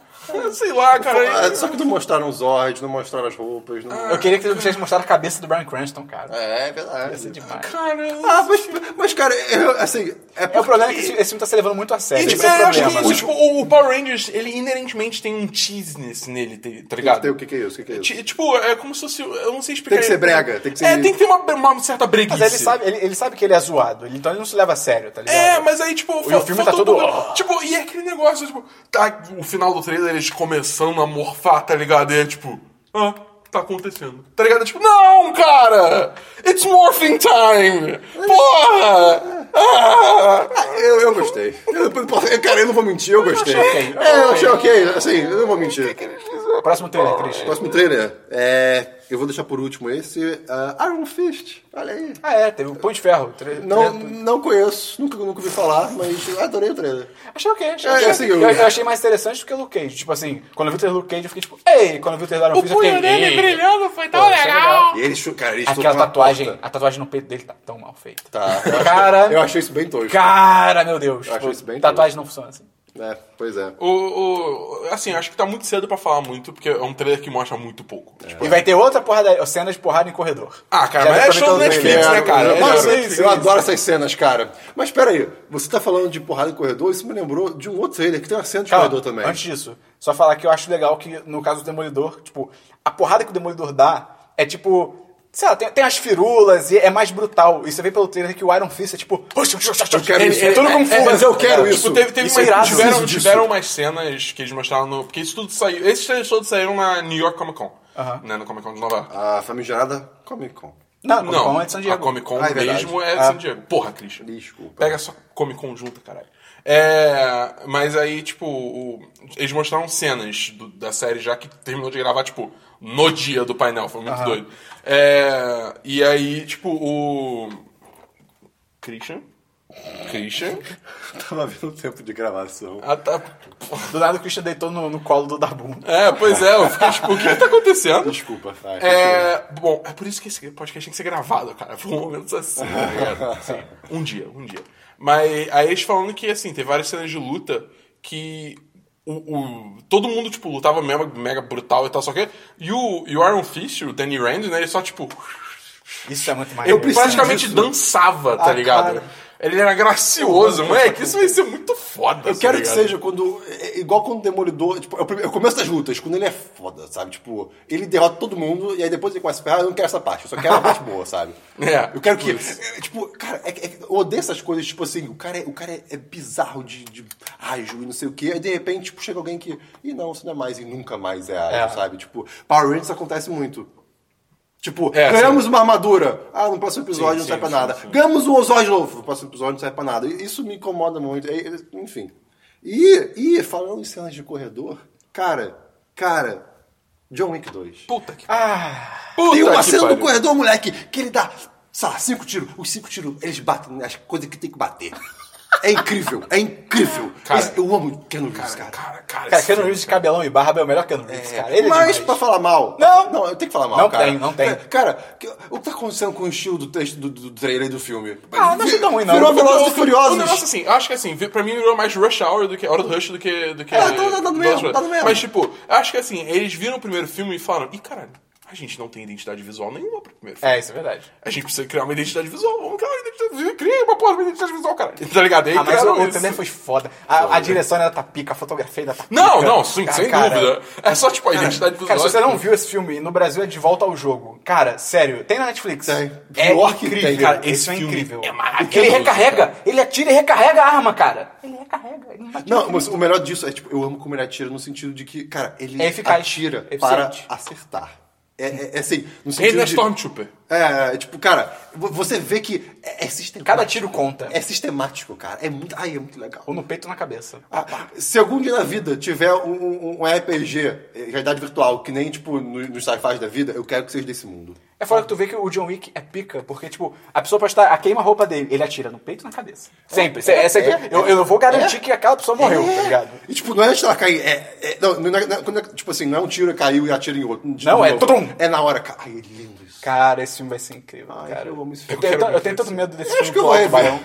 Speaker 3: Sei lá,
Speaker 2: Ah,
Speaker 3: cara.
Speaker 2: Só que não mostraram os Zords, não mostraram as roupas. Não...
Speaker 1: Eu queria que vocês mostrassem a cabeça do Brian Cranston, cara.
Speaker 2: É, é verdade.
Speaker 1: Isso é demais.
Speaker 3: Cara.
Speaker 2: Ah, mas, mas cara, eu- assim, é porque...
Speaker 1: É o problema é que esse, esse filme tá se levando muito a sério.
Speaker 3: E, tipo,
Speaker 1: esse é
Speaker 3: eu
Speaker 1: o
Speaker 3: acho que
Speaker 1: problema.
Speaker 3: isso, tipo, o o Power Rangers, ele inerentemente tem um cheesiness nele, tá ligado?
Speaker 2: Tem- O que que é isso? O que que é isso?
Speaker 3: Ti- Tipo, é como se fosse. Eu não sei explicar.
Speaker 2: Tem que ser brega, tem que ser-
Speaker 3: É, tem que ter uma, uma certa breguice.
Speaker 1: Mas ele sabe, ele, ele sabe que ele é zoado, ele- então ele não se leva a sério, tá ligado?
Speaker 3: É, mas aí, tipo, o
Speaker 1: filme tá todo-
Speaker 3: Tipo, e é aquele negócio, tipo, tá, o final do trailer eles começando a morfar, tá ligado? E é tipo, ah, tá acontecendo. Tá ligado? É Tipo, não, cara! It's morphing time! Porra! Ah!
Speaker 2: Eu, eu gostei. Eu, eu- cara, eu não vou mentir, eu gostei.
Speaker 1: achei ok.
Speaker 2: É, eu achei ok, assim, eu não vou mentir.
Speaker 1: Próximo trailer, Christian.
Speaker 2: Próximo trailer. É, eu vou deixar por último esse. ah, Iron Fist. Olha aí.
Speaker 1: Ah, é, teve um Pão de Ferro. Tre-
Speaker 2: Não,
Speaker 1: tre-
Speaker 2: não conheço, nunca, nunca ouvi falar, mas eu adorei o trailer.
Speaker 1: Achei ok. Achei
Speaker 2: É,
Speaker 1: ok.
Speaker 2: assim, eu-
Speaker 1: eu... eu achei mais interessante do que o Luke Cage. Tipo assim, quando eu vi o trailer do Luke Cage, eu fiquei tipo, ei! Quando eu vi o trailer do Iron Fist, eu fiquei. ei.
Speaker 3: foi
Speaker 1: Pô, isso é legal.
Speaker 2: E eles, cara, eles
Speaker 1: Aquela
Speaker 2: tocam na
Speaker 1: tatuagem,
Speaker 2: porta.
Speaker 1: a tatuagem no peito dele tá tão mal feita.
Speaker 2: Tá.
Speaker 1: Cara-
Speaker 2: Eu achei isso bem tosco.
Speaker 1: Cara, meu Deus.
Speaker 2: Eu acho
Speaker 1: Tipo,
Speaker 2: isso bem
Speaker 1: tatuagem não funciona assim.
Speaker 2: É, pois é.
Speaker 3: O, o- assim, acho que tá muito cedo pra falar muito, porque é um trailer que mostra muito pouco.
Speaker 2: É.
Speaker 3: Tipo,
Speaker 1: E vai ter outra porrada, cena de porrada em corredor.
Speaker 3: ah, cara,
Speaker 1: Já
Speaker 3: mas
Speaker 1: tá
Speaker 3: é show do
Speaker 1: prometendo
Speaker 3: Netflix,
Speaker 1: trailer.
Speaker 3: né, cara?
Speaker 2: Então, Eu,
Speaker 3: É
Speaker 1: Não,
Speaker 3: show do
Speaker 1: sim,
Speaker 3: Netflix.
Speaker 1: sim,
Speaker 2: eu adoro
Speaker 1: sim.
Speaker 2: essas cenas, cara. Mas peraí, você tá falando de porrada em corredor, isso me lembrou de um outro trailer que tem uma cena de
Speaker 1: Calma,
Speaker 2: corredor também.
Speaker 1: Antes disso, só falar que eu acho legal que, no caso do Demolidor, tipo, a porrada que o Demolidor dá é tipo. Sei lá, tem, tem as firulas e é mais brutal. E você vê pelo trailer que o Iron Fist é tipo. Eu
Speaker 2: quero isso.
Speaker 1: É tudo
Speaker 2: É,
Speaker 1: com
Speaker 2: é, mas eu quero
Speaker 3: Tipo,
Speaker 2: isso.
Speaker 3: teve, teve
Speaker 1: Isso é
Speaker 3: umas-
Speaker 1: irado.
Speaker 3: tiveram,
Speaker 2: Preciso disso.
Speaker 3: tiveram umas cenas que eles mostraram no. Porque isso tudo saiu. Esses trailers todos saíram na New York Comic Con.
Speaker 1: Aham.
Speaker 3: Né, na Comic Con de Nova York.
Speaker 2: A famigerada Comic Con.
Speaker 1: Não, não.
Speaker 3: Não,
Speaker 1: é de San Diego.
Speaker 3: a Comic Con
Speaker 2: Ah, é verdade.
Speaker 3: mesmo é de
Speaker 1: Ah.
Speaker 3: San Diego. Porra, Christian.
Speaker 2: Desculpa.
Speaker 3: Pega só Comic Con junto, caralho. É, mas aí, tipo, o- eles mostraram cenas do- da série já que terminou de gravar, tipo, no dia do painel. Foi muito doido. É, e aí, tipo, o... Christian? Christian?
Speaker 2: Tava vendo o tempo de gravação.
Speaker 3: Ah, tá...
Speaker 1: Do nada o Christian deitou no, no colo do Dabu.
Speaker 3: É, pois é, eu fiquei tipo, o que que tá acontecendo?
Speaker 2: Desculpa, tá, Fai.
Speaker 3: É, bom, é por isso que esse podcast tem que ser gravado, cara. Por momentos assim, tá ligado? Assim, Um dia, um dia. Mas aí eles falando que, assim, tem várias cenas de luta que o, o- todo mundo, tipo, lutava mega, mega brutal e tal, só que... E o, e o Iron Fist, o Danny Rand, né, ele só, tipo...
Speaker 1: Isso é muito mais.
Speaker 3: Eu praticamente dançava, tá
Speaker 1: Ah,
Speaker 3: ligado?
Speaker 1: cara.
Speaker 3: Ele era gracioso, moleque. Isso vai ser muito foda,
Speaker 2: Eu
Speaker 3: tá
Speaker 2: quero que
Speaker 3: ligado?
Speaker 2: seja quando. é Igual quando o Demolidor. Tipo, é o primeiro- é o começo das lutas, quando ele é foda, sabe? Tipo, ele derrota todo mundo e aí depois ele começa a ferrar. Eu não quero essa parte, eu só quero a parte boa, sabe?
Speaker 3: É,
Speaker 2: Eu quero que. é, tipo, cara, é- é- eu odeio essas coisas, tipo assim, o cara é, o cara é, é bizarro de, de ágil e não sei o quê. Aí de repente, tipo, chega alguém que. E não, isso não é mais e nunca mais é ágil,
Speaker 1: É.
Speaker 2: sabe? Tipo, Power Rangers acontece muito. Tipo,
Speaker 3: É,
Speaker 2: ganhamos uma armadura. Ah, no próximo episódio
Speaker 3: Sim,
Speaker 2: não
Speaker 3: sim,
Speaker 2: sai pra
Speaker 3: sim,
Speaker 2: nada.
Speaker 3: sim.
Speaker 2: Ganhamos um Osório novo. No próximo episódio não sai pra nada. E Isso me incomoda muito. E- e- Enfim. E, e falando em cenas de corredor, cara, cara, John Wick 2.
Speaker 3: Puta que...
Speaker 1: Ah.
Speaker 3: Puta
Speaker 2: Tem uma
Speaker 3: que
Speaker 2: cena
Speaker 3: pariu.
Speaker 2: do corredor, moleque, que ele dá, sei lá, cinco tiros. Os cinco tiros, eles batem nas coisas que tem que bater. É incrível, é incrível.
Speaker 3: Cara.
Speaker 2: Esse- eu amo Keanu Reeves, cara.
Speaker 3: Cara, cara,
Speaker 1: Cara,
Speaker 3: esse
Speaker 1: Keanu Reeves de cabelão e barba é o melhor Keanu Reeves, cara. Ele é
Speaker 2: Mas
Speaker 1: demais.
Speaker 2: pra falar mal.
Speaker 1: Não.
Speaker 2: Não, eu tenho que falar mal.
Speaker 1: Não
Speaker 2: cara. É,
Speaker 1: tem, não tem.
Speaker 2: Cara, que- o que tá acontecendo com o estilo do texto do, do trailer e do filme?
Speaker 1: Ah, não achei tão ruim, não. um
Speaker 2: Virou
Speaker 1: Não,
Speaker 2: Velozes
Speaker 3: O
Speaker 2: e
Speaker 3: fi- O negócio
Speaker 2: Furiosos.
Speaker 3: assim, eu acho que assim, vi- pra mim virou mais Rush Hour do que Hora do Rush do que. Do que
Speaker 2: É, tá- tá- tá no
Speaker 3: do
Speaker 2: mesmo,
Speaker 3: Rush.
Speaker 2: tá no mesmo.
Speaker 3: Mas tipo, eu acho que assim, eles viram o primeiro filme e falaram, ih caralho, a gente não tem identidade visual nenhuma pro primeiro filme.
Speaker 1: É, isso é verdade.
Speaker 3: A gente precisa criar uma identidade visual, vamos criar uma identidade visual, cria uma porra de identidade visual, cara. Tá ligado? Aí
Speaker 1: Ah, mas o,
Speaker 3: criaram
Speaker 1: o
Speaker 3: isso.
Speaker 1: trailer foi foda. A, a direção ainda tá pica, a fotografia ainda tá pica.
Speaker 3: Não, não, sim,
Speaker 1: Ah,
Speaker 3: sem
Speaker 1: cara,
Speaker 3: dúvida. É só tipo a identidade visual.
Speaker 1: Cara, se você não viu esse filme, no Brasil é de volta ao jogo. Cara, sério, tem na Netflix.
Speaker 2: Tem.
Speaker 1: É
Speaker 2: Pior que
Speaker 1: incrível.
Speaker 2: tem.
Speaker 1: Cara,
Speaker 3: Esse
Speaker 1: esse é
Speaker 3: filme
Speaker 1: incrível.
Speaker 3: é maravilhoso,
Speaker 1: Porque ele recarrega, ele atira e recarrega a arma, cara. Ele recarrega. Ele não,
Speaker 2: Não, mas o melhor disso é, tipo, eu amo como ele atira no sentido de que, cara, ele
Speaker 1: É eficaz,
Speaker 2: atira
Speaker 1: eficiente.
Speaker 2: para acertar. É, é- é assim, no sentido
Speaker 3: Ele é
Speaker 2: de-
Speaker 3: Stormtrooper.
Speaker 2: É, é, tipo, cara, vo- você vê que é, é sistemático.
Speaker 1: Cada tiro conta.
Speaker 2: É sistemático, cara. É muito, ai, é muito legal.
Speaker 1: Ou no peito ou na cabeça.
Speaker 2: Ah, se algum dia na vida tiver um, um- um RPG, eh, realidade virtual, que nem, tipo, no- nos sci-fi da vida, eu quero que seja desse mundo.
Speaker 1: É fora que tu vê que o John Wick é pica, porque, tipo, a pessoa pode estar. A queima-roupa dele, ele atira no peito e na cabeça. Sempre. É, é sempre.
Speaker 2: é,
Speaker 1: eu, eu não vou garantir
Speaker 2: é.
Speaker 1: que aquela pessoa morreu, tá ligado?
Speaker 2: E, tipo, não é ela cair, é... é- não, não é- não é- quando é- tipo assim, não é um tiro, caiu e atira em outro. de
Speaker 1: Não, é
Speaker 2: novo.
Speaker 1: trum.
Speaker 2: É na hora, cara. Ai, é lindo isso.
Speaker 1: Cara, esse filme vai ser incrível,
Speaker 2: Ai,
Speaker 1: cara.
Speaker 2: eu amo esse
Speaker 1: Eu
Speaker 2: filme.
Speaker 1: tenho,
Speaker 3: quero
Speaker 1: tan-
Speaker 3: ver
Speaker 1: eu tenho
Speaker 3: isso.
Speaker 1: tanto medo desse
Speaker 2: Eu acho
Speaker 1: filme
Speaker 2: que eu
Speaker 1: do
Speaker 2: vou
Speaker 1: Alto
Speaker 2: rever.
Speaker 1: Barão.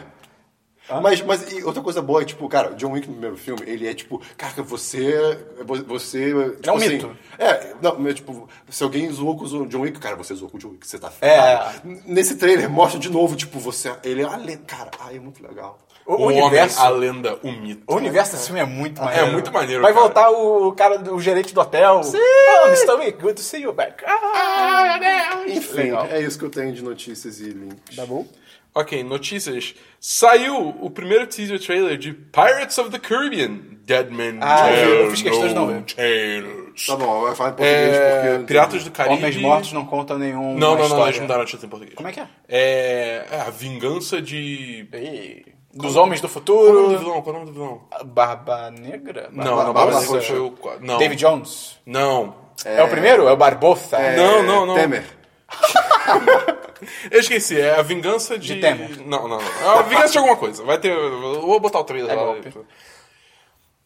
Speaker 2: Mas, mas e outra coisa boa é, tipo, cara, o John Wick no primeiro filme, ele é tipo, cara, você. Você. Tipo,
Speaker 1: um
Speaker 2: assim,
Speaker 1: mito.
Speaker 2: É, não, mas, tipo, se alguém zoou com o John Wick, cara, você zoou com o John Wick, você tá
Speaker 1: É.
Speaker 2: ferrado. N- Nesse trailer mostra de novo, tipo, você. Ele é ale... Cara, ai, é muito legal.
Speaker 1: O,
Speaker 3: O homem, é
Speaker 1: universo.
Speaker 3: a lenda, o mito.
Speaker 1: O universo desse filme é muito maneiro.
Speaker 3: É muito maneiro,
Speaker 1: Vai
Speaker 3: cara.
Speaker 1: voltar o cara do o gerente do hotel. Sim! Oh, Mr. Wick, good to see you back. Ah,
Speaker 2: Enfim,
Speaker 1: Legal.
Speaker 2: é isso que eu tenho de notícias e links.
Speaker 1: Tá bom?
Speaker 3: Ok, notícias. Saiu o primeiro teaser trailer de Pirates of the Caribbean. Dead Men
Speaker 1: Ah, eu
Speaker 3: Tell
Speaker 1: vi, eu fiz questão de não
Speaker 3: No
Speaker 1: ver.
Speaker 3: Tales.
Speaker 2: Tá bom, vai falar em português porque. eu
Speaker 3: É,
Speaker 2: não
Speaker 3: Piratas do
Speaker 2: entendi.
Speaker 3: Caribe.
Speaker 1: Homens mortos não contam nenhum.
Speaker 3: Não, não, não,
Speaker 1: história. é
Speaker 3: é eles mudaram a título em português.
Speaker 1: Como é que é?
Speaker 3: É, é a vingança de.
Speaker 1: Ih, Dos Homens do
Speaker 3: Qual é o nome do
Speaker 1: Futuro.
Speaker 3: vilão? Qual é o nome do vilão?
Speaker 1: Ah, Barba Negra? Barba-
Speaker 3: Não, não,
Speaker 1: Barba
Speaker 3: Barba Negra
Speaker 1: Roxa.
Speaker 3: foi o qua- não.
Speaker 1: ah, David Jones.
Speaker 3: Não.
Speaker 1: É... o primeiro? É o Barbosa?
Speaker 3: Não, não, não.
Speaker 2: Temer.
Speaker 3: Eu esqueci, é a vingança de.
Speaker 1: De Temer.
Speaker 3: Não, não, não. É a vingança de alguma coisa. Vai ter. eu Vou botar o trailer
Speaker 1: É
Speaker 3: lá.
Speaker 1: golpe.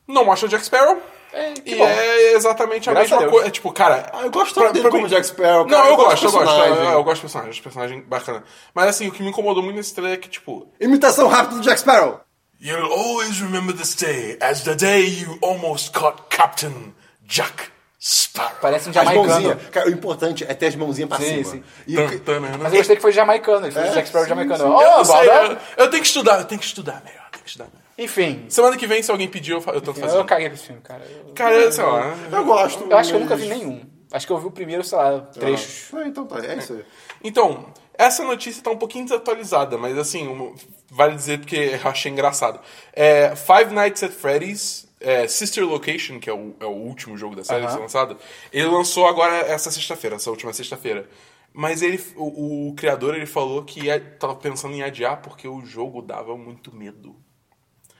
Speaker 3: Não mostra o Jack Sparrow.
Speaker 1: É, que
Speaker 3: e
Speaker 1: bom.
Speaker 3: é exatamente a
Speaker 1: Graças a
Speaker 3: mesma
Speaker 1: Deus.
Speaker 3: coisa. É tipo, cara.
Speaker 2: Ah, eu gosto
Speaker 3: pra-
Speaker 2: tanto dele
Speaker 3: pra
Speaker 2: como
Speaker 3: mim-
Speaker 2: Jack Sparrow. cara,
Speaker 3: Não, eu gosto, eu
Speaker 2: do
Speaker 3: gosto. Eu,
Speaker 2: personagem.
Speaker 3: eu gosto do personagem, É, personagem bacana. Mas assim, o que me incomodou muito nesse trailer é que, tipo.
Speaker 2: Imitação rápida do Jack Sparrow.
Speaker 3: You'll always remember this day as the day you almost caught Captain Jack Sparrow.
Speaker 1: Parece um
Speaker 2: As
Speaker 1: jamaicano.
Speaker 2: mãozinhas. Cara, o importante é ter as mãozinhas pra
Speaker 1: Sim,
Speaker 2: cima.
Speaker 1: sim.
Speaker 2: E o
Speaker 3: Tan,
Speaker 2: que-
Speaker 3: tan, né?
Speaker 1: Mas eu gostei que foi jamaicano. Ele fez o Jack Sparrow
Speaker 2: sim,
Speaker 1: jamaicano.
Speaker 2: sim.
Speaker 1: Oh,
Speaker 3: Eu não sei,
Speaker 1: Barba-
Speaker 3: eu, eu tenho que estudar, eu tenho que estudar melhor, eu tenho que estudar melhor.
Speaker 1: Enfim.
Speaker 3: Semana que vem, se alguém pedir, eu, fa- eu tento fazer.
Speaker 1: Eu caguei pra esse filme, cara. Eu,
Speaker 3: Cara, sei lá. né?
Speaker 2: Eu gosto.
Speaker 1: eu acho que eu nunca
Speaker 2: mas-
Speaker 1: vi nenhum. Acho que eu vi o primeiro, sei lá, trechos.
Speaker 2: Ah, então tá, é isso aí.
Speaker 3: Então, essa notícia tá um pouquinho desatualizada, mas assim, um- vale dizer porque eu achei engraçado. É, Five Nights at Freddy's, é, Sister Location, que é o, é o último jogo da série a ser
Speaker 1: Aham.
Speaker 3: lançado, ele lançou agora essa sexta-feira, essa última sexta-feira. Mas ele, o, o criador ele falou que ia- tava pensando em adiar porque o jogo dava muito medo.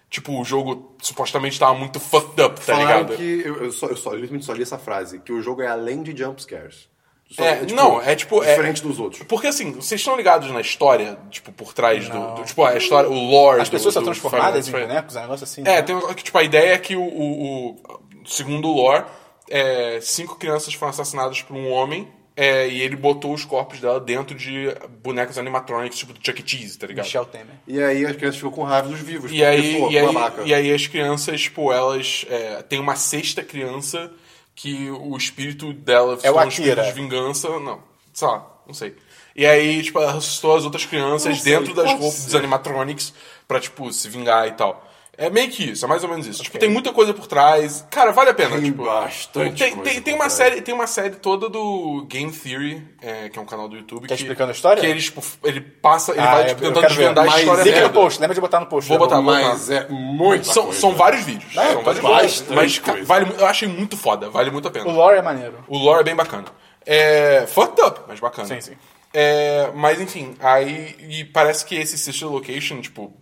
Speaker 3: Tipo, o jogo supostamente tava muito fucked up, tá
Speaker 2: Falaram
Speaker 3: ligado?
Speaker 2: que eu, eu só, eu só, eu literalmente só li essa frase, que o jogo é além de jump scares. Só-
Speaker 3: É, não, é tipo, é-
Speaker 2: Diferente dos outros.
Speaker 3: Porque assim, vocês estão ligados na história, tipo, por trás do, do- Tipo, a história, o lore
Speaker 1: Ah. As
Speaker 3: do-
Speaker 1: pessoas são
Speaker 3: do
Speaker 1: transformadas em
Speaker 3: Final Fantasy.
Speaker 1: bonecos, é um negócio assim.
Speaker 3: É,
Speaker 1: né?
Speaker 3: tem uma- tipo, a ideia é que o. o- o- segundo o lore, é, cinco crianças foram assassinadas por um homem. é, e ele botou os corpos dela dentro de bonecos animatronics, tipo do Chuck E. Cheese, tá ligado?
Speaker 1: Michel Temer.
Speaker 2: E aí as crianças ficam com raiva dos vivos.
Speaker 3: E aí,
Speaker 2: porque, pô,
Speaker 3: e, aí,
Speaker 2: babaca.
Speaker 3: e aí as crianças, tipo, elas. é, tem uma sexta criança que o espírito dela
Speaker 1: É o
Speaker 3: um
Speaker 1: Akira.
Speaker 3: espírito de vingança. Não, sei lá, não sei. E aí, tipo, ela ressuscitou as outras crianças
Speaker 2: Não sei,
Speaker 3: dentro das
Speaker 2: pode
Speaker 3: roupas
Speaker 2: ser.
Speaker 3: dos animatronics pra, tipo, se vingar e tal. É meio que isso, é mais ou menos isso. Tipo, tem muita coisa por trás. Cara, vale a pena.
Speaker 2: Tem
Speaker 3: tipo,
Speaker 2: bastante
Speaker 3: tem,
Speaker 2: coisa
Speaker 3: tem,
Speaker 2: por
Speaker 3: tem, uma
Speaker 2: trás.
Speaker 3: série, tem uma série toda do Game Theory, é, que é um canal do YouTube.
Speaker 1: Tá explicando a história?
Speaker 3: Que ele, tipo, ele passa, ele
Speaker 1: Ah,
Speaker 3: vai
Speaker 1: eu-
Speaker 3: tipo,
Speaker 1: eu
Speaker 3: tentando
Speaker 1: quero ver. é
Speaker 3: desvendar a
Speaker 2: Mas
Speaker 3: história
Speaker 1: Zica
Speaker 3: dela.
Speaker 1: no post, lembra de botar no post.
Speaker 3: Vou
Speaker 1: tá bom?
Speaker 3: botar, vou botar.
Speaker 2: Mas é muito.
Speaker 3: São, são vários vídeos.
Speaker 1: Ah,
Speaker 3: são vários
Speaker 2: É, bastante
Speaker 3: vídeos. Mas ca-
Speaker 2: coisa.
Speaker 3: vale, mu- eu achei muito foda, vale muito a
Speaker 1: O
Speaker 3: pena.
Speaker 1: lore é maneiro.
Speaker 3: O lore é bem bacana. É. Fucked up, mas bacana.
Speaker 1: Sim, sim.
Speaker 3: É, mas enfim, aí. E parece que esse Sister Location, tipo.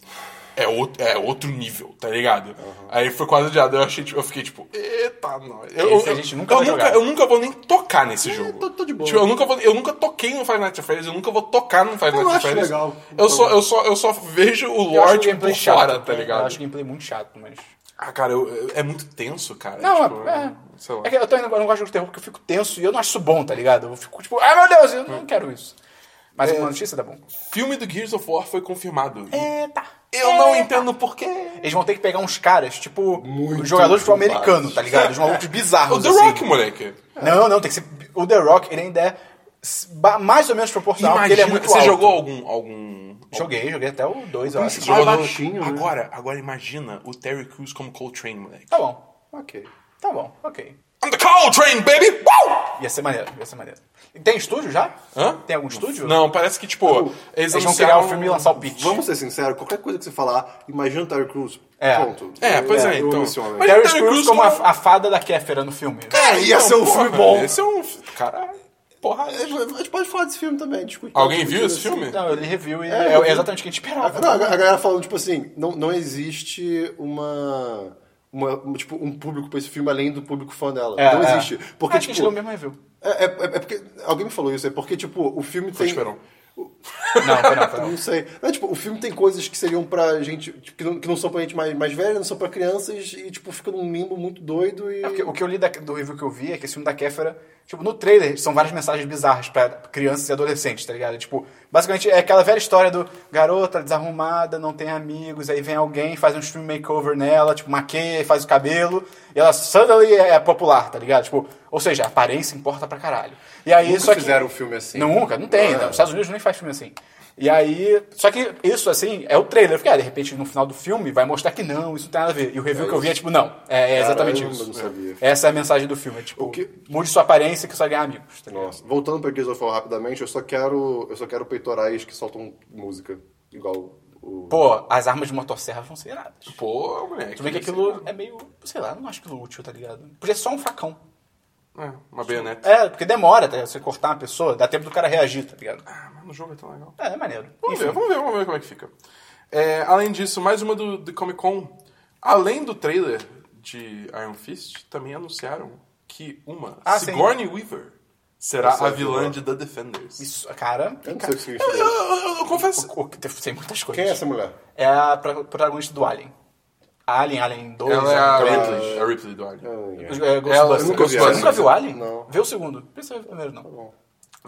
Speaker 3: É outro, é outro nível, tá ligado? Aí foi quase adiado. Eu, achei, tipo, eu fiquei tipo, eita, nós. Eu,
Speaker 1: Esse a
Speaker 3: eu-
Speaker 1: gente nunca
Speaker 3: eu
Speaker 1: vai jogar.
Speaker 3: eu nunca vou nem tocar nesse jogo.
Speaker 2: É, tô- tô de boa.
Speaker 3: Tipo, eu nunca, vou, eu nunca toquei no Five Nights at Freddy's, eu nunca vou tocar no Five Nights at
Speaker 2: acho
Speaker 3: Freddy's.
Speaker 2: legal.
Speaker 3: Eu só, eu, só, eu só vejo o
Speaker 1: Eu acho
Speaker 3: lore
Speaker 1: o
Speaker 3: tipo,
Speaker 1: gameplay
Speaker 3: por
Speaker 1: chato. é,
Speaker 3: fora, tá
Speaker 1: Eu
Speaker 3: ligado?
Speaker 1: acho o gameplay muito chato, mas.
Speaker 3: Ah, cara, eu- eu- é muito tenso, cara.
Speaker 1: Não,
Speaker 3: Tipo,
Speaker 1: é.
Speaker 3: Sei lá.
Speaker 1: É que eu, também não- eu não gosto de jogo de terror porque eu fico tenso e eu não acho isso bom, tá ligado? Eu fico tipo, ah meu Deus, eu não quero isso. Mas uma notícia tá bom.
Speaker 3: Filme do Gears of War foi confirmado.
Speaker 1: Eita!
Speaker 3: Eu
Speaker 1: É.
Speaker 3: não entendo por quê.
Speaker 1: Eles vão ter que pegar uns caras, tipo,
Speaker 2: Muito
Speaker 1: jogadores de futebol americano,
Speaker 2: culpados.
Speaker 1: tá ligado? Uns malucos
Speaker 3: O
Speaker 1: bizarros.
Speaker 3: The
Speaker 1: assim.
Speaker 3: Rock, moleque.
Speaker 1: Não, não, tem que ser. O The Rock, ele ainda é s- ba- mais ou menos proporcional, porque ele é muito
Speaker 3: você
Speaker 1: alto.
Speaker 3: jogou algum. algum...
Speaker 1: Joguei, joguei até o 2, eu acho.
Speaker 2: Principal-
Speaker 3: jogador-
Speaker 2: baixinho, né?
Speaker 3: agora, agora imagina o Terry Crews como Coltrane, moleque.
Speaker 1: Tá bom,
Speaker 2: Ok.
Speaker 1: tá bom, ok.
Speaker 3: I'm the Coltrane, baby! Woo!
Speaker 1: Ia ser maneiro, ia ser maneiro. E Tem estúdio já?
Speaker 3: Hã?
Speaker 1: Tem algum estúdio?
Speaker 3: Não, parece que, tipo, eles,
Speaker 1: Eles vão
Speaker 3: anunciaram-
Speaker 1: criar o filme e lançar o pitch.
Speaker 2: Vamos ser sinceros, qualquer coisa que você falar, imagina o Terry Crews.
Speaker 1: É.
Speaker 2: Ponto.
Speaker 3: É, pois é,
Speaker 2: eu amo
Speaker 3: então.
Speaker 2: esse homem.
Speaker 3: Mas-
Speaker 1: Terry
Speaker 3: Terry Crews
Speaker 1: Crews como
Speaker 3: como-
Speaker 1: a, a fada da Kéfera no filme.
Speaker 2: É, ia ser um
Speaker 3: Porra,
Speaker 2: filme bom.
Speaker 3: Esse é um. Caralho. Porra.
Speaker 2: É,
Speaker 1: É.
Speaker 2: A gente pode falar desse filme também, discutir.
Speaker 3: Alguém
Speaker 2: discutir
Speaker 3: viu esse
Speaker 2: assim.
Speaker 3: filme?
Speaker 1: Não, ele review e
Speaker 2: É,
Speaker 1: é,
Speaker 2: eu vi.
Speaker 1: exatamente o que a gente esperava.
Speaker 2: Não, a a galera falando, tipo assim, não, não existe uma, uma- um, Tipo, um público pra esse filme além do público fã dela.
Speaker 1: É,
Speaker 2: não
Speaker 1: é.
Speaker 2: existe. Porque,
Speaker 1: Ah, a gente
Speaker 2: tipo.
Speaker 1: leu o mesmo review.
Speaker 2: É, é, é porque. Alguém me falou isso, é porque, tipo, o filme tem.
Speaker 3: Esperon.
Speaker 1: Não, foi não, foi não.
Speaker 2: Não sei. Não, tipo, o filme tem coisas que seriam pra gente. tipo, que, não, que não são pra gente mais, mais velha, não são pra crianças, e, tipo, fica num limbo muito doido e.
Speaker 1: É porque o que eu li da- do review que eu vi é que esse filme da Kéfera, tipo, no trailer são várias mensagens bizarras pra crianças e adolescentes, tá ligado? Tipo, basicamente é aquela velha história do garota desarrumada, não tem amigos, aí vem alguém, faz um stream makeover nela, tipo, maqueia, faz o cabelo, e ela suddenly é popular, tá ligado? Tipo, ou seja, a aparência importa pra caralho. E aí,
Speaker 2: Nunca
Speaker 1: só que-
Speaker 2: fizeram um filme assim.
Speaker 1: Nunca, não tem.
Speaker 2: Ah.
Speaker 1: Não. Os Estados Unidos nem faz filme assim. E aí, só que isso, assim, é o trailer. Eu fiquei, ah, de repente, no final do filme, vai mostrar que não, isso não tem nada a ver. E o review que eu vi é tipo, não, é, é exatamente
Speaker 2: Caramba,
Speaker 1: isso.
Speaker 2: não sabia.
Speaker 1: Essa é a mensagem do filme. É tipo,
Speaker 2: O que-
Speaker 1: mude sua aparência que você vai ganhar amigos. tá ligado?
Speaker 2: Nossa. Voltando pra Gears of War rapidamente, eu só quero. Eu só quero peitorais que soltam música. Igual o.
Speaker 1: Pô, as armas de motosserra vão ser iradas.
Speaker 3: Pô, moleque.
Speaker 1: Tu vê que aquilo é meio, sei lá, não acho aquilo útil, tá ligado? Podia ser só um facão.
Speaker 3: É, uma baioneta.
Speaker 1: É, porque demora, tá ligado? Você cortar uma pessoa, dá tempo do cara reagir, tá ligado?
Speaker 3: Ah, mas no jogo é tão legal.
Speaker 1: É, é maneiro.
Speaker 3: Vamos
Speaker 1: Enfim,
Speaker 3: ver, vamos ver, vamos ver como é que fica. É, além disso, mais uma do, do Comic Con. Além do trailer de Iron Fist, também anunciaram que uma,
Speaker 1: Ah, sim.
Speaker 3: Sigourney Weaver, será
Speaker 2: Essa é
Speaker 3: a
Speaker 2: a vilã.
Speaker 3: vilã de The Defenders.
Speaker 1: Isso, cara.
Speaker 2: Eu não
Speaker 1: cara
Speaker 2: sei o que significa.
Speaker 3: Eu, eu- eu confesso.
Speaker 1: o- o- tem muitas
Speaker 2: Quem é
Speaker 1: coisas.
Speaker 2: essa mulher?
Speaker 1: É a pro- protagonista do Alien. Alien, Alien 2.
Speaker 3: Ela é a
Speaker 1: Alien três.
Speaker 3: Ripley, a Ripley do Alien.
Speaker 1: Os-
Speaker 2: Não,
Speaker 1: é, Ghostbusters.
Speaker 3: eu nunca
Speaker 2: vi
Speaker 1: Você
Speaker 2: essa.
Speaker 1: nunca viu Alien?
Speaker 2: Não.
Speaker 1: Vê o segundo. Pensa o primeiro, não.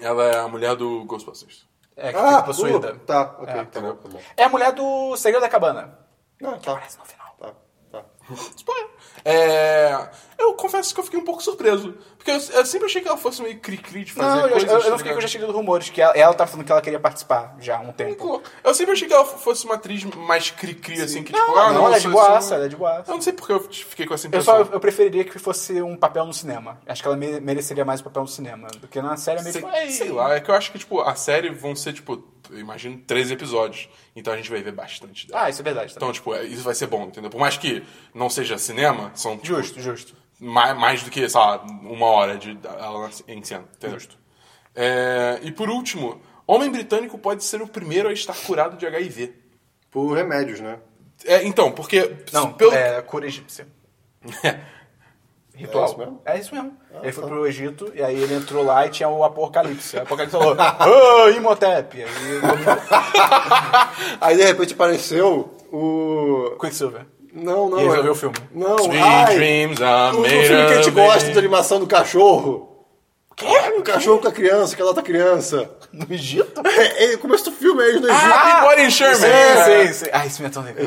Speaker 3: Ela é a mulher do Ghostbusters.
Speaker 1: É, que
Speaker 2: Ah,
Speaker 1: fica possuída.
Speaker 2: uh, tá, ok,
Speaker 1: É.
Speaker 2: tá bom, tá bom.
Speaker 1: É a mulher do Segredo da Cabana.
Speaker 2: Ah, tá,
Speaker 1: Parece no final.
Speaker 2: tá, tá.
Speaker 3: Spoiler. É, eu confesso que eu fiquei um pouco surpreso. Porque eu, eu sempre achei que ela fosse meio cri-cri de fazer
Speaker 1: Não, eu,
Speaker 3: coisas.
Speaker 1: eu- eu
Speaker 3: tá
Speaker 1: não fiquei com
Speaker 3: ligado?
Speaker 1: eu já tinha lido rumores, que ela, ela tava falando que ela queria participar já há um tempo.
Speaker 3: Tipo, Eu sempre achei que ela fosse uma atriz mais cri-cri, assim, que tipo, ah,
Speaker 1: não, ela é de
Speaker 3: sou-
Speaker 1: boaça,
Speaker 3: sou-
Speaker 1: ela é de boaça.
Speaker 3: Eu não sei porque eu fiquei com essa
Speaker 1: Eu só
Speaker 3: impressão.
Speaker 1: eu preferiria que fosse um papel no cinema. Acho que ela me- mereceria mais um papel no cinema. Porque na série é meio
Speaker 3: sei,
Speaker 1: tipo, "Ei".
Speaker 3: sei lá, é que eu acho que, tipo, a série vão ser, tipo, eu imagino, três episódios. Então a gente vai ver bastante dela.
Speaker 1: Ah, isso é verdade. Tá?
Speaker 3: Então, tipo, é- isso vai ser bom, entendeu? Por mais que não seja cinema, são tipo,
Speaker 1: Justo, justo.
Speaker 3: mais, mais do que, sei lá, uma hora de ela em cena, entendeu? É, e por último, homem britânico pode ser o primeiro a estar curado de HIV.
Speaker 2: Por remédios, né?
Speaker 3: É, então, porque.
Speaker 1: Não,
Speaker 3: pelo-
Speaker 1: é cura egípcia. Ritual.
Speaker 2: É isso mesmo?
Speaker 1: É isso mesmo. ele foi pro Egito e aí ele entrou lá e tinha o Apocalipse. O Apocalipse falou, ô, Imhotep! E aí,
Speaker 2: Aí de repente apareceu o.
Speaker 1: Quicksilver.
Speaker 2: Não, não.
Speaker 1: E resolveu
Speaker 2: é-
Speaker 1: o filme.
Speaker 2: Não,
Speaker 3: Sweet
Speaker 2: ai,
Speaker 3: dreams
Speaker 2: o,
Speaker 3: are
Speaker 2: o
Speaker 3: made
Speaker 2: filme que a gente
Speaker 3: of
Speaker 2: gosta
Speaker 3: it.
Speaker 2: de animação do cachorro. O cachorro com a criança, que ela tá criança.
Speaker 1: No Egito?
Speaker 2: É, é, começo do filme é eles no Egito.
Speaker 3: Ah, Body and Sherman!
Speaker 1: Sim,
Speaker 3: É.
Speaker 1: sim, sim. Ah, esse filme é tão legal.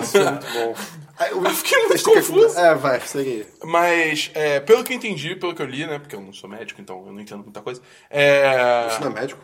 Speaker 2: Bom, aí, o-
Speaker 3: Eu fiquei muito
Speaker 2: acho que é-
Speaker 3: confuso.
Speaker 2: É, vai, segue aí.
Speaker 3: Mas, é, pelo que eu entendi, pelo que eu li, né? Porque eu não sou médico, então eu não entendo muita coisa. É.
Speaker 2: Você não é médico?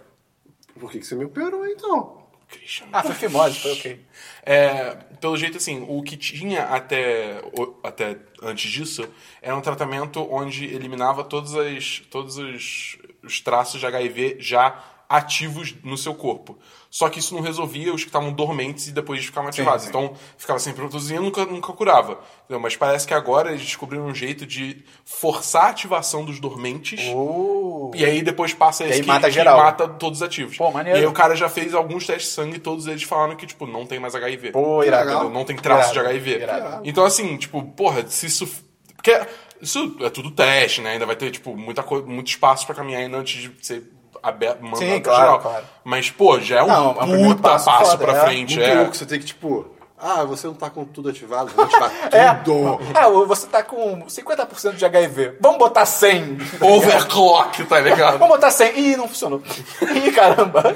Speaker 2: Por que, que você me operou então?
Speaker 3: Christian.
Speaker 1: Ah, foi fimose, foi ok.
Speaker 3: É, pelo jeito, assim, o que tinha até, o- até antes disso era um tratamento onde eliminava todas as, todos os, os traços de HIV já ativos no seu corpo. Só que isso não resolvia os que estavam dormentes e depois ficavam ativados.
Speaker 1: sim.
Speaker 3: Então ficava sempre produzindo e nunca, nunca curava. Entendeu? Mas parece que agora eles descobriram um jeito de forçar a ativação dos dormentes.
Speaker 1: Uh,
Speaker 3: E aí depois passa esse
Speaker 1: aí
Speaker 3: que,
Speaker 1: mata
Speaker 3: que
Speaker 1: geral.
Speaker 3: mata todos os ativos.
Speaker 1: Pô, maneiro.
Speaker 3: E aí o cara já fez alguns testes de sangue e todos eles falaram que, tipo, não tem mais HIV.
Speaker 1: pô, irado.
Speaker 2: Legal.
Speaker 3: não tem traço de
Speaker 1: irado,
Speaker 3: HIV.
Speaker 1: irado.
Speaker 3: Então, assim, tipo, porra, se isso. Porque isso é tudo teste, né? Ainda vai ter, tipo, muita co... muito espaço pra caminhar ainda antes de ser aberto, mandado
Speaker 1: Sim,
Speaker 3: pra
Speaker 1: claro,
Speaker 3: geral.
Speaker 1: claro.
Speaker 3: Mas, pô, já é um
Speaker 1: Não, é um primeiro
Speaker 3: puta passo,
Speaker 1: passo foda,
Speaker 3: pra
Speaker 1: é.
Speaker 3: frente.
Speaker 2: Muito
Speaker 3: É.
Speaker 2: louco, você tem que, tipo, ah, você não tá com tudo ativado, vou ativar
Speaker 1: É,
Speaker 2: tudo.
Speaker 1: ah, você tá com 50% de HIV. Vamos botar 100.
Speaker 3: Overclock, tá ligado?
Speaker 1: Vamos botar 100. Ih, não funcionou. Ih, caramba.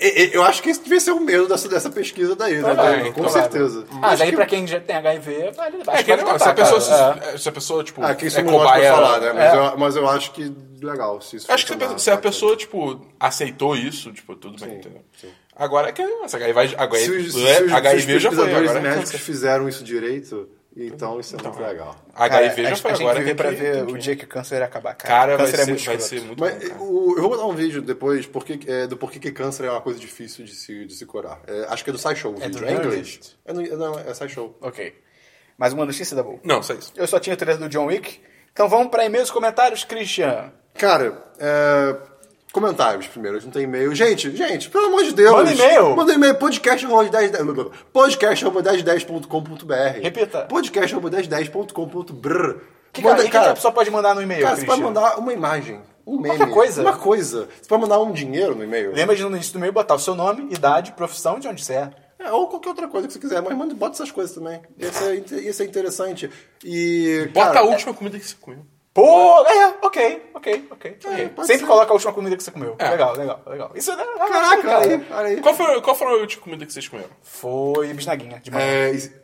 Speaker 2: E- e- Eu acho que esse devia ser o medo dessa, dessa pesquisa daí, né?
Speaker 1: Ah,
Speaker 2: cara?
Speaker 3: é,
Speaker 2: com
Speaker 3: claro.
Speaker 2: certeza.
Speaker 1: Ah, daí pra quem já tem HIV, vale, acho
Speaker 3: É,
Speaker 1: que
Speaker 3: que
Speaker 1: vale
Speaker 3: negócio, se
Speaker 1: botar,
Speaker 3: a pessoa,
Speaker 1: cara.
Speaker 3: se, se a pessoa, tipo,
Speaker 2: Ah, que isso
Speaker 3: é
Speaker 2: eu não gosto
Speaker 3: cobaia-
Speaker 2: pra falar, né? Mas,
Speaker 1: é.
Speaker 2: eu, mas eu acho que legal. Se isso
Speaker 3: Eu acho que se
Speaker 2: funcionar,
Speaker 3: a pessoa- se a
Speaker 2: tá?
Speaker 3: pessoa, tipo, aceitou isso, tipo, tudo bem, entendeu? Agora é que nossa, HIV,
Speaker 2: Se
Speaker 3: HIV,
Speaker 2: os, se os, se
Speaker 3: HIV
Speaker 2: os
Speaker 3: já foi.
Speaker 2: pesquisadores
Speaker 3: Agora, é
Speaker 2: médicos fizeram isso direito, então isso é muito legal.
Speaker 3: HIV
Speaker 1: Cara,
Speaker 3: já
Speaker 1: a-
Speaker 3: foi.
Speaker 1: a gente
Speaker 3: Agora
Speaker 1: vive
Speaker 3: tem
Speaker 1: pra
Speaker 3: que-
Speaker 1: ver
Speaker 3: tem que-
Speaker 1: o dia que o câncer irá acabar, cara.
Speaker 3: Cara, vai
Speaker 1: câncer
Speaker 3: ser,
Speaker 1: é muito
Speaker 3: vai
Speaker 1: escroto.
Speaker 3: ser muito
Speaker 2: Mas
Speaker 3: bom, cara.
Speaker 2: o- eu vou mandar um vídeo depois porque, é, do porquê que câncer é uma coisa difícil de se, de se curar. É, acho que é do SciShow. o
Speaker 1: É
Speaker 2: vídeo.
Speaker 1: do
Speaker 2: é em inglês.
Speaker 1: Nerdist?
Speaker 2: É no- não, é SciShow.
Speaker 1: Ok. Mais uma notícia da boa.
Speaker 3: Não, só isso.
Speaker 1: Eu só tinha o trailer do John Wick. Então vamos pra e-mails e comentários, Christian.
Speaker 2: Cara, é, comentários primeiro, não tem e-mail. Gente, gente, pelo amor de Deus.
Speaker 1: Manda e-mail.
Speaker 2: Manda e-mail, podcast arroba 10 podcast arroba 1010.com.br.
Speaker 1: Repita.
Speaker 2: Podcast arroba 1010.com.br.
Speaker 1: Que,
Speaker 2: Manda,
Speaker 1: cara, que que a pessoa pode mandar no e-mail,
Speaker 2: Cara, você
Speaker 1: Christian?
Speaker 2: pode mandar uma imagem, um meme,
Speaker 1: Qualquer coisa. É.
Speaker 2: uma coisa. Você pode mandar um dinheiro no e-mail.
Speaker 1: Lembra de no início do e-mail botar o seu nome, idade, profissão, de onde você é.
Speaker 2: É, ou qualquer outra coisa que você quiser, mas manda, bota essas coisas também. Isso é, inte- isso é interessante. E.
Speaker 3: Bota
Speaker 2: cara, é,
Speaker 3: a última comida que você comeu.
Speaker 1: Pô, é, ok, ok, ok. ok.
Speaker 2: pode
Speaker 1: Sempre
Speaker 2: ser.
Speaker 1: coloca a última comida que você comeu.
Speaker 3: É.
Speaker 1: Legal, legal, legal. Isso é.
Speaker 2: Caraca, é. olha aí, olha aí.
Speaker 3: Qual foi, qual foi a última comida que vocês comeram?
Speaker 1: Foi bisnaguinha de manhã.
Speaker 2: É, is-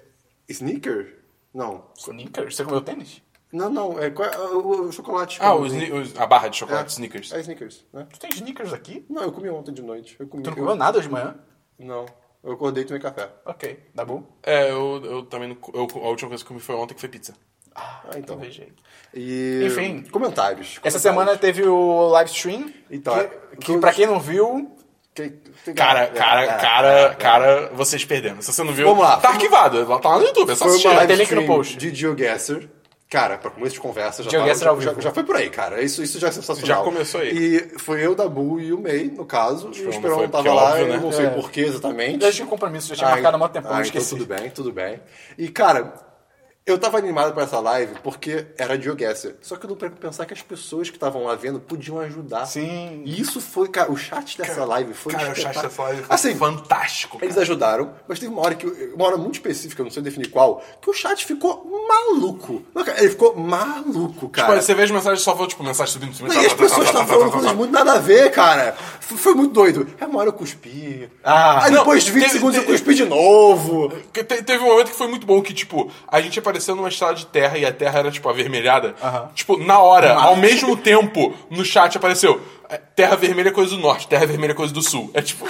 Speaker 2: sneaker? Não.
Speaker 1: Snickers? Você comeu tênis?
Speaker 2: Não, não. É, qual é- o, o- o chocolate.
Speaker 3: Ah,
Speaker 2: Eu
Speaker 3: os,
Speaker 2: comi.
Speaker 3: sni- os- a barra de
Speaker 2: um- É,
Speaker 3: chocolate, sneakers.
Speaker 2: É sneakers, né?
Speaker 1: Tu tem sneakers aqui?
Speaker 2: Não, eu comi ontem de noite. Eu comi.
Speaker 1: Tu não
Speaker 2: eu-
Speaker 1: comeu nada hoje de manhã?
Speaker 2: Não. Eu acordei e tomei café.
Speaker 1: Ok. Dá bom?
Speaker 3: É, eu, eu também não, co- eu, a última coisa que eu comi foi ontem, que foi pizza.
Speaker 2: Ah, então.
Speaker 1: Veja.
Speaker 2: E-
Speaker 1: Enfim.
Speaker 2: Comentários.
Speaker 1: Essa
Speaker 2: comentários.
Speaker 1: semana teve o live stream.
Speaker 2: Então,
Speaker 1: que, que
Speaker 2: eu-
Speaker 1: pra quem não viu,
Speaker 2: Tem- tem-
Speaker 3: Cara,
Speaker 2: é,
Speaker 3: cara,
Speaker 2: é.
Speaker 3: cara, cara, vocês perderam. Se você não viu,
Speaker 2: Vamos lá.
Speaker 3: tá arquivado. Tá lá no YouTube, é só
Speaker 2: Foi
Speaker 3: assistir.
Speaker 2: uma
Speaker 1: Vai
Speaker 2: live
Speaker 1: ter link no
Speaker 2: stream
Speaker 1: post.
Speaker 2: de GeoGuessr. Cara, pra começo de conversa, já,
Speaker 1: Diego
Speaker 2: tava-
Speaker 1: Guessler ao
Speaker 2: já,
Speaker 1: vivo.
Speaker 2: já foi por aí, cara. Isso, isso já é sensacional.
Speaker 3: é Já começou aí.
Speaker 2: E foi eu, Dabu e o Mei, no caso.
Speaker 3: que
Speaker 2: o
Speaker 3: não
Speaker 2: Esperão
Speaker 3: foi,
Speaker 2: não tava
Speaker 3: porque é
Speaker 2: lá,
Speaker 3: óbvio,
Speaker 2: eu
Speaker 3: né?
Speaker 2: não sei
Speaker 1: É.
Speaker 2: porquê exatamente.
Speaker 1: Eu tinha um compromisso, já tinha
Speaker 2: Ah,
Speaker 1: marcado há
Speaker 2: en-
Speaker 1: muito tempo,
Speaker 2: ah,
Speaker 1: não
Speaker 2: então
Speaker 1: esqueci.
Speaker 2: tudo bem, tudo bem. E, cara, eu tava animado pra essa live porque era Joe Gesser. Só que eu não parei pra pensar que as pessoas que estavam lá vendo podiam ajudar.
Speaker 1: Sim.
Speaker 2: E isso foi, cara, o chat dessa live foi
Speaker 3: Cara, o chat
Speaker 2: espetáculo.
Speaker 3: da Flávia foi
Speaker 2: Assim,
Speaker 3: fantástico. cara.
Speaker 2: eles ajudaram, mas teve uma hora que uma hora muito específica, eu não sei definir qual, que o chat ficou maluco. Não, cara, Ele ficou maluco, cara.
Speaker 3: Tipo, você vê as mensagens, só vou, tipo, mensagem subindo, subindo.
Speaker 2: Não, e as pessoas
Speaker 3: tá,
Speaker 2: estavam falando coisas muito nada a ver, cara. F- Foi muito doido. É uma hora eu cuspi.
Speaker 1: Ah.
Speaker 2: Aí depois
Speaker 3: Não,
Speaker 2: de 20
Speaker 3: teve-
Speaker 2: segundos eu
Speaker 3: teve-
Speaker 2: cuspi de novo.
Speaker 3: Porque te- teve um momento que foi muito bom que, tipo, a gente apareceu numa estrada de terra e a terra era, tipo, avermelhada. Tipo, na hora, ao mesmo tempo, no chat apareceu. é, Terra vermelha é coisa do norte, terra vermelha é coisa do sul. É tipo.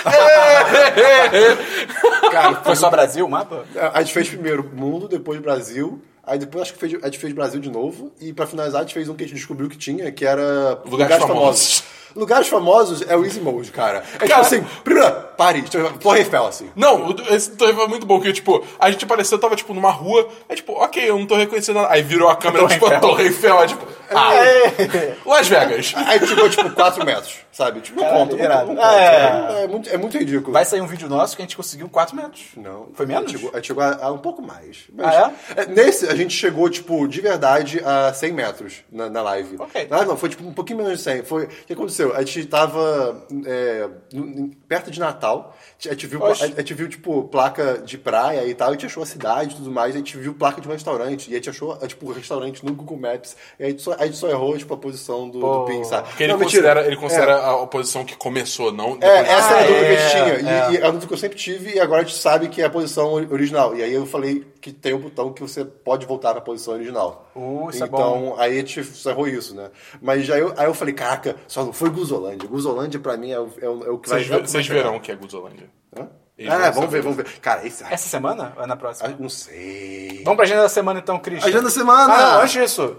Speaker 2: Cara,
Speaker 1: Foi só Brasil o mapa?
Speaker 2: A gente fez primeiro mundo, depois Brasil. Aí depois acho que fez- a gente fez Brasil de novo. E pra finalizar, a gente fez um que a gente descobriu que tinha, que era Lugares,
Speaker 3: Famosos.
Speaker 2: Lugares famosos é o Easy Mode, cara. É tipo
Speaker 3: Cara-
Speaker 2: assim, primeiro, Paris, Torre Eiffel, assim.
Speaker 3: Não, o do- esse torre foi muito bom, que, tipo, a gente apareceu, tava, tipo, numa rua, aí, tipo, ok, eu não tô reconhecendo nada. Aí virou a câmera,
Speaker 1: Torre
Speaker 3: tipo, a
Speaker 1: Eiffel.
Speaker 3: Torre Eiffel, aí, tipo,
Speaker 2: É.
Speaker 3: ah, Las Vegas.
Speaker 2: Aí chegou tipo 4 metros, sabe? Tipo, não
Speaker 1: Caralho,
Speaker 2: conta, não,
Speaker 1: irado.
Speaker 2: não conta.
Speaker 1: É.
Speaker 2: É. muito, é muito ridículo.
Speaker 1: Vai sair um vídeo nosso que a gente conseguiu 4 metros.
Speaker 2: Não.
Speaker 1: Foi menos?
Speaker 2: Chegou, a gente chegou a, a um pouco mais. Mas-
Speaker 1: Ah,
Speaker 2: é, Nesse, a gente chegou, tipo, de verdade a 100 metros na, na live.
Speaker 1: Ok.
Speaker 2: Na live não, foi tipo um pouquinho menos de 100. Foi, o que aconteceu? A gente tava é, no- em- perto de Natal, a gente, viu, pla-
Speaker 1: Oxe.
Speaker 2: a, gente viu, tipo, placa de praia e tal, a gente achou a cidade e tudo mais, a gente viu placa de um restaurante, e a gente achou, é, tipo, o restaurante no Google Maps, e a gente só, a gente só errou, tipo, a posição do, do pin, sabe?
Speaker 3: Porque ele
Speaker 2: Não, mentira.
Speaker 3: considera, ele considera a oposição que começou, não.
Speaker 2: É,
Speaker 3: depois de-
Speaker 2: essa era a
Speaker 1: Ah,
Speaker 2: dúvida que a
Speaker 1: é,
Speaker 2: gente tinha. E, e é a dúvida que eu sempre tive, e agora a gente sabe que é a posição ori- original. E aí eu falei que tem um botão que você pode voltar pra posição original.
Speaker 1: Uh, isso é
Speaker 2: então, aí a gente só errou isso, né? Mas aí eu, aí eu falei, caraca, só não foi Guzolândia. Guzolândia pra mim é o, é o, é o que
Speaker 3: Vocês,
Speaker 2: vai...
Speaker 3: ve- vocês verão o que é Guzolândia.
Speaker 2: Hã?
Speaker 3: Eles vão
Speaker 2: Ah, vamos
Speaker 3: saber.
Speaker 2: ver, vamos ver. Cara, esse...
Speaker 1: Essa semana ou é na próxima?
Speaker 2: Ah, não sei...
Speaker 1: Vamos pra agenda da semana então, Christian.
Speaker 2: Agenda da semana!
Speaker 1: Ah, não, antes disso.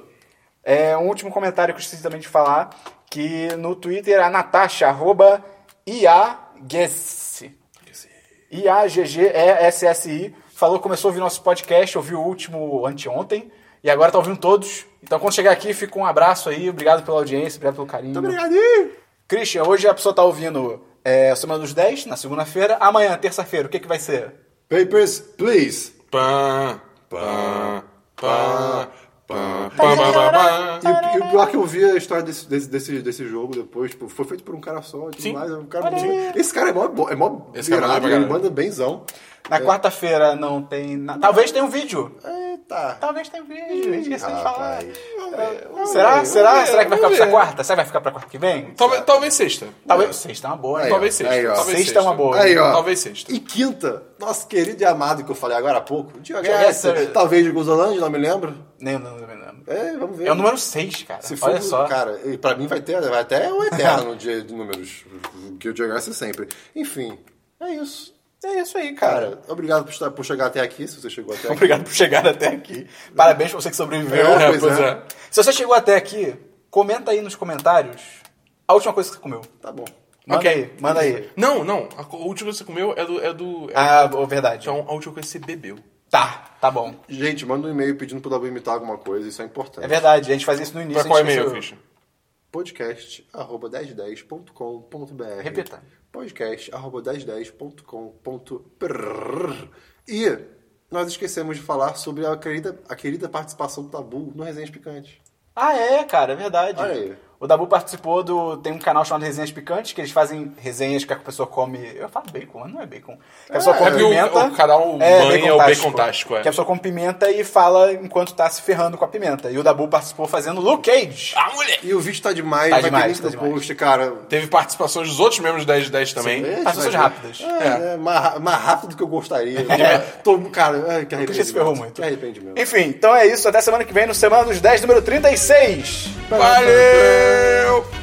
Speaker 1: É, um último comentário que eu esqueci também de falar. Que no Twitter a Natasha, arroba IAGS. I-A-G-G-E-S-S-I. Falou, começou a ouvir nosso podcast, ouviu o último anteontem. E agora tá ouvindo todos. Então quando chegar aqui, fica um abraço aí. Obrigado pela audiência, obrigado pelo carinho.
Speaker 2: Muito obrigado! Ih!
Speaker 1: Christian, hoje a pessoa tá ouvindo é, Semana dos 10, na segunda-feira. Amanhã, terça-feira, o que, que vai ser?
Speaker 2: Papers, please!
Speaker 3: Pã, pã, pã, pã, pã, pã, pã, pã.
Speaker 2: E o, e o pior é que eu vi a história desse, desse, desse, desse jogo depois, tipo, foi feito por um cara só e tudo
Speaker 3: Sim.
Speaker 2: mais. é Um cara muito- Esse cara é mó, bo- é mó
Speaker 3: Esse cara manda
Speaker 2: virado,
Speaker 3: pra
Speaker 2: ele
Speaker 3: caralho.
Speaker 2: manda benzão. É.
Speaker 1: Na quarta-feira não tem. na- Talvez tenha um vídeo.
Speaker 2: Eita.
Speaker 1: Talvez tenha um vídeo. eu Esqueci de falar. É,
Speaker 2: Rapaz.
Speaker 1: Será? Será? Será que vai ficar
Speaker 3: vamos
Speaker 1: pra
Speaker 3: ver.
Speaker 1: quarta? Será que vai ficar pra quarta que vem?
Speaker 3: Talvez, talvez sexta.
Speaker 1: Talvez. Sexta é uma boa, né?
Speaker 2: Aí,
Speaker 3: Talvez
Speaker 2: ó.
Speaker 3: sexta.
Speaker 2: Aí, ó.
Speaker 3: Talvez
Speaker 1: Sexta é uma boa.
Speaker 2: Aí, ó.
Speaker 3: Talvez sexta.
Speaker 2: E quinta, nosso querido e amado que eu falei agora há pouco, Diogo
Speaker 1: Diogo
Speaker 2: Hester,
Speaker 1: Hester.
Speaker 2: talvez de Gozolândia, não me lembro.
Speaker 1: Nem, não, não, não.
Speaker 2: É, vamos ver.
Speaker 1: É o número 6, cara.
Speaker 2: Se for,
Speaker 1: Olha só.
Speaker 2: Cara, e pra mim vai ter, vai até o eterno de, de números, que o Diogo Hester sempre. Enfim, é isso.
Speaker 1: É isso aí, cara.
Speaker 2: Cara, obrigado por, estar- por chegar até aqui, se você chegou até aqui.
Speaker 1: Obrigado por chegar até aqui. Parabéns pra você que sobreviveu.
Speaker 2: É,
Speaker 3: É,
Speaker 2: pois
Speaker 3: pois
Speaker 2: é.
Speaker 3: é.
Speaker 1: Se você chegou até aqui, comenta aí nos comentários a última coisa que você comeu.
Speaker 2: Tá bom.
Speaker 1: Manda
Speaker 3: Ok.
Speaker 1: aí, manda aí.
Speaker 3: Não, não. A co- a última que você comeu é do. É do é-
Speaker 1: Ah, boa, verdade.
Speaker 3: Então, a última coisa que você bebeu.
Speaker 1: Tá, tá bom.
Speaker 2: Gente, manda um e-mail pedindo pro W imitar alguma coisa, isso é importante.
Speaker 1: É verdade, a gente fazia isso no início.
Speaker 3: Pra qual
Speaker 1: a gente
Speaker 3: e-mail,
Speaker 1: esqueceu.
Speaker 3: Christian?
Speaker 2: Podcast arroba 1010.com.br
Speaker 1: Repita.
Speaker 2: Podcast arroba 1010.com.br E nós esquecemos de falar sobre a querida, a querida participação do Tabu no Resenhas Picantes.
Speaker 1: Ah, é, cara, é verdade.
Speaker 2: Olha aí.
Speaker 1: O Dabu participou do. Tem um canal chamado Resenhas Picantes, que eles fazem resenhas que a pessoa come. Eu falo bacon, mas não é bacon. Que a pessoa
Speaker 2: É,
Speaker 1: come
Speaker 2: é
Speaker 3: porque o-
Speaker 1: pimenta.
Speaker 3: o canal mãe é
Speaker 1: bacontástico.
Speaker 3: o bacontástico, é.
Speaker 1: Que a pessoa come pimenta e fala enquanto tá se ferrando com a pimenta. E o Dabu participou fazendo Luke Cage.
Speaker 3: Ah, mulher!
Speaker 2: E o vídeo tá demais,
Speaker 1: Tá
Speaker 2: vai
Speaker 1: demais,
Speaker 2: ter link
Speaker 1: tá
Speaker 2: no
Speaker 1: demais.
Speaker 2: post, cara.
Speaker 3: Teve participações dos outros membros do 10 de 10 também.
Speaker 2: Esse
Speaker 1: Participações
Speaker 2: vai ter-
Speaker 1: rápidas. É.
Speaker 2: É, é, mais, ra- mais rápido do que eu gostaria. Todo, cara, ai, que arrependimento.
Speaker 1: se ferrou muito.
Speaker 2: Que arrependimento.
Speaker 1: Enfim, então é isso. Até semana que vem, no Semana dos 10, número 36.
Speaker 3: Valeu!